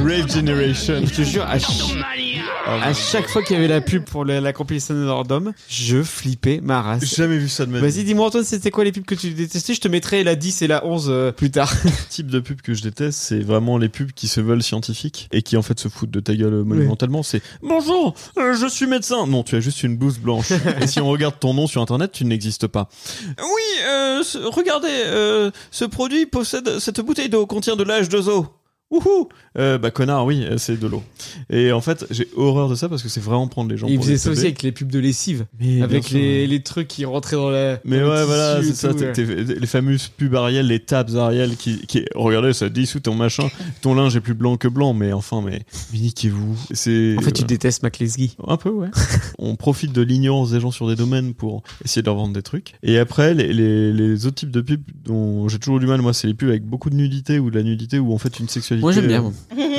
C: Rave Generation.
A: Je te jure, à, ch- à chaque fois qu'il y avait la pub pour la, la compile Thunderdome, je flippais ma race.
C: J'ai jamais vu ça de ma vie.
A: Vas-y, dis-moi Antoine, c'était quoi les pubs que tu détestais Je te mettrai la 10 et la 11 euh, plus tard.
C: type de pub que je déteste, c'est vraiment les pubs qui se veulent scientifiques et qui en fait se foutent de ta gueule euh, monumentalement. C'est bonjour, euh, je suis médecin. Non, tu as juste une blouse blanche. et si on regarde ton nom sur internet, tu n'existes pas. Oui, euh, ce- regardez, euh, ce produit possède cette bouteille d'eau contient de l'H2O. Wouhou Euh, Bah connard, oui, euh, c'est de l'eau. Et en fait, j'ai horreur de ça parce que c'est vraiment prendre les gens.
A: Ils
C: pour
A: faisaient
C: des
A: ça aussi
C: teubés.
A: avec les pubs de lessive,
C: bien
A: avec
C: sûr,
A: les, les trucs qui rentraient dans la.
C: Mais
A: dans le
C: ouais,
A: tissu
C: voilà,
A: et
C: c'est ça,
A: tout,
C: t'es-
A: ouais.
C: t'es- les fameuses pubs Ariel, les tabs Ariel qui, qui regardez, ça dissout ton machin, ton linge est plus blanc que blanc, mais enfin, mais, mais niquez-vous. C'est. euh,
A: En fait, tu détestes McLesgy.
C: Un peu, ouais. On profite de l'ignorance des gens sur des domaines pour essayer de leur vendre des trucs. Et après, les, les, les autres types de pubs dont j'ai toujours du mal, moi, c'est les pubs avec beaucoup de nudité ou de la nudité ou en fait une sexualité.
A: Moi, j'aime bien,
C: euh,
A: moi.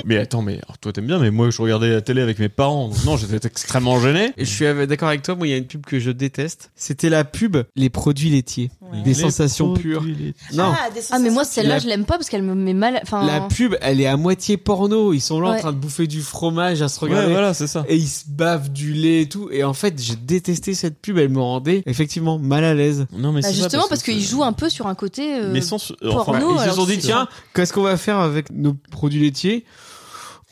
C: Mais attends, mais alors, toi, t'aimes bien, mais moi, je regardais la télé avec mes parents, donc non, j'étais extrêmement gêné.
A: Et je suis avec- d'accord avec toi, moi il y a une pub que je déteste. C'était la pub Les produits laitiers. Des
C: Les
A: sensations
C: produits
A: pures.
C: laitiers.
A: Non.
D: Ah, mais moi, celle-là,
A: La-
D: je l'aime pas parce qu'elle me met mal. Enfin, bah,
A: La pub, elle est à moitié porno. Ils sont là en
D: Ah. Ouais.
A: train de bouffer du fromage, à se regarder.
C: Ouais, voilà, c'est ça.
A: Et ils se bavent du lait et tout. Et en fait, j'ai détesté cette pub. Elle me rendait effectivement mal à l'aise.
C: Non, mais
D: bah, justement, parce qu'ils jouent un peu sur un côté euh,
A: Mais sans
D: porno.
A: ils se
D: alors
A: sont dit,
D: que c'est-
A: tiens, qu'est-ce qu'on va faire avec nos produits laitiers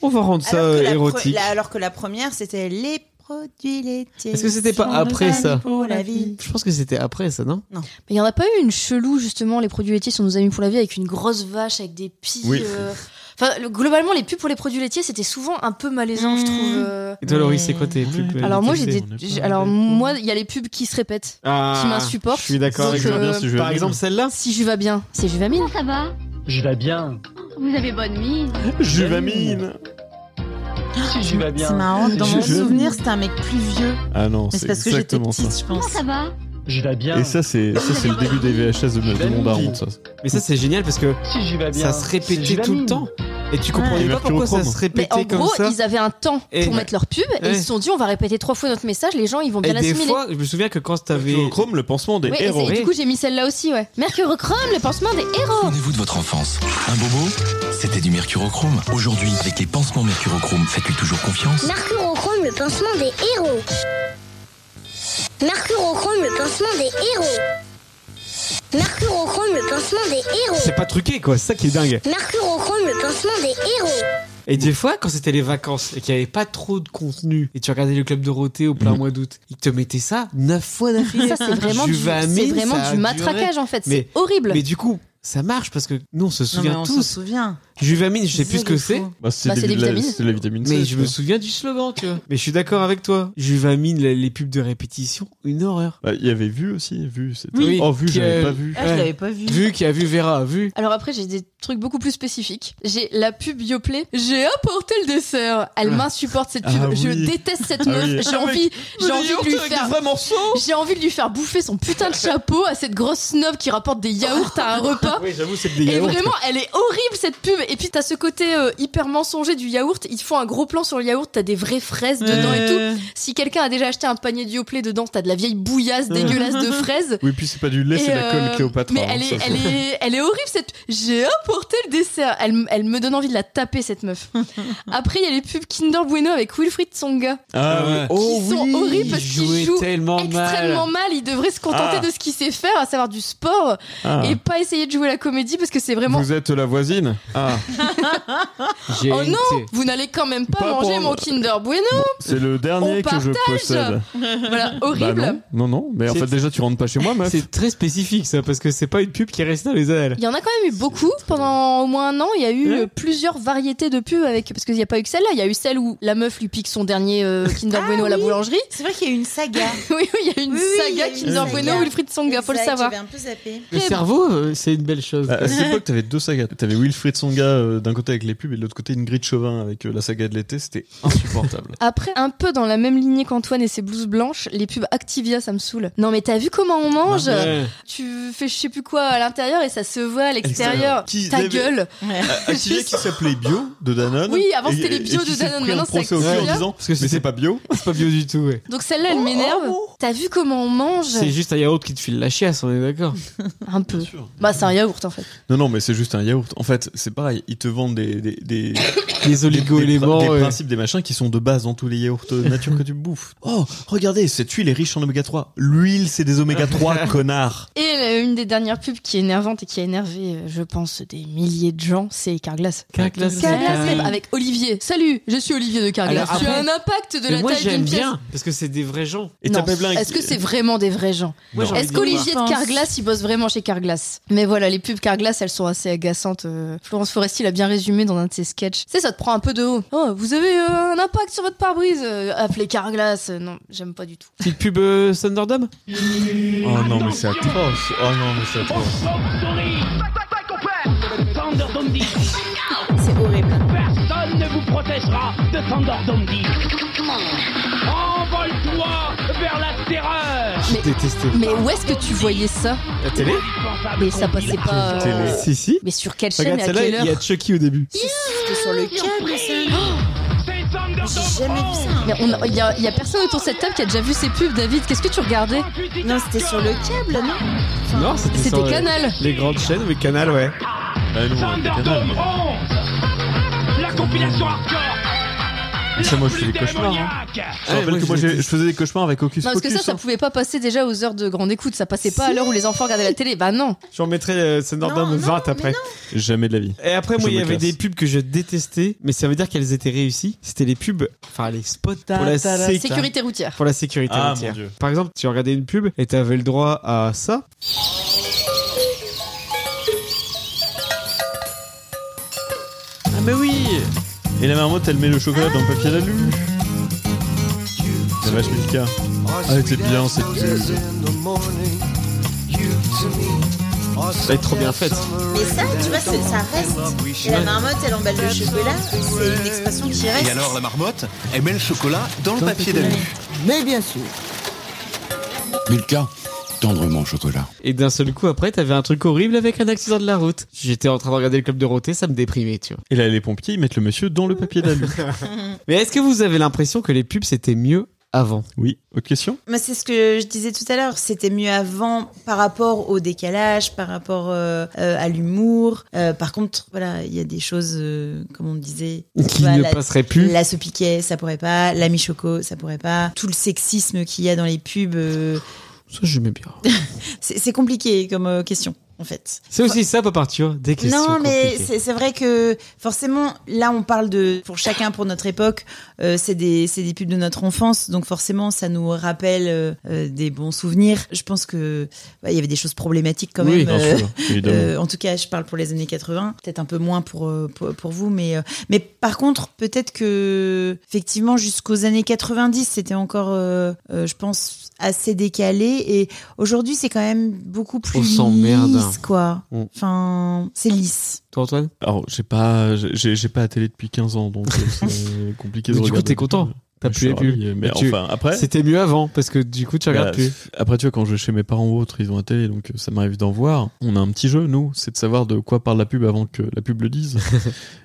A: On va rendre ça
B: que la
A: érotique.
B: pre- la- alors que la première, c'était les produits laitiers.
A: Est-ce que c'était pas
B: sont
A: après
B: nos
A: ça
B: amis pour la vie.
A: Je pense que c'était après ça, non
B: Non.
D: Mais il n'y en a pas eu une chelou, justement, les produits laitiers sont nos amis pour la vie, avec une grosse vache, avec des pies.
A: Oui.
D: euh, Enfin, le- globalement, les pubs pour les produits laitiers, c'était souvent un peu malaisant, je trouve.
A: Mmh.
D: euh.
A: Et toi, Laurie, c'est quoi tes pubs
D: Alors moi, j'ai
A: laitiers
D: des... j'ai- alors moi, il y a les pubs qui se répètent,
A: Ah,
D: qui m'insupportent.
A: je suis d'accord
D: Donc,
A: avec Je vais
C: euh,
A: bien si je vais Par bien. exemple, celle-là
D: Si je vais bien, c'est Juvamine. ça va
S: Je vais bien.
D: Vous avez bonne mine.
C: Juvamine
S: Je vais bien.
B: C'est marrant, dans mon
C: Je-
B: souvenir, c'était un mec plus vieux.
C: Ah non,
B: Mais
C: c'est
B: c'est parce que j'étais
C: exactement ça.
B: petite, je pense.
D: ça va
S: Je vais bien.
C: Et ça, c'est ça, c'est le début des VHS de, de mon daron, ça.
A: Mais ça, c'est génial parce que
S: Si j'y vais bien.
A: ça se
S: Si j'y
A: répétait
S: vais
A: tout le
S: bien.
A: temps. Et tu comprenais
C: Et
A: pas pourquoi ça
C: Mercurochrome.
A: se
D: Mais
A: répétait
D: en
A: comme
D: gros,
A: ça.
D: ils avaient un temps
A: Et-
D: pour mettre leur pub et
A: Ouais.
D: ils se sont dit on va répéter trois fois notre message, les gens ils vont bien
A: Et des
D: l'assimiler.
A: fois, je me souviens que quand t'avais.
C: Chrome, le pansement
D: Ouais, et c'est- du coup, j'ai mis celle-là aussi, ouais. Mercurochrome, le pansement des héros.
R: Souvenez-vous de votre enfance. Un bobo C'était du mercurochrome. Aujourd'hui, avec les pansements mercurochrome, faites-lui toujours confiance.
E: Mercurochrome, le pansement des héros. Mercurochrome, le pansement des héros. Mercurochrome, le pansement des héros.
A: C'est pas truqué quoi, c'est ça qui est dingue.
E: Mercurochrome, le pansement des héros.
A: Et des fois, quand c'était les vacances et qu'il n'y avait pas trop de contenu, et tu regardais le club Dorothée au
C: Mm.
A: plein mois d'août, ils te mettaient ça neuf fois d'affilée.
D: Ça, c'est vraiment du-
A: Juvamine,
D: c'est vraiment
A: ça a
D: du
A: duré.
D: matraquage, en fait, c'est
A: Mais-
D: horrible.
A: Mais du coup, ça marche parce que nous, on se
B: Non, mais
A: souvient
B: on se
A: tous.
B: souvient.
A: Juvamine, je sais plus ce que c'est.
C: Bah, c'est Bah, le c'est début des de la- vitamines. c'est de la vitamine C,
A: Mais
C: tu
A: je me
C: vois.
A: souviens du slogan, tu vois. Mais je suis d'accord avec toi. Juvamine, les, les pubs de répétition, une horreur.
C: Bah, il y avait vu aussi, vu. c'était- Oh, vu, j'avais pas vu.
B: pas vu.
A: Vu qui a vu Vera, a vu.
D: Alors après, j'ai des trucs beaucoup plus spécifiques. J'ai la pub Yoplait. J'ai apporté le dessert. Elle
A: Ah.
D: m'insupporte cette pub.
A: Ah
D: Je
A: oui.
D: déteste cette
A: Ah
D: meuf.
A: oui.
D: J'ai
A: Avec
D: envie,
A: le
D: j'ai envie
A: yaourt
D: de lui
A: avec
D: faire
A: des vrais
D: J'ai envie de lui faire bouffer son putain de chapeau à cette grosse snob qui rapporte des yaourts à un repas.
A: Oui, j'avoue, c'est
D: Et vraiment, elle est horrible cette pub. Et puis t'as ce côté euh, hyper mensonger du yaourt. Ils te font un gros plan sur le yaourt. T'as des vraies fraises dedans
C: Euh.
D: et tout. Si quelqu'un a déjà acheté un panier de Yoplait dedans, t'as de la vieille bouillasse dégueulasse de fraises.
C: Oui, puis c'est pas du lait,
D: Et,
C: c'est Mm. la
D: euh,
C: colle Cléopâtre.
D: Mais
C: hein,
D: elle,
C: ça,
D: est,
C: c'est-
D: elle, est, elle est horrible cette. J'ai apporté le dessert. Elle, m- elle me donne envie de la taper cette meuf. Après, il y a les pubs Kinder Bueno avec Wilfried Songa.
C: Ah ouais.
A: Oh
D: Ils sont
A: oui,
D: horribles parce
A: il
D: qu'ils
A: jouait
D: jouent
A: tellement
D: extrêmement mal. Il devrait se contenter
C: Ah.
D: de ce qu'il sait faire, à savoir du sport,
C: Ah.
D: et pas essayer de jouer la comédie parce que c'est vraiment.
C: Vous êtes la voisine Ah, J'ai
D: oh non,
C: été.
D: vous n'allez quand même pas,
C: Pas
D: manger
C: pour-
D: mon Kinder Bueno.
C: c'est le dernier
D: On
C: que je
D: partage.
C: possède.
D: Voilà, horrible.
C: Bah non, non, non, mais en
A: C'est-
C: fait déjà tu rentres pas chez moi meuf.
A: C'est très spécifique ça, parce que c'est pas une pub qui reste dans les annales.
D: Il y en a quand même eu beaucoup. Pendant au moins un an, il y a eu euh, plusieurs variétés de pubs avec. Parce qu'il n'y a pas eu que celle-là. Il y a eu celle où la meuf lui pique son dernier euh, Kinder Bueno à la boulangerie.
B: C'est vrai qu'il y a eu une saga.
D: oui, oui, il y a eu une
B: Oui, oui, il y
D: saga
B: a eu une
D: Kinder
B: saga.
D: Bueno Wilfried Songa, faut le
B: Exact,
D: savoir.
B: j'avais un peu zappé.
D: Eh ben.
A: Le cerveau, euh, c'est une belle chose.
C: À, à cette époque, t'avais deux sagas. T'avais Wilfried Songa euh, d'un côté avec les pubs et de l'autre côté Ingrid Chauvin avec euh, la saga de l'été. C'était insupportable.
D: Après, un peu dans la même lignée qu'Antoine et ses blouses blanches, les pubs Activia, ça me saoule. Non, mais t'as vu comment on mange
A: Ah
C: Non, mais-
D: Tu fais je sais plus quoi à l'intérieur et ça se voit à l'extérieur.
C: Qui-
D: Ta
C: l'avait-
D: gueule
C: À- Activia Euh, qui s'appelait Bio de Danone.
D: Oui, avant,
C: et-
D: c'était les
C: et-
D: bio
C: et qui
D: de
C: s'est
D: Danone,
C: pris un
D: maintenant, c'est
C: procès au cul
D: Activia.
C: en disant
A: Parce que
C: mais c'est pas bio.
A: C'est pas bio du tout, ouais.
D: Donc celle-là, elle m'énerve. T'as vu comment on mange
A: C'est juste un yaourt qui te file la chiasse, on est d'accord.
D: Un peu. Bah, c'est un yaourt en fait.
C: Non, non, mais c'est juste un yaourt. En fait, c'est pareil. Ils te vendent des des des,
A: Des oligo-éléments,
C: des, des
A: ouais.
C: principes, des machins qui sont de base dans tous les yaourts euh, nature que tu bouffes. Oh, regardez, cette huile est riche en oméga 3. L'huile, c'est des oméga 3, connard.
D: Et la- une des dernières pubs qui est énervante et qui a énervé, euh, je pense, des milliers de gens, c'est Carglass.
A: Carglass, c'est
D: Carglass
A: pareil.
D: avec Olivier. Salut, je suis Olivier de Carglass.
A: Alors
D: tu as
A: après-
D: un impact de
A: Mais
D: la
A: moi,
D: taille d'une
A: j'aime
D: pièce.
A: bien, parce que c'est des vrais gens.
D: Non, Est-ce que c'est vraiment des vrais gens
A: Moi, j'ai envie
D: Est-ce
A: de dire
D: qu'Olivier
A: moi.
D: de Carglass, il bosse vraiment chez Carglass Mais voilà, les pubs Carglass, elles sont assez agaçantes. euh, Florence Foresti l'a bien résumé dans un de ses sketchs. Tu sais, ça te prend un peu de haut. Oh, vous avez euh, un impact sur votre pare-brise euh, Appelez Carglass. Euh, Non, j'aime pas du tout.
A: Petite pub euh, Thunderdome
C: Oh non, mais c'est atroce. Oh non, mais c'est atroce.
T: Thunderdome 10. C'est horrible. Personne ne vous protégera de Thunderdome 10. Envole-toi vers la terreur.
A: J'ai détesté.
D: Mais où est-ce que tu voyais ça
A: La télé
D: Mais ça passait pas. euh,
A: Si, si.
D: Mais sur quelle chaîne
A: Regarde,
D: et à quelle
A: celle-là,
D: heure
A: il y a Chucky au début.
D: C'était sur le câble, J'ai jamais vu ça. Il y, a- y a personne autour de cette table qui a déjà vu ces pubs, David. Qu'est-ce que tu regardais
B: Non, c'était sur le câble, non
A: Non, c'était
D: C'était
A: sur, euh,
D: Canal.
A: Les grandes chaînes, mais Canal, ouais.
C: Ah,
T: Thunderdome 11. La compilation hardcore.
C: Ça, moi, je fais des cauchemars. hein. Je rappelle que moi, j'ai- je faisais des cauchemars avec Hocus
D: Non, parce que
C: Pocus.
D: ça, ça
C: hein.
D: pouvait pas passer déjà aux heures de grande écoute. Ça passait pas à l'heure où les enfants regardaient la télé. Bah non.
A: J'en mettrai euh, Thunderdome 20 après.
C: Jamais de la vie.
A: Et après, moi, il
C: Je
A: y
C: me
A: avait
C: casse.
A: des pubs que je détestais, mais ça veut dire qu'elles étaient réussies. C'était les pubs, enfin les spots pour la sé-
D: Sécurité routière.
A: Pour la sécurité
C: Ah,
A: routière.
C: mon Dieu.
A: Par exemple, tu regardais une pub et t'avais le droit à ça.
B: Ah,
C: mais oui Et la marmotte, elle met le chocolat dans le papier d'alu. La vache Milka.
T: Oh,
C: Ah, elle était bien cette pub.
A: Ça va être trop bien faite.
B: Mais ça, tu vois, c'est- ça reste. Et la marmotte, elle emballe le chocolat. C'est une expression qui reste.
R: Et alors la marmotte, elle met le chocolat dans le papier d'alu.
B: Mais bien sûr.
P: Milka, tendrement chocolat.
A: Et d'un seul coup, après, t'avais un truc horrible avec un accident de la route. J'étais en train de regarder le club de Roté, ça me déprimait, tu vois.
C: Et là, les pompiers, ils mettent le monsieur dans le papier d'alu.
A: Mais est-ce que vous avez l'impression que les pubs, c'était mieux avant
C: Oui. Autre question
B: Moi, c'est ce que je disais tout à l'heure. C'était mieux avant par rapport au décalage, par rapport euh, euh, à l'humour. Euh, par contre, voilà, il y a des choses, euh, comme on disait,
A: Qui
B: voilà,
A: ne
B: la-
A: passeraient plus.
B: La sopiquet, ça pourrait pas. La michoco, ça pourrait pas. Tout le sexisme qu'il y a dans les pubs, euh,
A: Ça, j'aimais bien.
B: c'est c'est compliqué comme euh, question, en fait.
A: C'est aussi ça, peut partir des questions.
B: Non, mais
A: compliquées.
B: c'est c'est vrai que forcément, là, on parle de pour chacun, pour notre époque, euh, c'est des c'est des pubs de notre enfance, donc forcément, ça nous rappelle euh, euh, des bons souvenirs. Je pense que bah, il y avait des choses problématiques quand
C: Oui,
B: même. euh,
T: Euh,
C: bien sûr, évidemment.
B: en tout cas, je parle pour les années 80, peut-être un peu moins pour euh, pour, pour vous, mais euh, mais par contre, peut-être que effectivement, jusqu'aux années 90, c'était encore, euh, euh, je pense, assez décalé. Et aujourd'hui, c'est quand même beaucoup plus
C: On s'emmerde.
B: lisse, quoi.
C: Mm.
B: Enfin, c'est lisse.
A: Toi, Antoine
C: Alors, j'ai pas, j'ai, j'ai pas la télé depuis 15 ans, donc euh, c'est compliqué de
A: Mais du coup,
C: regarder
A: t'es
C: des
A: content.
C: pubs.
A: T'as
C: Je
A: plus les
C: suis ravi,
A: pubs.
C: Mais
A: Et tu-
C: enfin, après.
A: C'était mieux avant, parce que du coup, tu regardes
C: Bah,
A: plus.
C: Après, tu vois, quand je vais chez mes parents ou autres, ils ont la télé, donc euh, ça m'arrive d'en voir. On a un petit jeu, nous, c'est de savoir de quoi parle la pub avant que la pub le dise.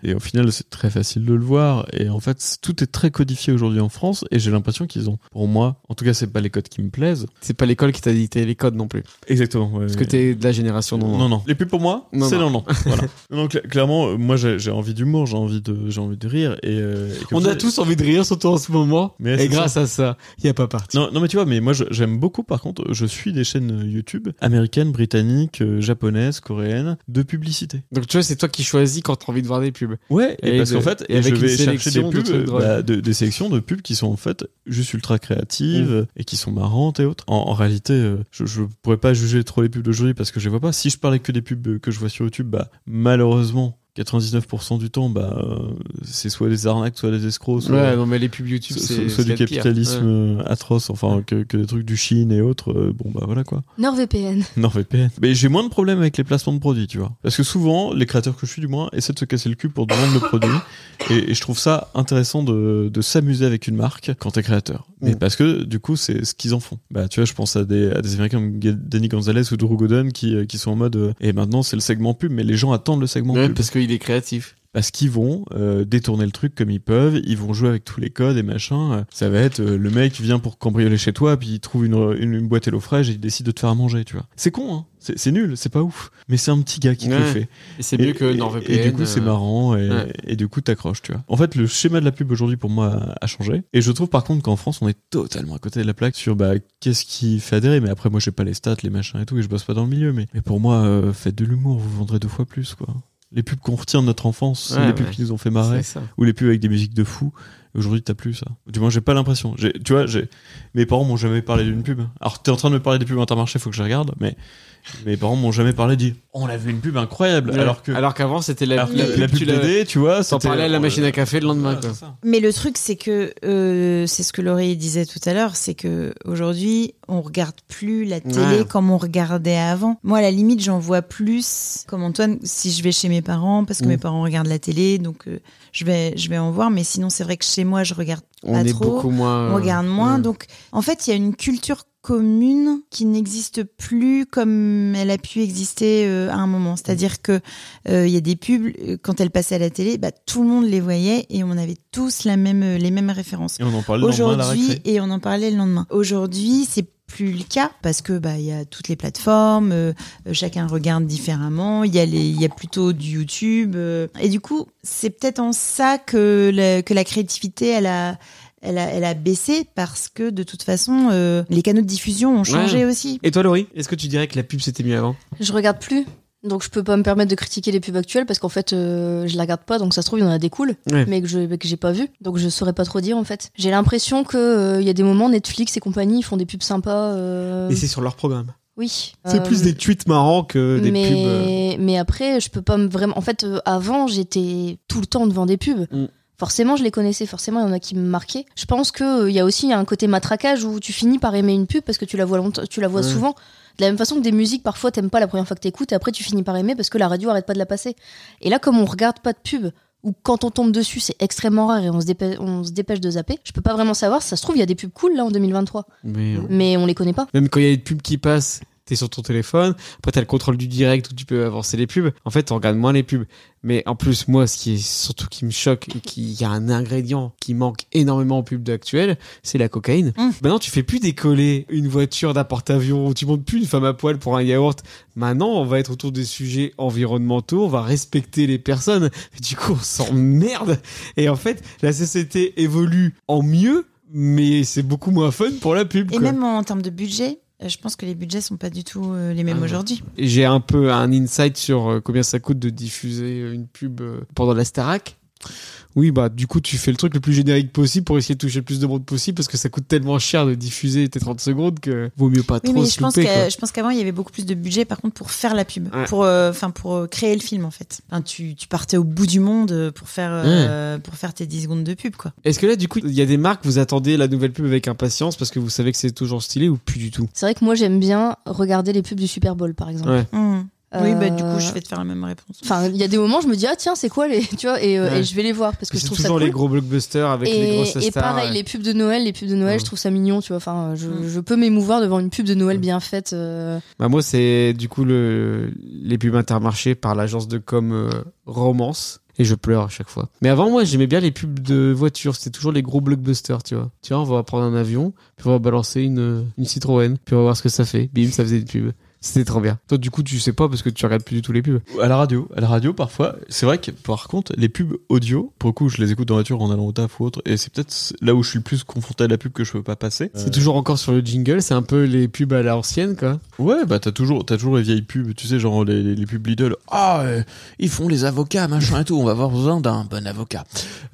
C: et au final, c'est très facile de le voir. Et en fait, c'est- tout est très codifié aujourd'hui en France, et j'ai l'impression qu'ils ont, pour moi, en tout cas, c'est pas les codes qui me plaisent.
A: C'est pas l'école qui t'a dicté les codes non plus.
C: Exactement. ouais.
A: Parce que t'es de la génération non.
C: Non, non. Les pubs pour moi,
A: Non,
C: c'est
A: non.
C: non, non. Voilà. Non, non, cla- clairement, euh, moi, j'ai j'ai envie d'humour, j'ai envie de, j'ai envie de rire. Et, euh, et comme
A: On
C: ça-
A: a tous envie de rire, surtout en ce moment.
C: Mais
A: et
C: c'est
A: grâce
C: ça.
A: à ça, il y a pas parti.
C: Non, non, mais tu vois, mais moi je- j'aime beaucoup par contre, je suis des chaînes euh, YouTube américaines, britanniques, euh, japonaises, coréennes, de publicité.
A: Donc tu vois, c'est toi qui choisis quand t'as envie de voir des pubs.
C: Ouais, et, parce
A: de-
C: qu'en fait,
A: et
C: et je
A: avec une
C: vais chercher des
A: sélection de
C: pubs,
A: trucs drôles.
C: bah, de- des sélections de pubs qui sont en fait juste ultra
A: Mmh.
C: créatives et qui sont marrantes et autres. En, en réalité, euh, je, je pourrais pas juger trop les pubs d'aujourd'hui parce que je les vois pas. Si je parlais que des pubs que je vois sur YouTube, bah malheureusement. 99% du temps, bah, euh, c'est soit des arnaques, soit des escrocs, soit,
A: Ouais, non, mais les pubs YouTube,
C: soit-
A: c'est-
C: soit
A: c'est
C: du
A: la pire.
C: capitalisme
A: Ouais.
C: euh, atroce, enfin que, que des trucs du Chine et autres. euh, bon bah voilà quoi.
D: NordVPN.
C: NordVPN. Mais j'ai moins de problèmes avec les placements de produits, tu vois. Parce que souvent, les créateurs que je suis, du moins, essaient de se casser le cul pour vendre le produit. Et, et je trouve ça intéressant de, de s'amuser avec une marque quand t'es créateur. Mais
A: Mm.
C: parce que, du coup, c'est ce qu'ils en font. Bah, tu vois, je pense à des, à des Américains comme Ga- Danny Gonzalez ou Drew Godden qui, euh, qui sont en mode, euh, et maintenant, c'est le segment pub, mais les gens attendent le segment
A: Ouais,
C: pub.
A: parce qu'il est créatif.
C: Parce qu'ils vont euh, détourner le truc comme ils peuvent, ils vont jouer avec tous les codes et machin. Ça va être euh, le mec vient pour cambrioler chez toi, puis il trouve une, une, une boîte HelloFresh et il décide de te faire à manger, tu vois. C'est con, hein. C'est c'est nul, c'est pas ouf. Mais c'est un petit gars qui te le
A: Ouais.
C: fait.
A: Et c'est mieux que
C: et-
A: NordVPN,
C: Et, du coup, c'est
A: euh,
C: marrant et,
A: ouais.
C: et du coup, t'accroches, tu vois. En fait, le schéma de la pub aujourd'hui pour moi a a changé. Et je trouve par contre qu'en France, on est totalement à côté de la plaque sur bah, qu'est-ce qui fait adhérer. Mais après, moi, j'ai pas les stats, les machins et tout, et je bosse pas dans le milieu. Mais, mais pour moi, euh, faites de l'humour, vous vendrez deux fois plus, quoi. Les pubs qu'on retient de notre enfance, c'est
A: Ouais,
C: les pubs
A: ouais.
C: qui nous ont fait marrer,
A: C'est ça.
C: ou les pubs avec des musiques de fou. Aujourd'hui, t'as plus ça. Du moins, j'ai pas l'impression. J'ai- Tu vois, j'ai- mes parents m'ont jamais parlé d'une pub. Alors, t'es en train de me parler des pubs Intermarché, faut que je regarde, mais mes parents m'ont jamais parlé dit On a vu une pub incroyable.
A: Ouais. Ah
C: Alors que
A: Alors qu'avant, c'était la,
C: alors que la- la pub
A: l'as-
C: BD, tu vois,
A: T'en
C: c'était- euh,
A: parlais à la machine à café le lendemain,
C: Ouais,
A: quoi.
C: c'est ça.
B: Mais le truc, c'est que euh, c'est ce que Laurie disait tout à l'heure, c'est que aujourd'hui, on regarde plus la télé
J: Ouais.
B: comme on regardait avant. Moi, à la limite, j'en vois plus, comme Antoine, si je vais chez mes parents, parce que
A: Mm.
B: mes parents regardent la télé, donc euh, je vais, je vais en voir. Mais sinon, c'est vrai que chez moi, je regarde
A: On
B: pas
A: est
B: trop.
A: beaucoup moins,
B: On regarde
A: euh,
B: moins,
A: ouais.
B: donc en fait, il y a une culture commune qui n'existe plus comme elle a pu exister euh, à un moment. C'est-à-dire que euh, il y a des pubs euh, quand elles passaient à la télé, bah, tout le monde les voyait et on avait tous la même euh, les mêmes références.
C: Et on en parlait le lendemain à la
B: Aujourd'hui-
C: récré.
B: et on en parlait le lendemain. Aujourd'hui, c'est plus le cas parce que bah il y a toutes les plateformes, euh, euh, chacun regarde différemment. Il y a les, il y a plutôt du YouTube euh, et du coup c'est peut-être en ça que la, que la créativité elle a elle a, elle a baissé parce que de toute façon euh, les canaux de diffusion ont changé
A: Ouais.
B: aussi.
A: Et toi, Laurie, est-ce que tu dirais que la pub, c'était mieux avant
D: Je regarde plus. Donc je peux pas me permettre de critiquer les pubs actuelles parce qu'en fait euh, je la regarde pas donc ça se trouve il y en a des cools
A: Ouais.
D: mais que je que j'ai pas vu donc je saurais pas trop dire en fait. J'ai l'impression que euh, il y a des moments Netflix et compagnie ils font des pubs sympas euh,
A: Et c'est sur leur programme.
D: Oui.
A: C'est
D: Euh,
A: plus des tweets marrants que des
D: mais,
A: pubs. euh.
D: mais après, je peux pas me vraiment. En fait, euh, avant, j'étais tout le temps devant des pubs. Forcément, je les connaissais. Forcément, il y en a qui me marquaient. Je pense qu'il y a aussi un côté matraquage où tu finis par aimer une pub parce que tu la vois, longtemps- tu la vois
J: Ouais.
D: souvent. De la même façon que des musiques, parfois, t'aimes pas la première fois que t'écoutes et après, tu finis par aimer parce que la radio arrête pas de la passer. Et là, comme on regarde pas de pub ou quand on tombe dessus, c'est extrêmement rare et on se, dépêche, on se dépêche de zapper, je peux pas vraiment savoir. Si ça se trouve, il y a des pubs cool là en 2023.
B: Mm.
A: Mais, euh,
D: Mais on les connaît pas.
A: Même quand il y a des pubs qui passent, t'es sur ton téléphone. Après, t'as le contrôle du direct où tu peux avancer les pubs. En fait, on regarde moins les pubs. Mais en plus, moi, ce qui est surtout qui me choque, et qui il y a un ingrédient qui manque énormément aux pubs actuelles, c'est la cocaïne.
B: Mm.
A: Maintenant, tu fais plus décoller une voiture d'un porte-avions, tu montes plus une femme à poil pour un yaourt. Maintenant, on va être autour des sujets environnementaux, on va respecter les personnes. Et du coup, on s'emmerde. Et en fait, la société évolue en mieux, mais c'est beaucoup moins fun pour la pub.
B: Et
C: euh,
A: quoi.
B: même en termes de budget, euh, je pense que les budgets sont pas du tout euh, les
C: Ah
B: mêmes aujourd'hui.
A: J'ai un peu un insight sur euh, combien ça coûte de diffuser euh, une pub euh, pendant la Starac. Oui, bah du coup, tu fais le truc le plus générique possible pour essayer de toucher le plus de monde possible parce que ça coûte tellement cher de diffuser tes 30 secondes que vaut mieux pas
B: Oui,
A: trop
B: mais
A: se
B: je pense,
A: louper,
B: qu'à-
A: quoi.
B: je pense qu'avant il y avait beaucoup plus de budget par contre pour faire la pub,
A: Ouais.
B: pour euh, enfin pour euh, créer le film en fait. Enfin, tu, tu partais au bout du monde euh, pour faire euh, pour faire tes 10 secondes de pub quoi.
A: Est-ce que là, du coup, il y a des marques, vous attendez la nouvelle pub avec impatience parce que vous savez que c'est toujours stylé ou plus du tout
D: C'est vrai que moi, j'aime bien regarder les pubs du Super Bowl, par exemple.
A: Ouais.
B: Oui, bah, du
D: Euh,
B: coup, je vais te faire la même réponse.
D: Enfin, il y a des moments, je me dis, ah tiens, c'est quoi les. Tu vois, et, euh,
A: Ouais.
D: et je vais les voir parce que je
A: C'est
D: trouve
A: toujours
D: ça
A: les
D: cool.
A: gros blockbusters avec
D: et,
A: les grosses
D: et
A: stars.
D: pareil,
A: ouais. Mm.
D: les pubs de Noël, les pubs de Noël, je trouve ça mignon, tu vois. Enfin, je,
B: Mm.
D: je peux m'émouvoir devant une pub de Noël bien faite. euh,
A: Bah moi, c'est du coup le, les pubs intermarché par l'agence de com euh, Romance. Et je pleure à chaque fois. Mais avant, moi, j'aimais bien les pubs de voitures. C'était toujours les gros blockbusters, tu vois. Tiens, on va prendre un avion, puis on va balancer une, une Citroën, puis on va voir ce que ça fait. Bim, ça faisait une pub. C'était trop bien. Toi, du coup, tu sais pas parce que tu regardes plus du tout les pubs.
C: À la radio, à la radio parfois. C'est vrai que par contre, les pubs audio, pour le coup, je les écoute dans la voiture en allant au taf ou autre, et c'est peut-être là où je suis le plus confronté à la pub que je peux pas passer.
A: Euh. C'est toujours encore sur le jingle. C'est un peu les pubs à la ancienne, quoi.
C: Ouais, bah t'as toujours, t'as toujours les vieilles pubs, tu sais, genre les, les- les pubs Lidl. Ah, euh, ils font les avocats, machin et tout, on va avoir besoin d'un bon avocat.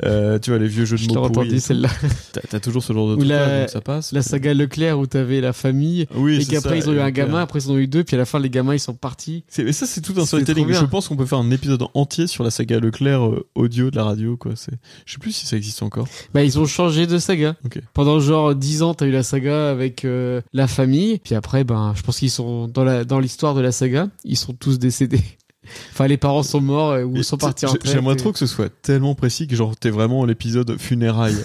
C: Euh, tu vois, les vieux jeux de
A: Je l'ai
C: mots
A: entendu,
C: pourris. et tout.
A: celle-là.
C: T'as- T'as toujours ce genre de
A: Ou
C: truc-là,
A: la,
C: donc ça passe.
A: la saga Leclerc où t'avais la famille
C: Oui,
A: et
C: c'est
A: qu'après
C: ça,
A: ils
C: euh,
A: ont eu un
C: Leclerc.
A: gamin, après ils en ont eu deux, puis à la fin les gamins ils sont partis.
C: C'est- Mais ça, c'est tout un
A: C'était trop
C: storytelling.
A: bien.
C: Je pense qu'on peut faire un épisode entier sur la saga Leclerc euh, audio de la radio, quoi. C'est, je sais plus si ça existe encore.
A: Bah, ils ont changé de saga. Pendant genre 10 ans, t'as eu la saga avec euh, la famille. Puis après, ben, je pense qu'ils sont dans la dans l'histoire de la saga, ils sont tous décédés. enfin, les parents sont morts euh, ou
C: Et
A: sont
C: tu sais,
A: partis en
C: j'ai-
A: retraite.
C: J'aimerais
A: et-
C: trop que ce soit tellement précis que genre t'es vraiment l'épisode funérailles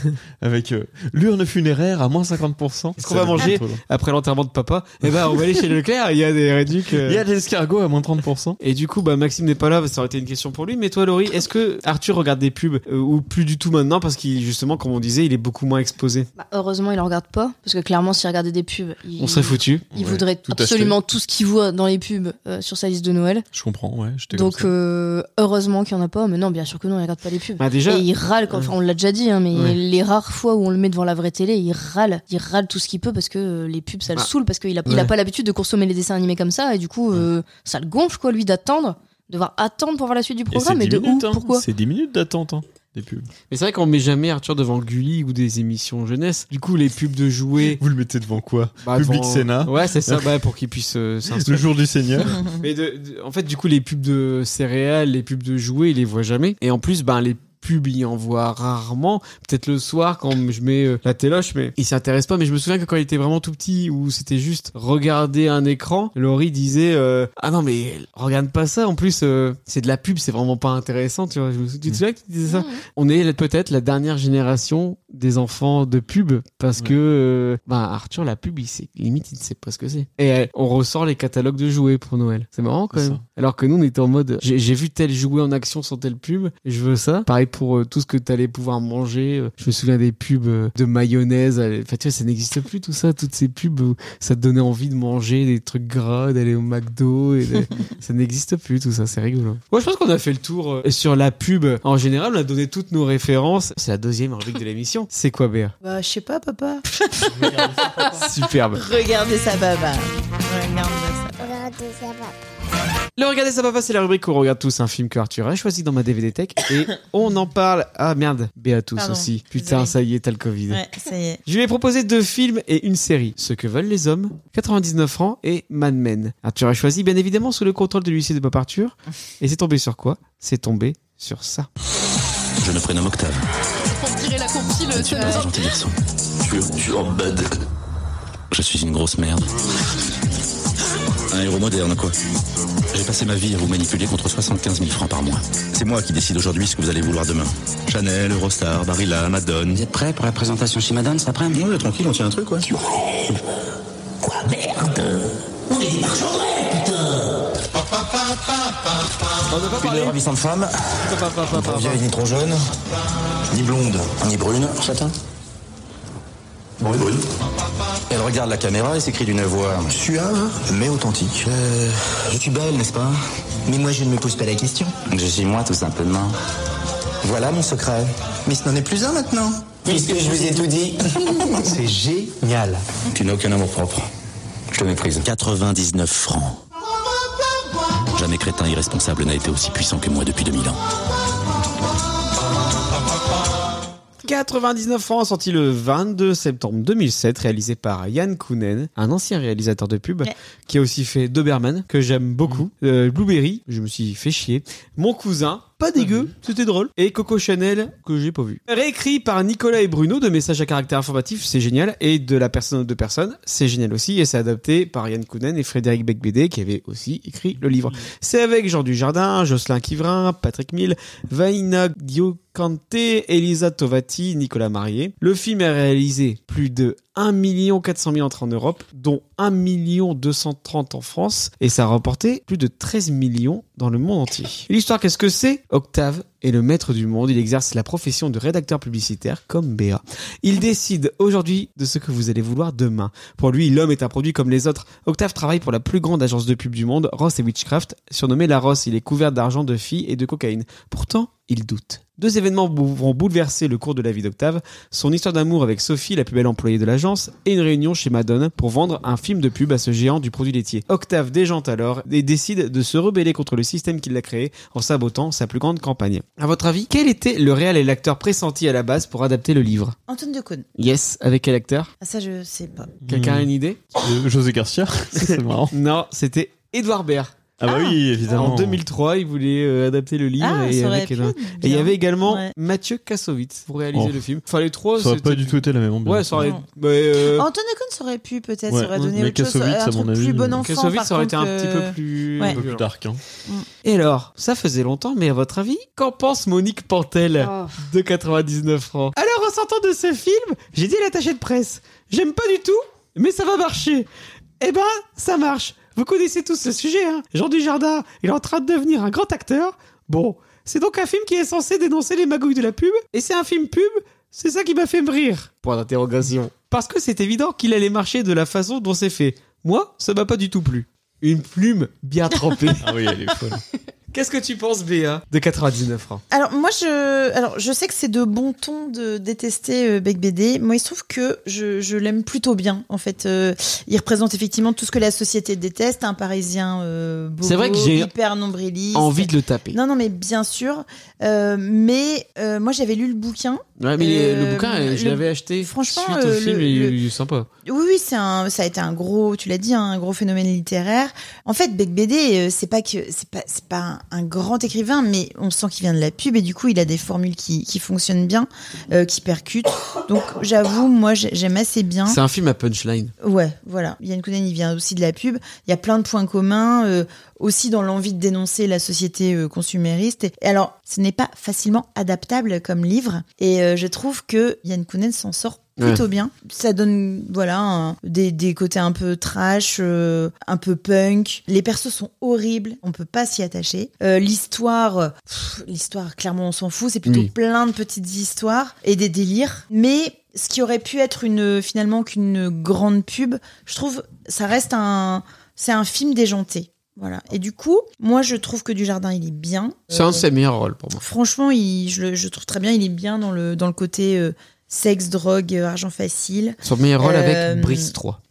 C: avec euh, l'urne funéraire à moins 50%.
A: Qu'est-ce qu'on va manger après l'enterrement de papa Eh ben, on va aller chez Leclerc. Il y a des réducs. euh.
C: Il y a des escargots à moins 30%.
A: Et du coup, bah, Maxime n'est pas là, parce que ça aurait été une question pour lui. Mais toi, Laurie, est-ce que Arthur regarde des pubs euh, ou plus du tout maintenant Parce qu'il, justement, comme on disait, il est beaucoup moins exposé.
D: bah, heureusement, il en regarde pas parce que clairement, s'il regardait des pubs, il,
A: On serait foutu.
D: Il
A: Ouais,
D: voudrait
A: tout
D: absolument tout ce qu'il voit dans les pubs euh, sur sa liste de Noël.
C: Je comprends, ouais. j'étais comme
D: Donc
C: ça.
D: euh, heureusement qu'il y en a pas, mais non, bien sûr que non, il regarde pas les pubs.
A: Bah, déjà-
D: et il râle, quand,
A: Ouais.
D: enfin, on l'a déjà dit, hein, mais
A: Ouais.
D: les rares fois où on le met devant la vraie télé, il râle, il râle tout ce qu'il peut parce que euh, les pubs ça le
A: Bah,
D: saoule parce qu'il a, il a
A: ouais.
D: pas l'habitude de consommer les dessins animés comme ça et du coup euh, ça le gonfle quoi lui d'attendre, devoir attendre pour voir la suite du
C: Et c'est
D: programme et
C: 10
D: de
C: minutes,
D: où,
C: hein.
D: pourquoi.
C: C'est 10 minutes d'attente, hein, des pubs.
A: Mais c'est vrai qu'on met jamais Arthur devant Gulli ou des émissions jeunesse. Du coup, les pubs de jouets.
C: Vous le mettez devant quoi
A: Bah,
C: Public
A: devant-
C: Sénat.
A: Ouais, c'est ça, bah, pour qu'il puisse. euh, s'inscrire.
C: Le jour du Seigneur.
A: Mais de- de- en fait, du coup, les pubs de céréales, les pubs de jouets, il les voit jamais. Et en plus, ben, les pubs, il en voit rarement. Peut-être le soir, quand je mets euh, la téloche, mais il s'intéresse pas. Mais je me souviens que quand il était vraiment tout petit, où c'était juste regarder un écran, Laurie disait euh, Ah non, mais regarde pas ça. En plus, euh, c'est de la pub, c'est vraiment pas intéressant. Tu vois, je me souviens, tu te souviens que tu disais ça On est peut-être la dernière génération des enfants de pub parce que euh, ben, Arthur, la pub, il sait, limite, il ne sait pas ce que c'est. Et euh, on ressort les catalogues de jouets pour Noël. C'est marrant quand
C: C'est
A: même. Alors que nous, on était en mode j'ai j'ai vu tel jouet en action sur telle pub, je veux ça. Pareil pour euh, tout ce que tu allais pouvoir manger. Euh, Je me souviens des pubs euh, de mayonnaise. euh, Enfin, tu vois, ça n'existe plus tout ça. Toutes ces pubs où ça te donnait envie de manger des trucs gras, d'aller au McDo. Et de- ça n'existe plus tout ça. C'est rigolo. Ouais, je pense qu'on a fait le tour euh, sur la pub. En général, on a donné toutes nos références. C'est la deuxième rubrique de l'émission. C'est quoi, Béa
B: Bah, je sais pas, papa.
A: Superbe.
B: Regardez ça, papa. Regarde ça.
E: Regardez ça, papa.
A: Le regarder ça va pas, c'est la rubrique où on regarde tous un film que Arthur a choisi dans ma DVD Tech et on en parle. Ah merde, Béatus
B: Pardon,
A: aussi.
B: désolé.
A: Putain, ça y est, t'as le Covid.
B: Ouais, ça y est.
A: Je lui ai proposé deux films et une série. Ce que veulent les hommes, 99 francs et Mad Men. Arthur a choisi bien évidemment sous le contrôle de l'huissier de Pop Arthur. Et c'est tombé sur quoi C'est tombé sur ça.
R: Je me prénomme Octave.
X: Pour tirer la euh, compile, tu as
R: Un gentil garçon. Tu, tu es en bad. Je suis une grosse merde. Un héros moderne, quoi. J'ai passé ma vie à vous manipuler contre 75 000 francs par mois. C'est moi qui décide aujourd'hui ce que vous allez vouloir demain. Chanel, Eurostar, Barilla, Madone. Vous êtes prêts pour la présentation chez Madone cet après-midi Ouais, tranquille, on tient un truc, quoi.
T: Quoi, merde On est des marchands de rêve, putain
R: Une heure ravissante femme. Ni vieille, ni trop jeune. Ni blonde, ni brune. Châtain Brune. Elle regarde la caméra et s'écrit d'une voix suave mais authentique. Euh, je suis belle, n'est-ce pas Mais moi, je ne me pose pas la question. Je suis moi, tout simplement. Voilà mon secret. Mais ce n'en est plus un maintenant. Puisque je vous ai tout dit. C'est génial. Tu n'as aucun amour propre. Je te méprise. 99 francs. Jamais crétin irresponsable n'a été aussi puissant que moi depuis 2000 ans.
A: 99 francs, sorti le 22 septembre 2007, réalisé par Yann Kounen, un ancien réalisateur de pub, qui a aussi fait Doberman, que j'aime beaucoup, euh, Blueberry, je me suis fait chier, Mon Cousin, pas dégueu, c'était drôle, et Coco Chanel, que j'ai pas vu. Réécrit par Nicolas et Bruno, de messages à caractère informatif, c'est génial, et de la personne aux deux personnes, c'est génial aussi, et c'est adapté par Yann Kounen et Frédéric Becbédé, qui avait aussi écrit le livre. C'est avec Jean Dujardin, Jocelyn Quivrin, Patrick Mille, Vaina Dio Kanté, Elisa Tovati, Nicolas Marié. Le film est réalisé plus de 1 400 000 entrées en Europe, dont 1 230 000 en France, et ça a remporté plus de 13 millions dans le monde entier. Et L'histoire, qu'est-ce que c'est Octave est le maître du monde, il exerce la profession de rédacteur publicitaire comme Béa. Il décide aujourd'hui de ce que vous allez vouloir demain. Pour lui, l'homme est un produit comme les autres. Octave travaille pour la plus grande agence de pub du monde, Ross et Witchcraft, surnommée la Ross. Il est couvert d'argent, de filles et de cocaïne. Pourtant, il doute. Deux événements bou- vont bouleverser le cours de la vie d'Octave, son histoire d'amour avec Sophie, la plus belle employée de l'agence, et une réunion chez Madone pour vendre un film de pub à ce géant du produit laitier. Octave déjante alors et décide de se rebeller contre le système qu'il a créé en sabotant sa plus grande campagne. À votre avis, quel était le réel et l'acteur pressenti à la base pour adapter le livre
B: Antoine de Caunes.
A: Yes, avec quel acteur
B: Ah, ça, je sais pas.
A: Quelqu'un a une idée José Garcia
C: C'est marrant.
A: Non, c'était Edouard Baird.
C: Ah bah oui, évidemment.
A: En 2003, il voulait euh, adapter le livre.
C: Ah,
A: et,
C: ça aurait
A: avec
C: pu,
A: Edouard-
C: bien.
A: et il y avait également
B: Ouais.
A: Mathieu Kassovitz pour réaliser
C: Oh.
A: le film. Enfin, les trois.
C: Ça aurait
A: c'était-
C: pas du tout été la même ambiance.
A: Ouais, ça aurait.
B: Non. Oh,
A: bah, euh,
B: Antoine de Caunes ça aurait pu peut-être,
C: Ouais,
B: ça aurait donné
C: mais
B: autre chose,
C: Kassovitz,
B: un
C: à
B: truc
C: mon avis,
B: plus bon
C: euh,
B: enfant.
A: Kassovitz,
B: par
A: ça aurait été
B: contre,
A: un petit
B: que-
A: peu plus.
B: Ouais.
C: Un peu plus dark, hein.
A: Et alors, ça faisait longtemps, mais à votre avis, qu'en pense Monique Pantel
B: Oh.
A: de 99 francs Alors, en sortant de ce film, j'ai dit à l'attaché de presse, j'aime pas du tout, mais ça va marcher. Eh ben, ça marche. Vous connaissez tous ce sujet, hein Jean Dujardin, il est en train de devenir un grand acteur. Bon, c'est donc un film qui est censé dénoncer les magouilles de la pub, et c'est un film pub, c'est ça qui m'a fait me rire. Point d'interrogation. Parce que c'est évident qu'il allait marcher de la façon dont c'est fait. Moi, ça m'a pas du tout plu. Une plume bien trempée.
C: Ah oui, elle est folle.
A: Qu'est-ce que tu penses, Béa De 99 francs.
B: Alors moi je alors je sais que c'est de bon ton de détester euh, Beck BD. Moi il se trouve que je, je l'aime plutôt bien en fait. Euh, il représente effectivement tout ce que la société déteste, un Parisien euh, bobo,
A: C'est vrai que j'ai
B: hyper nombriliste.
A: Envie de le taper.
B: Non non mais bien sûr. Euh, mais euh, moi j'avais lu le bouquin.
A: Ouais, mais les-
B: Euh,
A: le bouquin, euh, je
B: le-
A: l'avais acheté
B: franchement,
A: suite au
B: euh,
A: film,
B: le-
A: et
B: le-
A: il est sympa.
B: Oui, oui, c'est un, ça a été un gros, tu l'as dit, hein, un gros phénomène littéraire. En fait, Beck BD, euh, c'est pas que c'est pas c'est pas un, un grand écrivain, mais on sent qu'il vient de la pub et du coup, il a des formules qui, qui fonctionnent bien, euh, qui percutent. Donc, j'avoue, moi, j'ai- j'aime assez bien.
A: C'est un film à punchline.
B: Ouais, voilà. Yann Kounen, il vient aussi de la pub. Il y a plein de points communs, euh, aussi dans l'envie de dénoncer la société euh, consumériste. Et alors, ce n'est pas facilement adaptable comme livre. Et euh, je trouve que Yann Kounen s'en sort plutôt
J: Ouais.
B: bien. Ça donne, voilà, un- des, des côtés un peu trash, euh, un peu punk. Les persos sont horribles, on peut pas s'y attacher. Euh, l'histoire, euh, pff, l'histoire, clairement, on s'en fout. C'est plutôt
J: Oui.
B: plein de petites histoires et des délires. Mais ce qui aurait pu être une finalement qu'une grande pub, je trouve ça reste un c'est un film déjanté. Voilà. Et du coup, moi je trouve que Dujardin il est bien.
A: C'est
B: Euh,
A: un de ses meilleurs rôles pour moi.
B: Franchement, il, je, le- je trouve très bien, il est bien dans le dans le côté euh, sexe, drogue, euh, argent facile.
A: Son meilleur rôle
B: Euh,
A: avec Brice 3.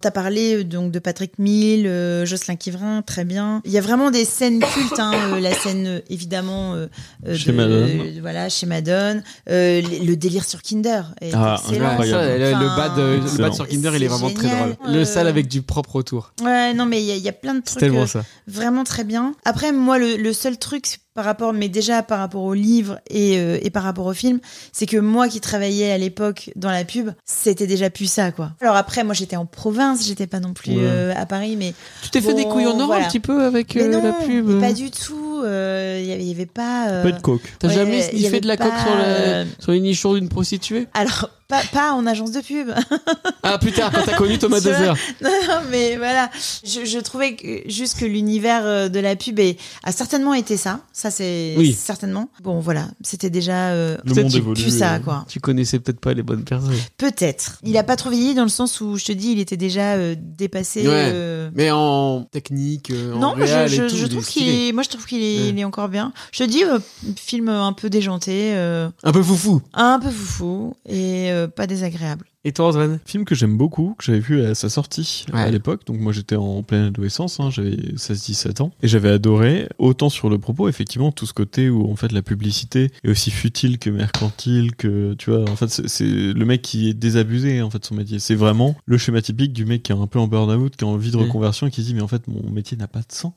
B: T'as parlé euh, donc de Patrick Mille, euh, Jocelyn Quivrin, très bien. Il y a vraiment des scènes cultes, hein, euh, la scène euh, évidemment euh, euh,
C: Chez
B: de-
C: Madone.
B: euh, voilà, chez Madone, Euh, le le délire sur Kinder. est
A: Ah,
B: excellent.
A: incroyable. Ça, le- le,
B: Enfin,
A: bad, euh, le bad
C: Excellent.
A: sur Kinder, il est
B: C'est
A: vraiment très
B: génial.
A: drôle. Le
B: Euh,
A: sale avec du propre autour.
B: Ouais, non, mais il y, a- il y a plein de
A: C'est
B: trucs
A: tellement
B: euh,
A: ça.
B: vraiment très bien. Après, moi, le, le seul truc par rapport, mais déjà par rapport au livre et, euh, et par rapport au film, c'est que moi qui travaillais à l'époque dans la pub, c'était déjà plus ça, quoi. Alors après, moi, j'étais en province, j'étais pas non plus
A: Ouais.
B: euh, à Paris, mais
A: Tu t'es fait des couilles en or un petit peu avec,
B: Mais
A: euh,
B: non,
A: la pub,
B: mais
A: euh.
B: Pas du tout. euh, Il y avait- il y avait pas. euh,
A: T'as
B: ouais,
A: jamais
B: il y
A: sniffé
B: avait
A: de la
B: pas,
A: coke sur,
B: euh,
A: la, sur les nichons d'une prostituée
B: Alors, pas, pas en agence de pub.
A: Ah, plus tard, quand t'as connu Thomas
B: Tu vois
A: Dozer.
B: Non, non, mais voilà. Je, je trouvais que- juste que l'univers euh, de la pub est- a certainement été ça. Ça, c'est
A: Oui.
B: certainement. Bon, voilà. C'était déjà euh,
A: Peut-être
B: tu-
A: tu-
B: tu ça, quoi.
A: Tu connaissais peut-être pas les bonnes personnes.
B: Peut-être. Il a pas trop vieilli dans le sens où je te dis, il était déjà euh, dépassé.
A: Ouais.
B: euh,
A: Mais en technique, euh, en
B: Non, moi,
A: réel
B: je, je-
A: et tout,
B: je
A: il est
B: trouve qu'il
A: stylé.
B: est, moi je trouve qu'il est,
A: Ouais.
B: il est encore bien. Je te dis euh, film un peu déjanté, euh,
A: Un peu foufou.
B: un peu foufou et euh, pas désagréable.
A: Et toi, Antoine
C: Film que j'aime beaucoup, que j'avais vu à sa sortie à l'époque. Donc, moi, j'étais en pleine adolescence, hein, j'avais 16-17 ans. Et j'avais adoré, autant sur le propos, effectivement, tout ce côté où, en fait, la publicité est aussi futile que mercantile, que, tu vois, en fait, c'est- c'est le mec qui est désabusé, hein, en fait, de son métier. C'est vraiment le schéma typique du mec qui est un peu en burn-out, qui a envie de
A: Ouais.
C: reconversion, et qui se dit, mais en fait, mon métier n'a pas de sens.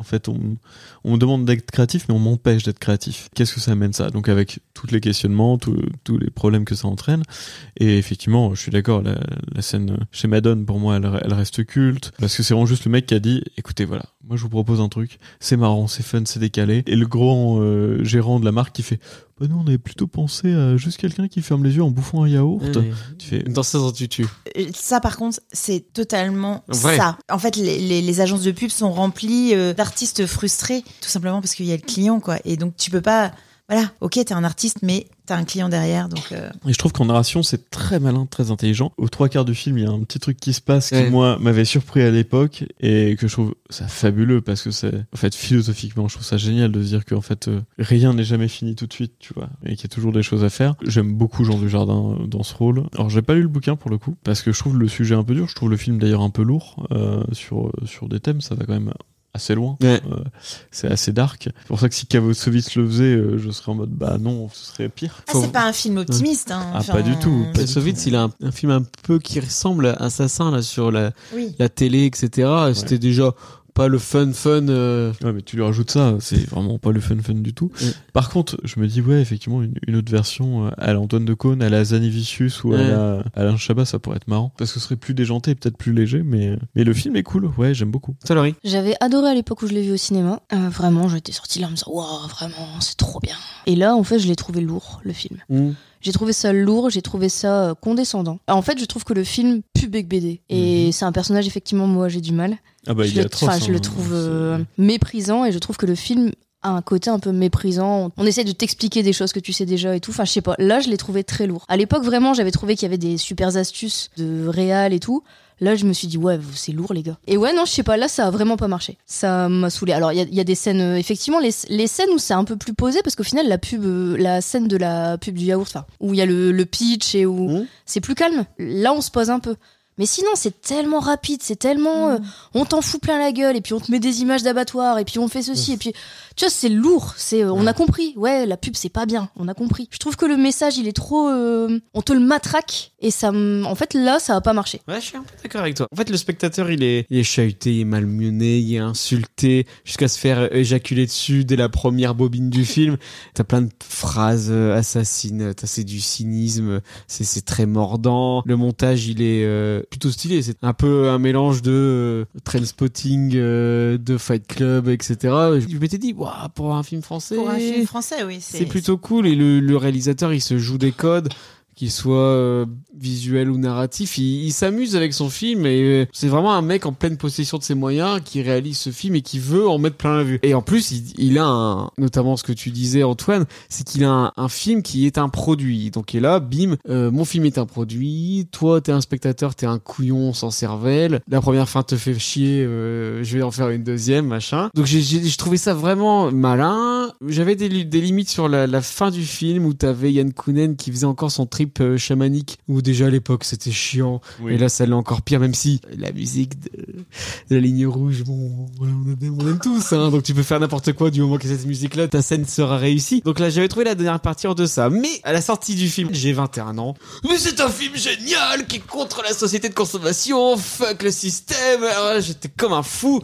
C: En fait, on, on me demande d'être créatif, mais on m'empêche d'être créatif. Qu'est-ce que ça amène ça Donc avec tous les questionnements, tous tous les problèmes que ça entraîne. Et effectivement, je suis d'accord, la, la scène chez Madone, pour moi, elle, elle reste culte. Parce que c'est vraiment juste le mec qui a dit, écoutez, voilà, moi je vous propose un truc, c'est marrant, c'est fun, c'est décalé. Et le grand euh, gérant de la marque qui fait, bah nous on avait plutôt pensé à juste quelqu'un qui ferme les yeux en bouffant un yaourt.
A: Ouais.
C: Tu fais,
A: Dans ce sens, tu tues.
B: Euh, Ça, par contre, c'est totalement
C: Vrai.
B: ça. En fait, les, les- les agences de pub sont remplies euh, d'artistes frustrés, tout simplement parce qu'il y a le client, quoi. Et donc, tu peux pas. Voilà, ok, t'es un artiste, mais t'as un client derrière, donc. euh,
C: Et je trouve qu'en narration, c'est très malin, très intelligent. Aux trois quarts du film, il y a un petit truc qui se passe qui,
A: Ouais.
C: moi, m'avait surpris à l'époque et que je trouve ça fabuleux parce que c'est, en fait, philosophiquement, je trouve ça génial de se dire qu'en fait, euh, rien n'est jamais fini tout de suite, tu vois, et qu'il y a toujours des choses à faire. J'aime beaucoup Jean Dujardin euh, dans ce rôle. Alors, j'ai pas lu le bouquin pour le coup parce que je trouve le sujet un peu dur. Je trouve le film d'ailleurs un peu lourd euh, sur, sur des thèmes. Ça va quand même assez loin. Euh, c'est assez dark. C'est pour ça que si Kavosovitz le faisait, euh, je serais en mode bah non, ce serait pire.
B: Ah, c'est pas un film optimiste, hein.
C: Ah,
B: Enfin,
C: pas du tout. pas du
A: Petsovitz, il a un, un film un peu qui ressemble à Assassin là, sur la,
B: Oui.
A: la télé, etc. C'était déjà pas le fun fun. euh,
C: Ouais, mais tu lui rajoutes ça, c'est vraiment pas le fun fun du
D: Mm.
C: tout. Par contre, je me dis, ouais, effectivement, une, une autre version euh, à l'Antoine de Caunes, à la Zanivicius ou à
A: Ouais.
C: la Alain Chabat, ça pourrait être marrant. Parce que ce serait plus déjanté, peut-être plus léger, mais, mais le film est cool, ouais, j'aime beaucoup.
A: Salary.
D: J'avais adoré à l'époque où je l'ai vu au cinéma. Euh, vraiment, j'étais sortie là en me disant Waouh, vraiment, c'est trop bien. Et là, en fait, je l'ai trouvé lourd, le film.
A: Hmm.
D: J'ai trouvé ça lourd, j'ai trouvé ça euh, condescendant. En fait, je trouve que le film pue Bec BD.
A: Mhm.
D: Et c'est un personnage, effectivement, moi, j'ai du mal.
C: Ah bah,
D: je
C: il est
D: le-
C: atroce,
D: enfin, je le
C: hein,
D: trouve euh, méprisant et je trouve que le film a un côté un peu méprisant. On essaie de t'expliquer des choses que tu sais déjà et tout. Enfin, je sais pas. Là, je l'ai trouvé très lourd. À l'époque, vraiment, j'avais trouvé qu'il y avait des super astuces de réal et tout. Là, je me suis dit, ouais, c'est lourd, les gars. Et ouais, non, je sais pas, là, ça a vraiment pas marché. Ça m'a saoulé. Alors, il y a- il y, a des scènes, euh, effectivement, les, les scènes où c'est un peu plus posé, parce qu'au final, la pub, euh, la scène de la pub du yaourt, enfin, où il y a le, le pitch et où
C: Mmh.
D: c'est plus calme, là, on se pose un peu. Mais sinon, c'est tellement rapide, c'est tellement. euh, on t'en fout plein la gueule, et puis on te met des images d'abattoirs, et puis on fait ceci, et puis. Tu vois, c'est lourd, c'est, euh, on a compris. Ouais, la pub, c'est pas bien, on a compris. Je trouve que le message, il est trop. euh, on te le matraque, et ça. m- En fait, là, ça a pas marché.
A: Ouais, je suis un peu d'accord avec toi. En fait, le spectateur, il est, il est chahuté, il est malmené, il est insulté, jusqu'à se faire éjaculer dessus dès la première bobine du film. T'as plein de phrases euh, assassines, t'as c'est du cynisme, c'est c'est très mordant. Le montage, il est euh, plutôt stylé. C'est un peu un mélange de euh, Trainspotting, euh, de Fight Club, etc. Je m'étais dit, waouh, pour un film français.
B: Pour un film français, oui.
A: C'est plutôt cool et le, le réalisateur il se joue des codes qu'il soit euh, visuel ou narratif, il, il s'amuse avec son film et euh, c'est vraiment un mec en pleine possession de ses moyens qui réalise ce film et qui veut en mettre plein la vue. Et en plus, il, il a un, notamment ce que tu disais Antoine, c'est qu'il a un, un film qui est un produit. Donc et là, bim, euh, mon film est un produit, toi t'es un spectateur, t'es un couillon sans cervelle, la première fin te fait chier, euh, je vais en faire une deuxième, machin. Donc j'ai- j'ai j'ai trouvé ça vraiment malin, J'avais des, li- des limites sur la, la fin du film où t'avais Yann Kounen qui faisait encore son trip euh, chamanique, où déjà à l'époque c'était chiant,
C: Oui.
A: et là ça l'est encore pire, même si la musique de, de la ligne rouge, bon, voilà, on aime, on aime tous, hein, donc tu peux faire n'importe quoi du moment qu'il y a cette musique-là, ta scène sera réussie. Donc là j'avais trouvé la dernière partie hors de ça, mais à la sortie du film, j'ai 21 ans, mais c'est un film génial qui est contre la société de consommation, fuck le système, Alors, j'étais comme un fou.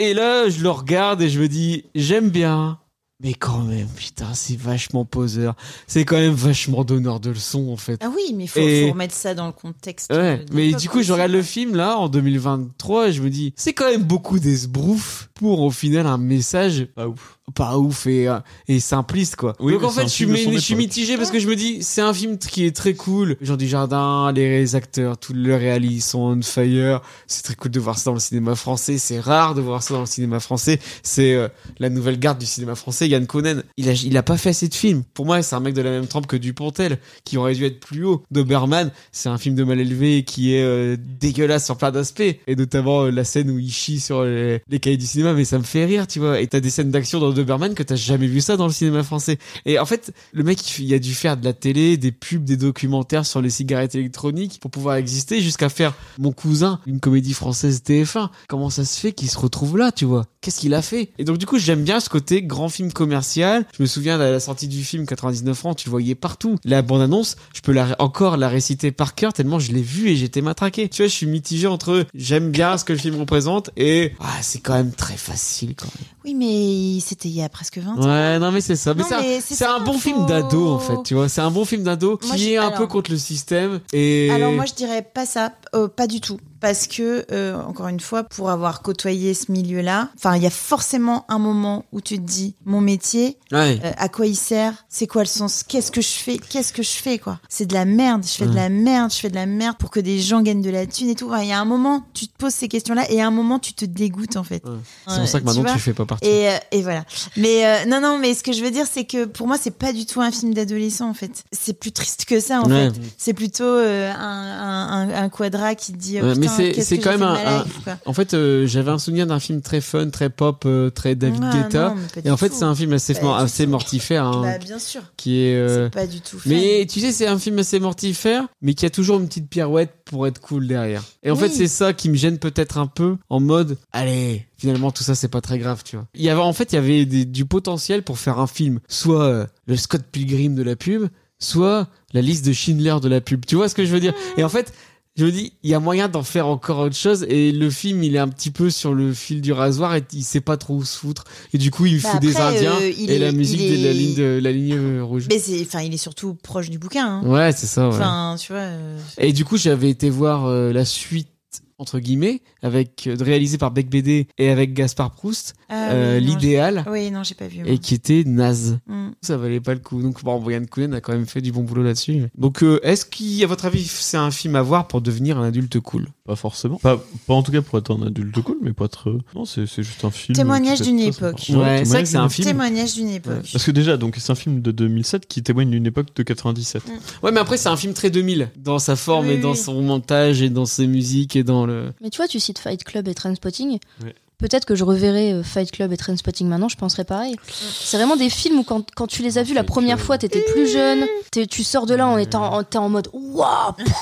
A: Et là, je le regarde et je me dis, j'aime bien. Mais quand même, putain, c'est vachement poseur. C'est quand même vachement donneur de leçons, en fait.
B: Ah oui, mais faut,
A: Et-
B: faut remettre ça dans le contexte. euh,
A: Ouais,
B: de
A: mais
B: l'époque
A: du coup, je
B: aussi.
A: regarde le film, là, en 2023, et je me dis, c'est quand même beaucoup d'esbrouf pour, au final, un message. Pas ouf. Pas ouf et, euh, et simpliste, quoi.
C: Oui,
A: Donc,
C: mais
A: en
C: c'est un
A: fait, je suis,
C: film de son
A: mi- je suis
C: époque.
A: mitigé parce que je me dis, c'est un film qui est très cool. Jean Dujardin, les acteurs, tout le réalisme ils sont on fire. C'est très cool de voir ça dans le cinéma français. C'est rare de voir ça dans le cinéma français. C'est euh, la nouvelle garde du cinéma français, Yann Conan. Il a, il a pas fait assez de films. Pour moi, c'est un mec de la même trempe que Dupontel, qui aurait dû être plus haut. Doberman, c'est un film de mal élevé qui est euh, dégueulasse sur plein d'aspects. Et notamment euh, la scène où il chie sur les, les cahiers du cinéma, mais ça me fait rire, tu vois. Et t'as des scènes d'action dans Doberman que t'as jamais vu ça dans le cinéma français. Et en fait, le mec, il fait- il a dû faire de la télé, des pubs, des documentaires sur les cigarettes électroniques pour pouvoir exister jusqu'à faire Mon cousin, une comédie française TF1. Comment ça se fait qu'il se retrouve là, tu vois Qu'est-ce qu'il a fait Et donc, du coup, j'aime bien ce côté grand film commercial. Je me souviens de la sortie du film 99 francs, tu le voyais partout. La bande-annonce, je peux la, encore la réciter par cœur tellement je l'ai vue et j'étais matraqué. Tu vois, je suis mitigé entre j'aime bien ce que le film représente et ah, c'est quand même très facile quand même.
B: Oui, mais c'était il y a presque 20 ans.
A: Ouais, non, mais c'est ça. Mais
B: Non,
A: c'est un-
B: mais c'est
A: c'est un, bon film d'ado, en fait, tu vois. C'est un bon film d'ado qui
B: Moi, je-
A: est un
B: alors-
A: peu contre le système. Et...
B: Alors moi je dirais pas ça, euh, pas du tout, parce que euh, encore une fois, pour avoir côtoyé ce milieu-là, enfin il y a forcément un moment où tu te dis mon métier,
A: Ouais.
B: euh, à quoi il sert, c'est quoi le sens, qu'est-ce que je fais, qu'est-ce que je fais quoi, c'est de la merde, je fais de
A: Ouais.
B: la merde, je fais de la merde pour que des gens gagnent de la thune et tout. Enfin, Il y a un moment tu te poses ces questions-là et à un moment tu te dégoûtes en fait.
A: C'est pour ça que maintenant,
B: vois
A: tu fais pas partie.
B: Et, euh, et voilà. Mais euh, non non mais ce que je veux dire c'est que pour moi c'est pas du tout un film d'adolescent en fait. C'est plus triste que ça en
A: Ouais.
B: fait. C'est plutôt euh, un, un, un- un quadra qui te dit. oh,
A: Ouais, mais
B: putain,
A: c'est
B: qu'est-ce
A: c'est
B: que
A: quand
B: j'ai
A: même
B: fait de
A: un,
B: ma
A: un-
B: life, quoi.
A: en fait euh, j'avais un souvenir d'un film très fun très pop euh, très David
B: Ah,
A: Guetta
B: non, mais pas du
A: et en fait
B: tout.
A: c'est un film assez
B: Pas du
A: assez
B: tout.
A: mortifère hein,
B: Bah, bien sûr.
A: qui est euh,
B: C'est pas du tout fun.
A: mais tu sais c'est un film assez mortifère mais qui a toujours une petite pirouette pour être cool derrière et en
B: Oui.
A: fait c'est ça qui me gêne peut-être un peu en mode allez finalement tout ça c'est pas très grave tu vois il y avait en fait il y avait des- du potentiel pour faire un film soit euh, le Scott Pilgrim de la pub soit la liste de Schindler de la pub tu vois ce que je veux dire et en fait je me dis, il y a moyen d'en faire encore autre chose et le film, il est un petit peu sur le fil du rasoir et il sait pas trop où se foutre. Et du coup, il
B: Bah
A: fout des
B: après,
A: Indiens
B: euh, il
A: et
B: est-
A: la musique
B: il
A: de la
B: est-
A: ligne, de, la ligne euh, rouge.
B: Mais c'est, enfin, il est surtout proche du bouquin. hein.
A: Ouais, c'est ça, ouais.
B: Enfin, tu vois. euh,
A: Et du coup, j'avais été voir euh, la suite entre guillemets avec euh, réalisée par Beck BD et avec Gaspard Proust
B: ah
A: euh,
B: oui, non,
A: l'idéal
B: j'ai- Oui, non, j'ai pas vu. moi.
A: et qui était naze
B: Mm.
A: ça valait pas le coup donc bon Brian Coonan a quand même fait du bon boulot là-dessus donc euh, est-ce qu'à votre avis c'est un film à voir pour devenir un adulte cool
C: Pas forcément. Pas, pas en tout cas pour être un adulte cool, mais pour être. euh, Non, c'est c'est juste un film.
B: Témoignage
C: qui peut être
B: d'une
C: très sympa.
B: époque.
C: témoignage d'une époque.
B: Témoignage d'une
C: Ouais.
B: époque.
C: Parce que déjà, donc c'est un film de 2007 qui témoigne d'une époque de 97.
A: ouais mais après c'est un film très 2000 dans sa forme
D: Oui,
A: et dans
D: oui.
A: son montage et dans ses musiques et dans le
D: Mais tu vois, tu cites Fight Club et Trainspotting.
A: Ouais.
D: Peut-être que je reverrai euh, Fight Club et Trainspotting maintenant, je penserais pareil. C'est vraiment des films où quand, quand tu les as vus la première fois, t'étais plus jeune, t'es- tu sors de là en étant en, t'es en mode waouh pouf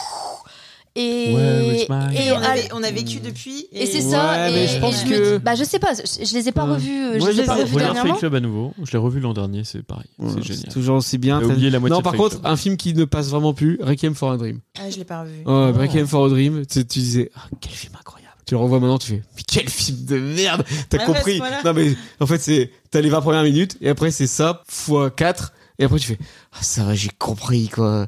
D: et,
B: Ouais, with
A: mine.
D: et,
B: Et on,
D: à-
B: avait, on a vécu depuis.
D: et c'est ça.
A: Ouais,
D: et,
A: mais je
D: et
A: pense
D: me
A: que-
D: dis- bah je sais pas, je, je les ai pas revus, euh,
C: Moi,
D: je les ai
C: j'ai
D: pas revus dernièrement.
C: Fight Club à nouveau. Je l'ai revu l'an dernier, c'est pareil. c'est génial.
A: toujours aussi bien
C: J'ai oublié la moitié
A: non
C: de
A: par
C: Fight
A: contre
C: Club.
A: un film qui ne passe vraiment plus Requiem for a Dream
B: Ah, je l'ai pas revu.
A: Ouais, Requiem for a Dream, tu, tu disais, Ah, quel film incroyable. Tu le revois maintenant, tu fais, mais quel film de merde T'as
B: Ah,
A: compris
B: reste, voilà.
A: Non mais, en fait, c'est, t'as les 20 premières minutes, et après c'est ça, fois 4, et après tu fais, ah ça va, j'ai compris quoi.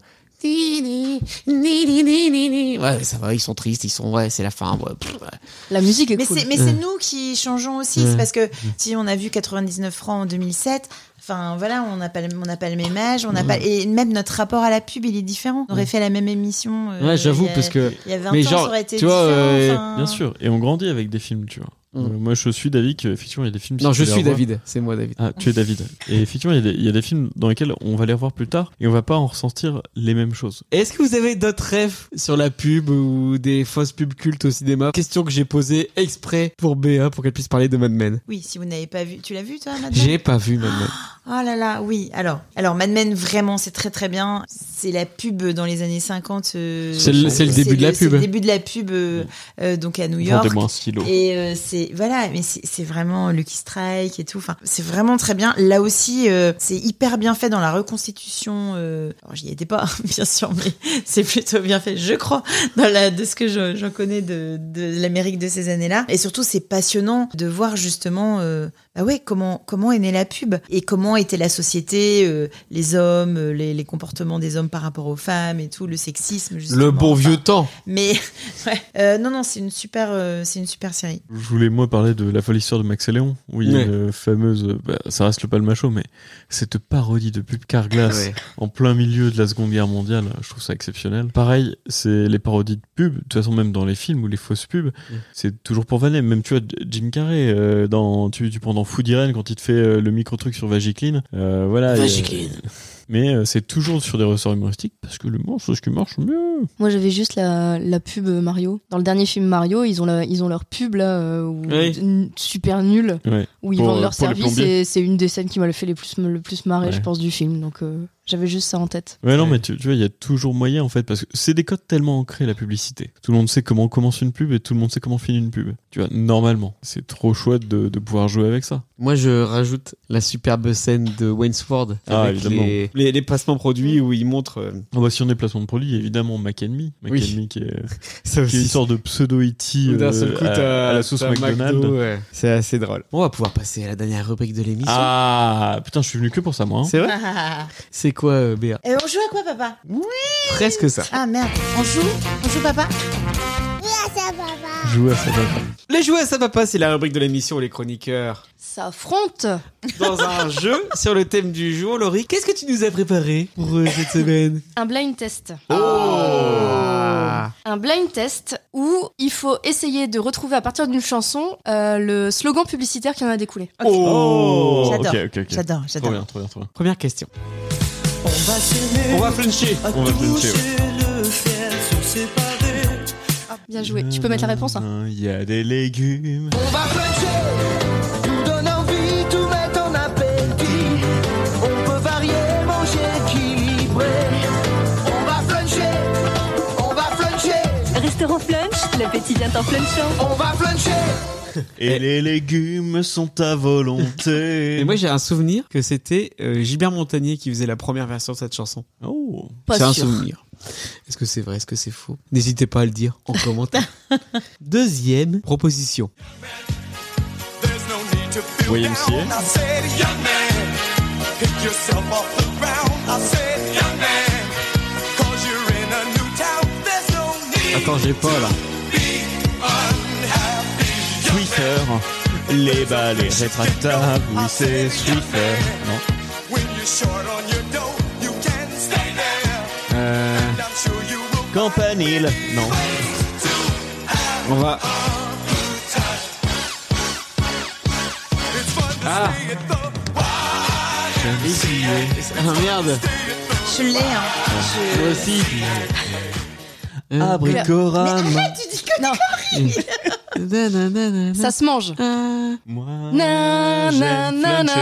A: Ouais, ça va, ils sont tristes, ils sont, ouais, c'est la fin, ouais, pff, ouais.
D: La musique est
B: mais
D: cool.
B: c'est mais c'est
A: Mm.
B: nous qui changeons aussi
A: Ouais.
B: c'est parce que si on a vu 99 francs en 2007 enfin voilà on n'a pas le- on n'a pas le même âge on n'a
A: Mm.
B: pas et même notre rapport à la pub il est différent on aurait fait la même émission euh,
A: Ouais, j'avoue,
B: il y a-
A: parce que-
B: il y a 20
A: mais
B: ans
A: genre,
B: ça aurait été
A: tu vois,
B: différent,
A: euh,
B: enfin.
C: Bien sûr. Et on grandit avec des films, tu vois. Euh, Moi, je suis David. que, Effectivement, il y a des films.
A: Mm. Non,
C: si
A: je
C: tu les
A: suis
C: revois-
A: David. C'est moi, David.
C: Ah, tu es David. Et effectivement, il y, a des- il y a des films dans lesquels on va les revoir plus tard et on va pas en ressentir les mêmes choses.
A: Est-ce que vous avez d'autres rêves sur la pub ou des fausses pubs cultes au cinéma Question que j'ai posée exprès pour Béa pour qu'elle puisse parler de Mad Men.
B: Oui, si vous n'avez pas vu, tu l'as vu toi, Mad Men
A: J'ai pas vu Mad Men.
B: Oh là là, oui. Alors, alors Mad Men, vraiment, c'est très très bien. C'est la pub dans les années 50. euh,
A: C'est le- c'est le début de la
B: c'est le
A: pub. Mm.
B: début de la pub, euh, euh, donc à New York.
C: Vendez-moi un stylo.
B: Et euh, c'est voilà, mais c'est c'est vraiment Lucky Strike et tout. Enfin, c'est vraiment très bien. Là aussi, euh, c'est hyper bien fait dans la reconstitution. euh, alors, j'y étais pas, bien sûr, mais c'est plutôt bien fait, je crois, dans la, de ce que je- j'en connais de, de l'Amérique de ces années-là. Et surtout, c'est passionnant de voir justement, euh, bah ouais, comment comment est née la pub et comment était la société, euh, les hommes, euh, les, les comportements des hommes par rapport aux femmes et tout, le sexisme. Justement.
A: Le bon vieux temps.
B: Mais ouais. Euh, non, non, c'est une super, euh, c'est une super série.
C: Je voulais moi parler de la folle histoire de Max et Léon, où il y a
A: Ouais.
C: une fameuse, bah, ça reste le palmacho, mais cette parodie de pub Carglass
A: Ouais.
C: en plein milieu de la Seconde Guerre mondiale, je trouve ça exceptionnel. Pareil, c'est les parodies de pub, de toute façon même dans les films ou les fausses pubs, c'est toujours pour vanner. Même tu vois Jim Carrey euh, dans, tu, tu prends dans Food Irene quand il te fait euh, le micro truc sur Vagiclean, euh, voilà. et-
D: Vagiclean.
C: Mais euh, c'est toujours sur des ressorts humoristiques parce que le monde, c'est ce qui marche le mieux.
D: Moi, j'avais juste la, la pub Mario. Dans le dernier film Mario, ils ont, la- ils ont leur pub là, euh, où-
C: Oui.
D: n- super nulle,
C: Ouais.
D: où ils
C: Pour,
D: vendent
C: euh,
D: leur
C: pour les
D: service.
C: plombiers.
D: Et c'est une des scènes qui m'a le fait les plus, le plus marrer,
C: Ouais.
D: je pense, du film. Donc, euh, j'avais juste ça en tête.
C: Ouais, non, mais tu, tu vois, il y a toujours moyen en fait, parce que c'est des codes tellement ancrés la publicité. Tout le monde sait comment commence une pub et tout le monde sait comment finit une pub. Tu vois, normalement, c'est trop chouette de, de pouvoir jouer avec ça.
A: Moi, je rajoute la superbe scène de Wainsford
C: Ah,
A: avec
C: évidemment.
A: les, les- les placements produits où il montre. euh,
C: Ah bah, si on est placement de produit, évidemment, Mac and Me. Mac
A: Oui.
C: and Me qui est,
A: Ça
C: qui est une
A: aussi.
C: sorte de pseudo-E.T.
A: où D'un
C: euh,
A: seul coup,
C: à-
A: t'as-
C: à la sauce
A: t'as McDo, euh,
C: McDonald's.
A: ouais. C'est assez drôle. On va pouvoir passer à la dernière rubrique de l'émission.
C: Ah, putain, je suis venu que pour ça, moi. hein.
A: C'est vrai C'est quoi, euh, Béa
B: Euh, on joue à quoi, papa Oui.
A: Presque ça.
B: Ah merde, on joue On joue, papa
C: Jouer à sa
A: Les jouets à sa papa, c'est la rubrique de l'émission où les chroniqueurs.
D: Ça affronte
A: Dans un jeu sur le thème du jour, Laurie, qu'est-ce que tu nous as préparé pour euh, cette semaine
D: Un blind test.
C: Oh.
A: Ah.
D: Un blind test où il faut essayer de retrouver à partir d'une chanson euh, le slogan publicitaire qui en a découlé.
C: Oh,
B: J'adore.
C: ok, ok, ok.
B: J'adore, j'adore.
C: Trop bien, trop bien, trop bien.
A: Première question.
T: On va s'aimer.
A: On va
D: Oh,
A: flincher.
C: On va flincher, ouais.
T: le fer, se séparer.
D: Bien joué. Tu peux mettre la réponse. hein.
C: Il y a des légumes.
T: On va flincher. Tout donne envie, tout mettre en appétit. On peut varier, manger équilibré. On va flincher. On va flincher. Restaurant flunch, l'appétit vient en flunchant. On va flincher.
C: Et, les légumes sont à volonté.
A: Eh. Et moi j'ai un souvenir que c'était euh, Gilbert Montagnier qui faisait la première version de cette chanson.
C: Oh.
D: Pas
A: C'est un
D: sûr.
A: souvenir. Est-ce que c'est vrai, est-ce que c'est faux N'hésitez pas à le dire en commentaire. Deuxième proposition.
C: YMCA.
T: I said, young man, pick yourself off the ground. I said, young man, cause you're in a new town. There's no need
A: Attends, j'ai pas là.
C: Swiffer, les balais rétractables, oui c'est Swiffer. Non.
T: when you're short on your dough. You can stay there.
A: Euh,
T: I'm sure you will
C: Campanile, non.
A: on va. Ah Ah merde
B: Je l'ai, hein. Je-
A: Moi aussi Ah,
B: Mais
A: Abricorama
B: arrête, tu dis que non.
D: Oh, Ça se mange.
C: Moi,
D: Na, na, na, na.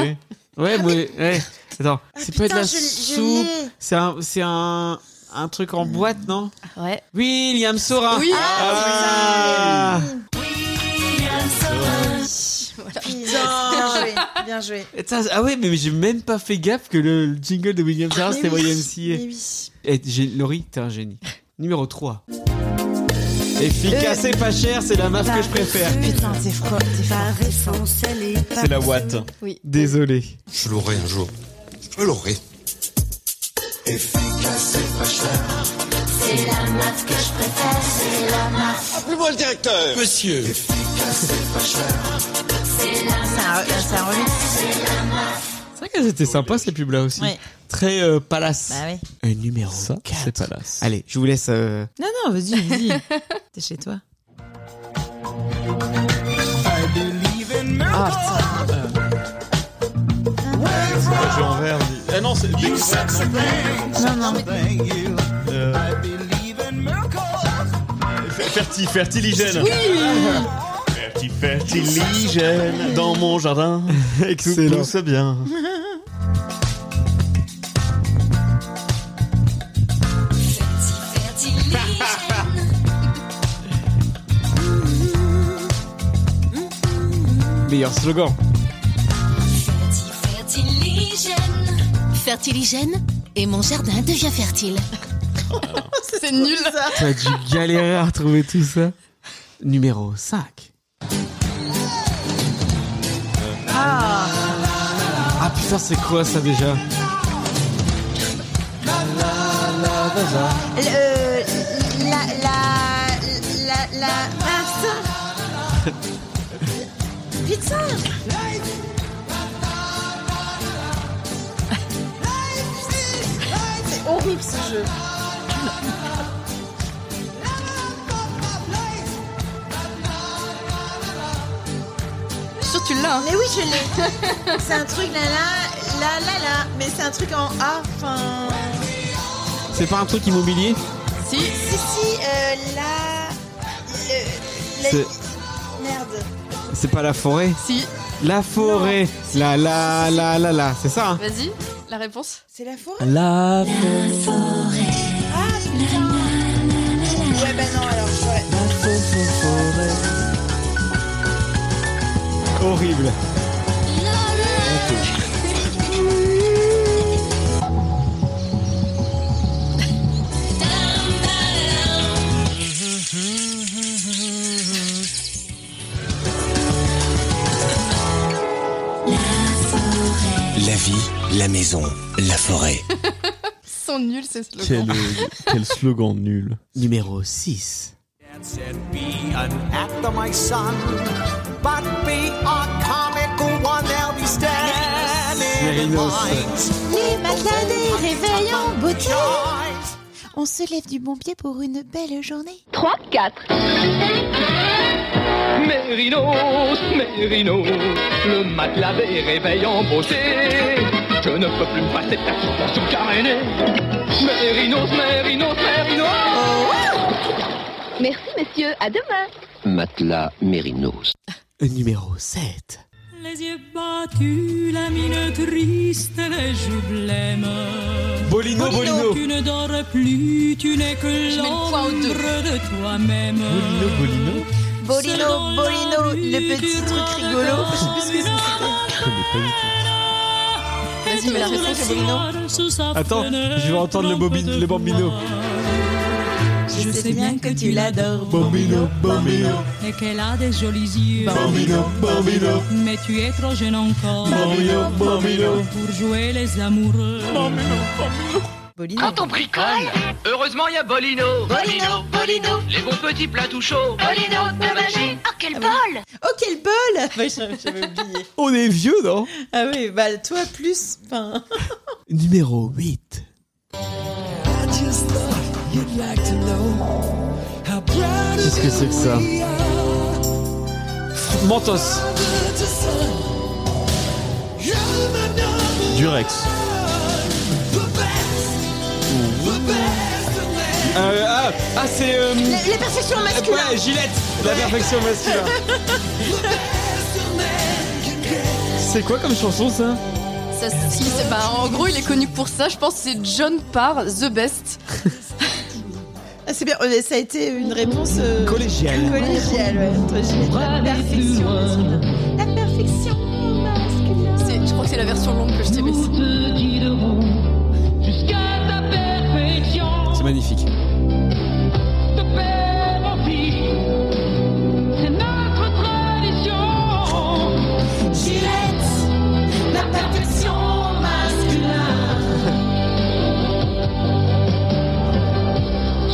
A: Ouais, moi, ouais. Attends, c'est
D: Ah, putain,
A: peut-être la
D: je l'ai- je
A: soupe.
D: l'ai.
A: C'est un, c'est un, un truc en boîte, non
D: Ouais.
A: William Sora.
D: Oui.
A: Ah,
B: Bien joué, bien joué.
A: Putain, ah ouais, mais j'ai même pas fait gaffe que le jingle de William Sora
B: Ah, Mais
A: c'était
B: oui,
A: YMCA.
B: mais oui.
A: Et j'ai- Laurie, t'es un génie. Numéro 3. Efficace
B: Euh.
A: et pas cher, c'est la meuf que je préfère.
B: Putain, t'es froid, t'es fort.
C: C'est la Watt.
D: Oui.
A: Désolé.
R: Je l'aurai un jour. Je l'aurai.
T: C'est la marque que je préfère, c'est la marque.
R: Appelez-moi le directeur Monsieur
T: C'est la marque.
B: Ça relève.
A: C'est vrai que c'était sympa ces pubs là aussi.
B: Ouais.
A: Très euh, palace.
B: Bah ouais.
A: Un numéro
C: Ça,
A: 4.
C: c'est Palace.
A: Allez, je vous laisse. euh,
B: Non, non, vas-y, vas-y. T'es chez toi.
T: I do
C: Ah, J'ai en vert. dis- Ah non, c'est.
B: Non, non.
C: Euh, Ferti, fertiligène.
B: Oui.
C: Ferti, fertiligène. Dans mon jardin. Excellent. Tout pousse bien.
A: Meilleur slogan.
X: Fertiligène. Fertiligène et mon jardin devient fertile. C'est nul ça.
A: T'as dû galérer à retrouver tout ça. Numéro 5. Ah putain, c'est quoi ça déjà
B: Le- euh, la, la, la, la, ah, putain. Putain. C'est horrible ce jeu.
X: Sûr tu l'as. hein.
B: Mais oui, je l'ai. C'est un truc là, là, là, là, là. Mais c'est un truc en A. Enfin.
A: C'est pas un truc immobilier
B: Si. Si, si, euh, là. le- la-
A: C'est-
B: Merde.
A: C'est pas la forêt
X: Si.
A: La forêt. La la la la la. C'est ça hein
X: Vas-y, la réponse.
B: C'est la forêt.
A: La
B: Ouais, bah non, alors, ouais.
A: Horrible.
R: La vie, la maison, la forêt.
X: Ils sont nuls ces slogans.
C: Quel, quel slogan nul.
A: Numéro 6.
N: said, be an actor, my son, but be a comical one. They'll be standing in
B: Mérinos.
N: lines.
B: Les matinés réveillent en beauté. On se lève du bon pied pour une belle journée. 3, 4.
T: Mérinos, Mérinos, le mat lavé réveille en beauté. Je ne peux plus me passer de ta suspension carénée. Mérinos, Mérinos, Mérinos.
Y: Merci, messieurs. À demain.
Q: Matelas Mérinos.
A: Numéro 7.
F: Les yeux battus, la mine triste, les joues blêmes.
A: Bolino, Bolino.
F: Tu ne dors plus, tu n'es que l'ombre de toi-même. Bolino, Bolino.
B: Bolino, Bolino, le petit truc rigolo. Je sais plus ce que c'était.
X: Vas-y, mais la réponse c'est
A: Attends, je vais entendre le, bobine, le bambino.
F: Je sais bien que tu l'adores.
A: Bambino, bambino.
F: Et qu'elle a des jolis yeux.
A: Bambino, bambino.
F: Mais tu es trop jeune encore.
A: Bambino, bambino.
F: Pour jouer les amoureux.
B: Quand
F: on bricole,
M: Heureusement, il y a Bolino.
B: Bolino, Bolino.
M: Les bons petits plats tout chauds.
B: Bolino de magie. Oh, quel bol Oh, quel bol Ouais, j'avais j'avais oublié.
A: On est vieux, non
B: Ah oui, bah toi plus. Enfin...
A: Numéro 8. Qu'est-ce que c'est que ça Mentos.
C: Durex.
A: Euh, ah, ah, c'est. euh,
B: La, la perfection masculine.
A: Ouais, Gillette, la perfection masculine. C'est quoi comme chanson ça
X: Ça, si, c'est- bah, en gros, il est connu pour ça. Je pense que c'est John Parr, The Best.
B: Ah, c'est bien, euh, ça a été une réponse. euh,
A: Collégiale.
B: Collégiale, ouais. Toi, Gillette, la perfection. La perfection
X: masculine. Je crois que c'est la version longue que je t'ai mise.
T: Jusqu'à ta perfection,
A: C'est magnifique.
T: de père en fille. C'est notre tradition. Gillette, la perfection masculine.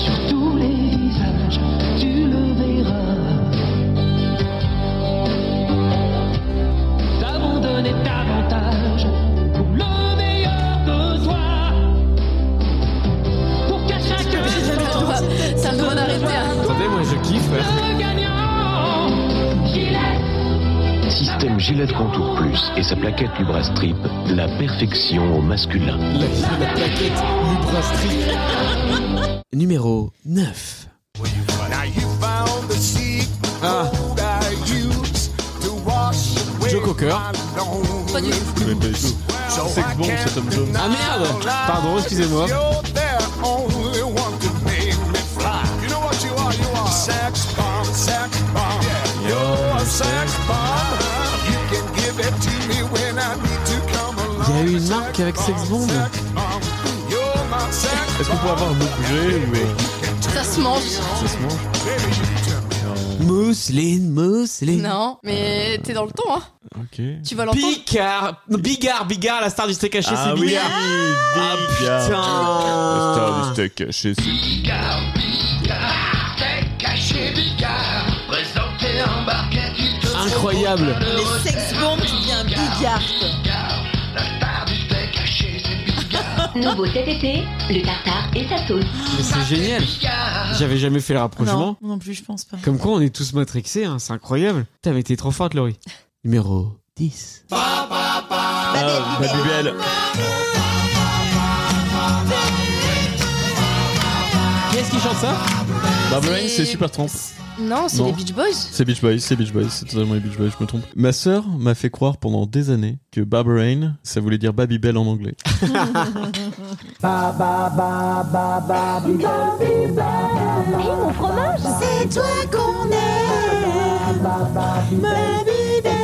F: Sur tous les visages, tu le verras.
T: T'abandonner davantage pour le meilleur de toi. Pour qu'à chaque instant,
X: Ça me demande d'arrêter. hein.
A: Attendez, moi je kiffe.
T: le gagnant, Gillette.
S: Système
Q: Gillette Contour Plus et sa plaquette Lubrastrip, la perfection au masculin.
A: Numéro 9.
N: Now you found the secret code I use to wash away
A: Joe Cocker.
N: Pas du tout.
C: Mais pas du tout. C'est que bon, cet homme jaune.
A: Ah merde Pardon, excusez-moi.
N: You're the only one to make me fly. You know what you are? You are sex bomb, sex bomb. You're a sex bomb. You can give it to me when I need to come along.
A: Il y a eu une marque avec Sex Bomb.
N: You're my sex
C: Est-ce qu'on pourrait avoir un mot bougé ou... euh,
D: Ça se mange.
C: Ça se mange
A: Mousseline, mousseline.
D: Non, mais t'es dans le temps, hein.
C: Ok.
D: Tu vas l'entendre.
A: Bigard, non, Bigard, Bigard, la star du steak haché,
C: Ah
A: c'est
C: oui,
A: Bigard. Ah
C: Bigard.
A: putain.
C: Star du steak caché, c'est-
A: Incroyable.
F: Les sex bombes devient bigard.
Y: Nouveau cet été, le tartare et sa sauce.
A: Mais c'est génial. J'avais jamais fait le rapprochement.
B: Non, non plus, je pense pas.
A: Comme quoi, on est tous matrixés, hein, c'est incroyable. Putain, mais t'es trop forte, Laurie. Numéro 10.
C: Ah, Babybel.
A: Qui est-ce qui chante ça
C: Barbara Rain,
D: C'est-
C: Bah, c'est Super Trump.
D: Non, c'est
C: Non.
D: les Beach Boys.
C: C'est Beach Boys, c'est Beach Boys, c'est totalement les Beach Boys, je me trompe. Ma sœur m'a fait croire pendant des années que Barbara Rain, ça voulait dire Babybel en anglais.
G: Ba ba ba ba ba mon fromage C'est toi qu'on aime Babybel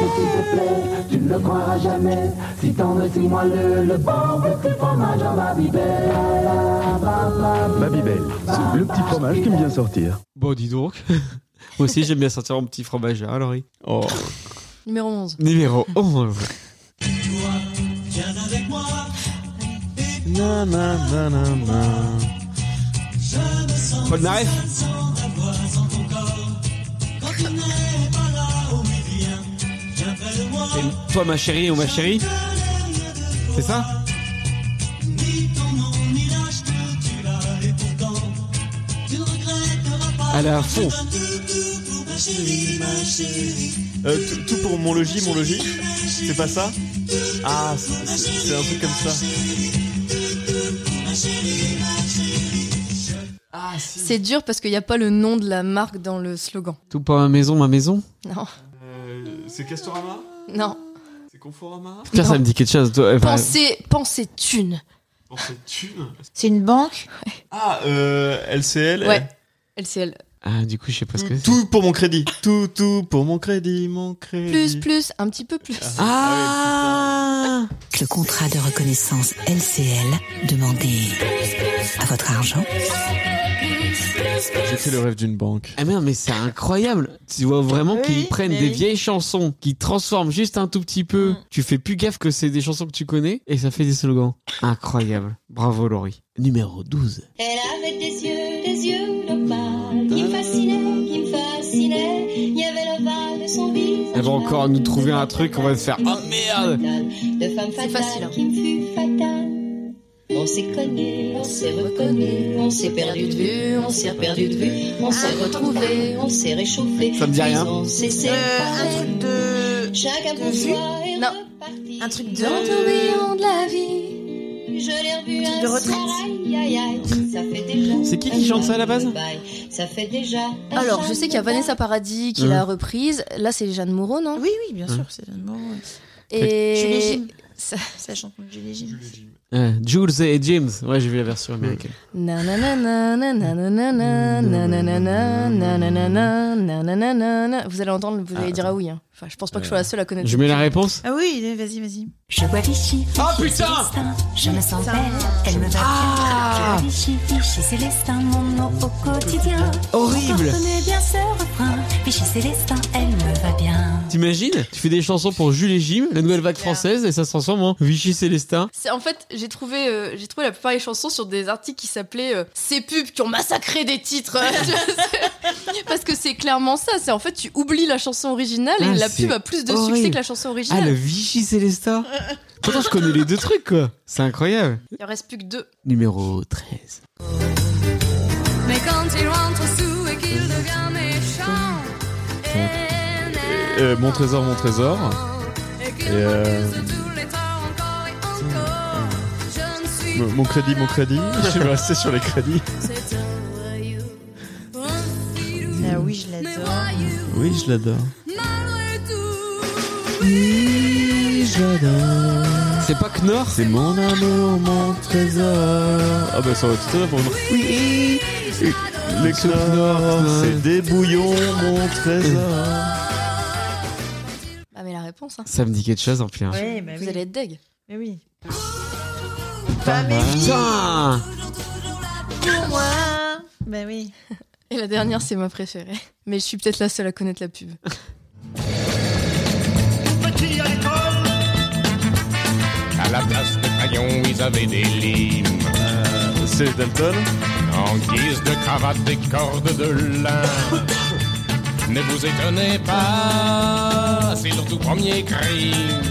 G: Tu ne le croiras jamais Si t'en veux, moi le Le bon petit fromage en Babybel
S: Babybel, le petit fromage qui me vient sortir.
A: Bon, dis donc. Moi aussi, j'aime bien sortir mon petit fromage, hein, Laurie.
C: Oh.
D: Numéro 11.
A: Numéro 11.
C: Na, na, na, na, na.
A: Paul Naref Et toi, ma chérie ou ma chérie C'est ça Elle est à fond.
C: Euh, tout- tout pour mon logis, mon logis. C'est pas ça Ah, c'est- c'est un truc comme ça. Ah,
D: C'est dur parce qu'il n'y a pas le nom de la marque dans le slogan.
A: Tout pour ma maison, ma maison
D: Non,
C: Euh, c'est Castorama
D: non.
C: C'est Conforama
A: Putain, ça me dit quelque chose. toi, euh, bah, enfin,
D: Pensez, pensez thune.
B: C'est une banque
C: Ah, euh, LCL
D: Ouais. LCL.
A: Ah, du coup, je sais pas ce que c'est.
C: Tout pour mon crédit. Tout, tout pour mon crédit, mon crédit.
D: Plus, plus, un petit peu plus.
A: Ah
K: Le contrat de reconnaissance LCL, demandez à votre argent.
C: J'ai fait le rêve d'une banque.
A: Ah merde, mais c'est incroyable. Tu vois vraiment qu'ils prennent
B: mais
A: des
B: oui. Mm.
A: vieilles chansons, qu'ils transforment juste un tout petit peu. Tu fais plus gaffe que c'est des chansons que tu connais et ça fait des slogans. Incroyable. Bravo Laurie. Numéro 12.
F: Elle avait des yeux, des yeux d'opale qui me fascinaient, qui me fascinaient. Il y avait l'ovale de son visage.
A: Elle va Eh ben, encore nous trouver un truc, on va se faire. Oh merde
F: De femme fatale qui me fut fatale. On s'est connus, on s'est reconnus, on s'est perdu de vue, on s'est perdu de vue, on s'est retrouvés, on s'est réchauffés.
A: Ça me dit rien.
F: Puis On s'est
B: un
F: séparés.
B: truc de.
F: Chacun
B: de
F: pour
B: vue
F: soi et
D: Non.
F: reparti.
B: Un truc
F: Dans tourbillon
B: de.
F: de la vie. Je l'ai revu
B: Un truc
F: un
B: de retraite.
F: soir, aïe, aïe, aïe. Ça fait déjà.
A: C'est qui qui chante ça à la base
F: Ça fait déjà. un
D: Alors,
F: charme
D: je sais qu'il y a Vanessa Paradis qui
A: Hum.
D: l'a reprise. Là, c'est Jeanne Moreau, non
B: Oui, oui, bien
A: Hein.
B: sûr, c'est une banque. ouais. Julie
D: Et.
B: Jim.
D: Ça-
B: Ça chante comme Julie Jim.
A: Euh, Jules et James. Ouais, j'ai vu la version américaine.
D: Nananana, nananana, nananana, nananana, nananana. Vous allez entendre, vous allez dire ah oui. hein. Enfin, je pense pas que je sois la seule à connaître.
A: Je mets la réponse
B: Ah oui, allez, vas-y, vas-y.
K: Je vois Vichy,
A: Oh putain
K: Célestin, je me sens belle,
F: Ah.
K: elle me va bien. Je vois Vichy, Vichy, Célestin, mon nom au quotidien.
A: Horrible.
K: Vous comprenez bien ce refrain, Vichy, Célestin, elle me va bien.
A: T'imagines Tu fais des chansons pour Jules et Jim, la nouvelle vague française, et ça se transforme en Vichy Célestin.
D: C'est en fait, j'ai trouvé, euh, j'ai trouvé la plupart des chansons sur des articles qui s'appelaient euh, ces pubs qui ont massacré des titres. Parce que c'est clairement ça. C'est en fait, tu oublies la chanson originale et
A: Ah,
D: la
A: c'est
D: pub a plus de
A: horrible.
D: succès que la chanson
A: Ah, le
D: originale.
A: Vichy Célestin Pourtant, je connais les deux trucs, quoi. C'est incroyable.
D: Il en reste plus que deux.
A: Numéro 13.
F: Mais quand il rentre sous et qu'il devient méchant,
C: Euh, mon trésor, mon trésor. Et, euh, mon- mon crédit, mon crédit. Je vais rester sur les crédits.
B: Ah oui, je l'adore.
C: Oui, je l'adore.
A: C'est pas Knorr
C: C'est mon amour, mon trésor. Ah bah ça va tout à l'heure pour moi. Oui, les Knorr, c'est des bouillons, mon trésor.
D: Ah, mais la réponse, hein.
A: Ça me dit quelque chose en hein. plein.
D: Ouais,
B: Bah
D: Vous allez être deg.
B: Mais oui.
A: Putain
B: Pour moi. Bah oui.
D: Et la dernière, c'est ma préférée. Mais je suis peut-être la seule à connaître la pub.
N: Petit à l'école.
U: À la place de crayons, ils avaient des limes.
C: c'est Dalton
U: En guise de cravate, des cordes de lin. ne vous étonnez pas, c'est leur tout premier crime.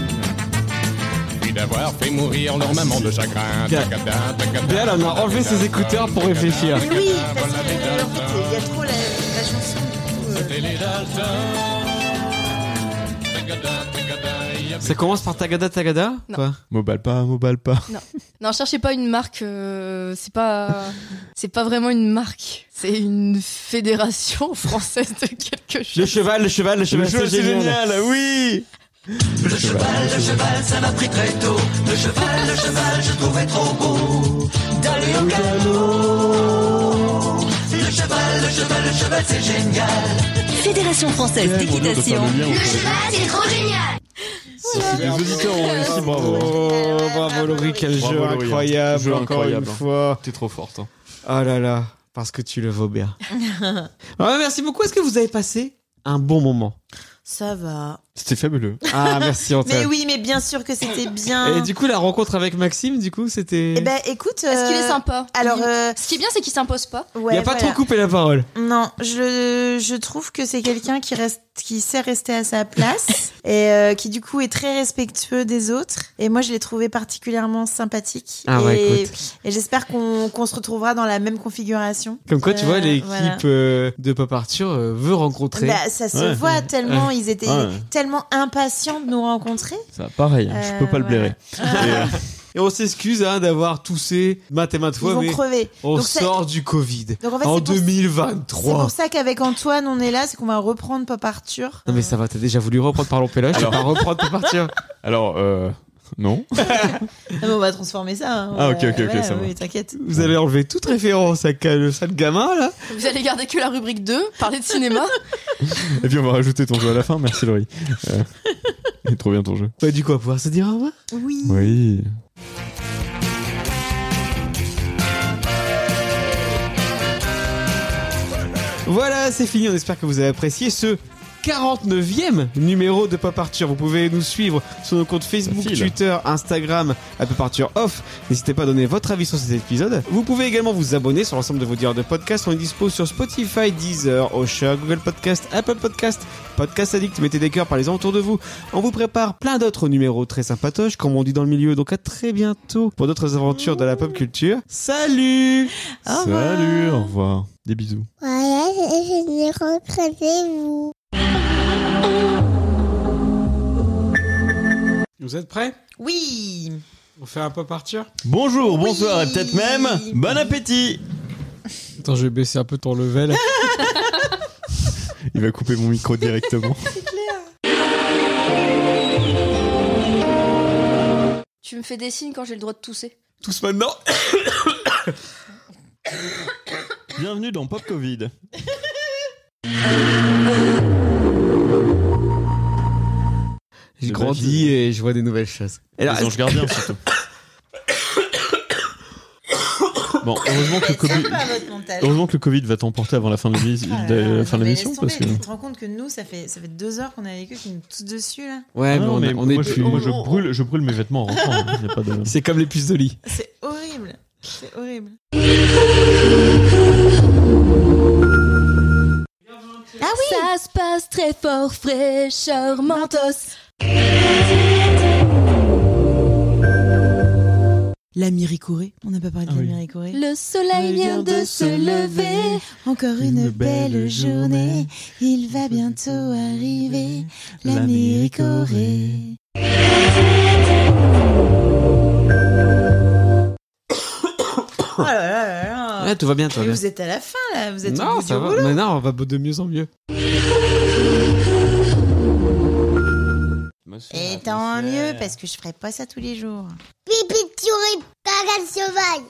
U: Puis d'avoir fait mourir leur maman de chagrin.
A: Bien.
U: Tacadin, tacadin,
A: Là, on a enlevé ses écouteurs pour réfléchir.
B: Mais oui,
A: Ah,
B: parce
A: bah,
B: que euh, en fait, il y a trop la, la chanson.
U: C'était les Dalton. Tacadin, tacadin, y a
A: Ça commence par Tagada Tagada
D: Non.
A: Quoi
C: Mobile pas, mobile pas.
D: Non, non, cherchez pas une marque. euh, c'est pas, c'est pas vraiment une marque. C'est une fédération française de quelque chose.
A: Le cheval, le cheval, le cheval,
C: cheval, c'est génial,
A: oui
U: Le cheval, le cheval, ça m'a pris très tôt. Le cheval, le cheval, je trouvais trop beau. D'aller au galop. Le cheval, le cheval, le cheval, c'est génial.
B: euh.
K: Fédération française d'équitation.
Y: Ah,
U: c'est trop génial.
C: Les auditeurs ont réussi, bravo.
A: Oh, bravo Laurie, hein, quel
C: Bravo,
A: jeu
C: Laurie, hein.
A: incroyable,
C: Jeu
A: encore
C: incroyable,
A: une
C: hein.
A: fois.
C: T'es trop forte. hein.
A: Oh là là, parce que tu le vaux bien. Ah, merci beaucoup, est-ce que vous avez passé un bon moment
B: Ça va.
C: C'était fabuleux.
A: Ah, merci Antoine.
B: Mais oui, mais bien sûr que c'était bien.
A: Et Eh, du coup, la rencontre avec Maxime, du coup, c'était...
B: Eh ben, écoute.
D: Parce qu'il est
B: euh,
D: sympa.
B: Alors, euh,
D: Ce qui est bien, c'est qu'il s'impose pas.
A: Il
B: ouais,
A: n'y a pas
B: voilà.
A: trop coupé la parole.
B: Non, je, je trouve que c'est quelqu'un qui reste, qui sait rester à sa place et euh, qui du coup est très respectueux des autres. Et moi, je l'ai trouvé particulièrement sympathique.
A: Ah
B: et,
A: ouais, écoute.
B: et j'espère qu'on qu'on se retrouvera dans la même configuration.
A: Comme quoi, tu
B: Euh,
A: vois, l'équipe
B: voilà.
A: euh, de Pop Arthur euh, veut rencontrer...
B: Bah, ça se voit tellement,
A: Ouais.
B: ils étaient
A: Ouais.
B: tellement impatients de nous rencontrer.
C: Ça, pareil, hein,
B: Euh,
C: je peux pas le blairer. Et, euh,
A: Et on s'excuse hein, d'avoir toussé maintes et maintes
B: Ils
A: fois,
B: vont
A: mais
B: crever.
A: on
B: Donc, c'est-
A: sort du Covid
B: Donc, en fait,
A: en
B: c'est pour- C'est
A: 2023.
B: pour ça qu'avec Antoine, on est là, c'est qu'on va reprendre Pop Arthur.
A: Non mais ça va, t'as déjà voulu reprendre par Péloche, tu
C: Alors-
A: vas reprendre Pop Arthur.
C: Alors, euh, non.
B: Non, mais Ah, on va transformer ça. hein.
C: Ah, ok, ok, ok,
B: Voilà,
C: ça va.
B: oui, t'inquiète.
A: Vous allez enlever toute référence à ca- le sale gamin là
D: Vous allez garder que la rubrique 2, parler de cinéma.
C: Et puis on va rajouter ton jeu à la fin, merci Laurie. Euh, il est trop bien ton jeu.
A: Bah du coup, on va pouvoir se dire au revoir.
B: Oui.
C: Oui.
A: Voilà, c'est fini. On espère que vous avez apprécié ce 49e numéro de Pop Arthur. Vous pouvez nous suivre sur nos comptes Facebook,
C: file.
A: Twitter, Instagram, à Pop Arthur Off. N'hésitez pas à donner votre avis sur cet épisode. Vous pouvez également vous abonner sur l'ensemble de vos dealers de podcasts. On est dispo sur Spotify, Deezer, Osher, Google Podcast, Apple Podcast, Podcast Addict. Mettez des cœurs par les autour de vous. On vous prépare plein d'autres numéros très sympatoches, comme on dit dans le milieu. Donc à très bientôt pour d'autres aventures de la pop culture. Salut
C: Salut, au revoir. Des bisous.
E: Voilà, je vais rencontrer vous.
A: Vous êtes prêts
B: Oui.
A: On fait un Pop Arthur
C: Bonjour, bonsoir et peut-être même bon appétit.
A: Attends, je vais baisser un peu ton level.
C: Il va couper mon micro directement.
D: Tu me fais des signes quand j'ai le droit de tousser.
A: Tous maintenant
C: Bienvenue dans Pop Covid.
A: Je grandis et je vois des nouvelles choses. Et
C: Les anges gardiens surtout. Bon, heureusement que, le
B: Mais ça
C: COVID...
B: va, votre montage.
C: heureusement que le Covid va t'emporter avant la fin de l'émis-
B: Ah
C: de
B: là là,
C: la
B: non,
C: fin de
B: mais
C: l'émission
B: laisse
C: parce que.
B: tomber. Tu te rends compte que nous, ça fait, ça fait deux heures qu'on est avec eux, qu'ils nous tous dessus, là
A: Ouais,
C: Ah non,
A: mais on, on est
C: moi, je,
A: plus.
C: moi, je brûle, je brûle mes vêtements en rentrant. hein. Il y a pas de-
A: C'est comme les puces de lit.
B: C'est horrible. C'est horrible.
D: Ah oui Ça se passe très fort, fraîcheur, mentos.
B: La Miricorée. On n'a pas parlé de la Miricorée.
D: Le soleil vient Ah de se lever.
B: Encore une, belle journée. Il va bientôt arriver. La Miricorée. Oh là là là là.
A: Ouais, tout va bien, tout va
B: Mais
A: bien.
B: vous êtes à la fin là, vous êtes au
A: non,
B: bout
A: ça
B: du
A: va.
B: rouleau.
A: Mais non, on va de mieux en mieux.
B: Et tant mieux parce que je ferai pas ça tous les jours.
E: Pipi, tu ris, cagade sauvage.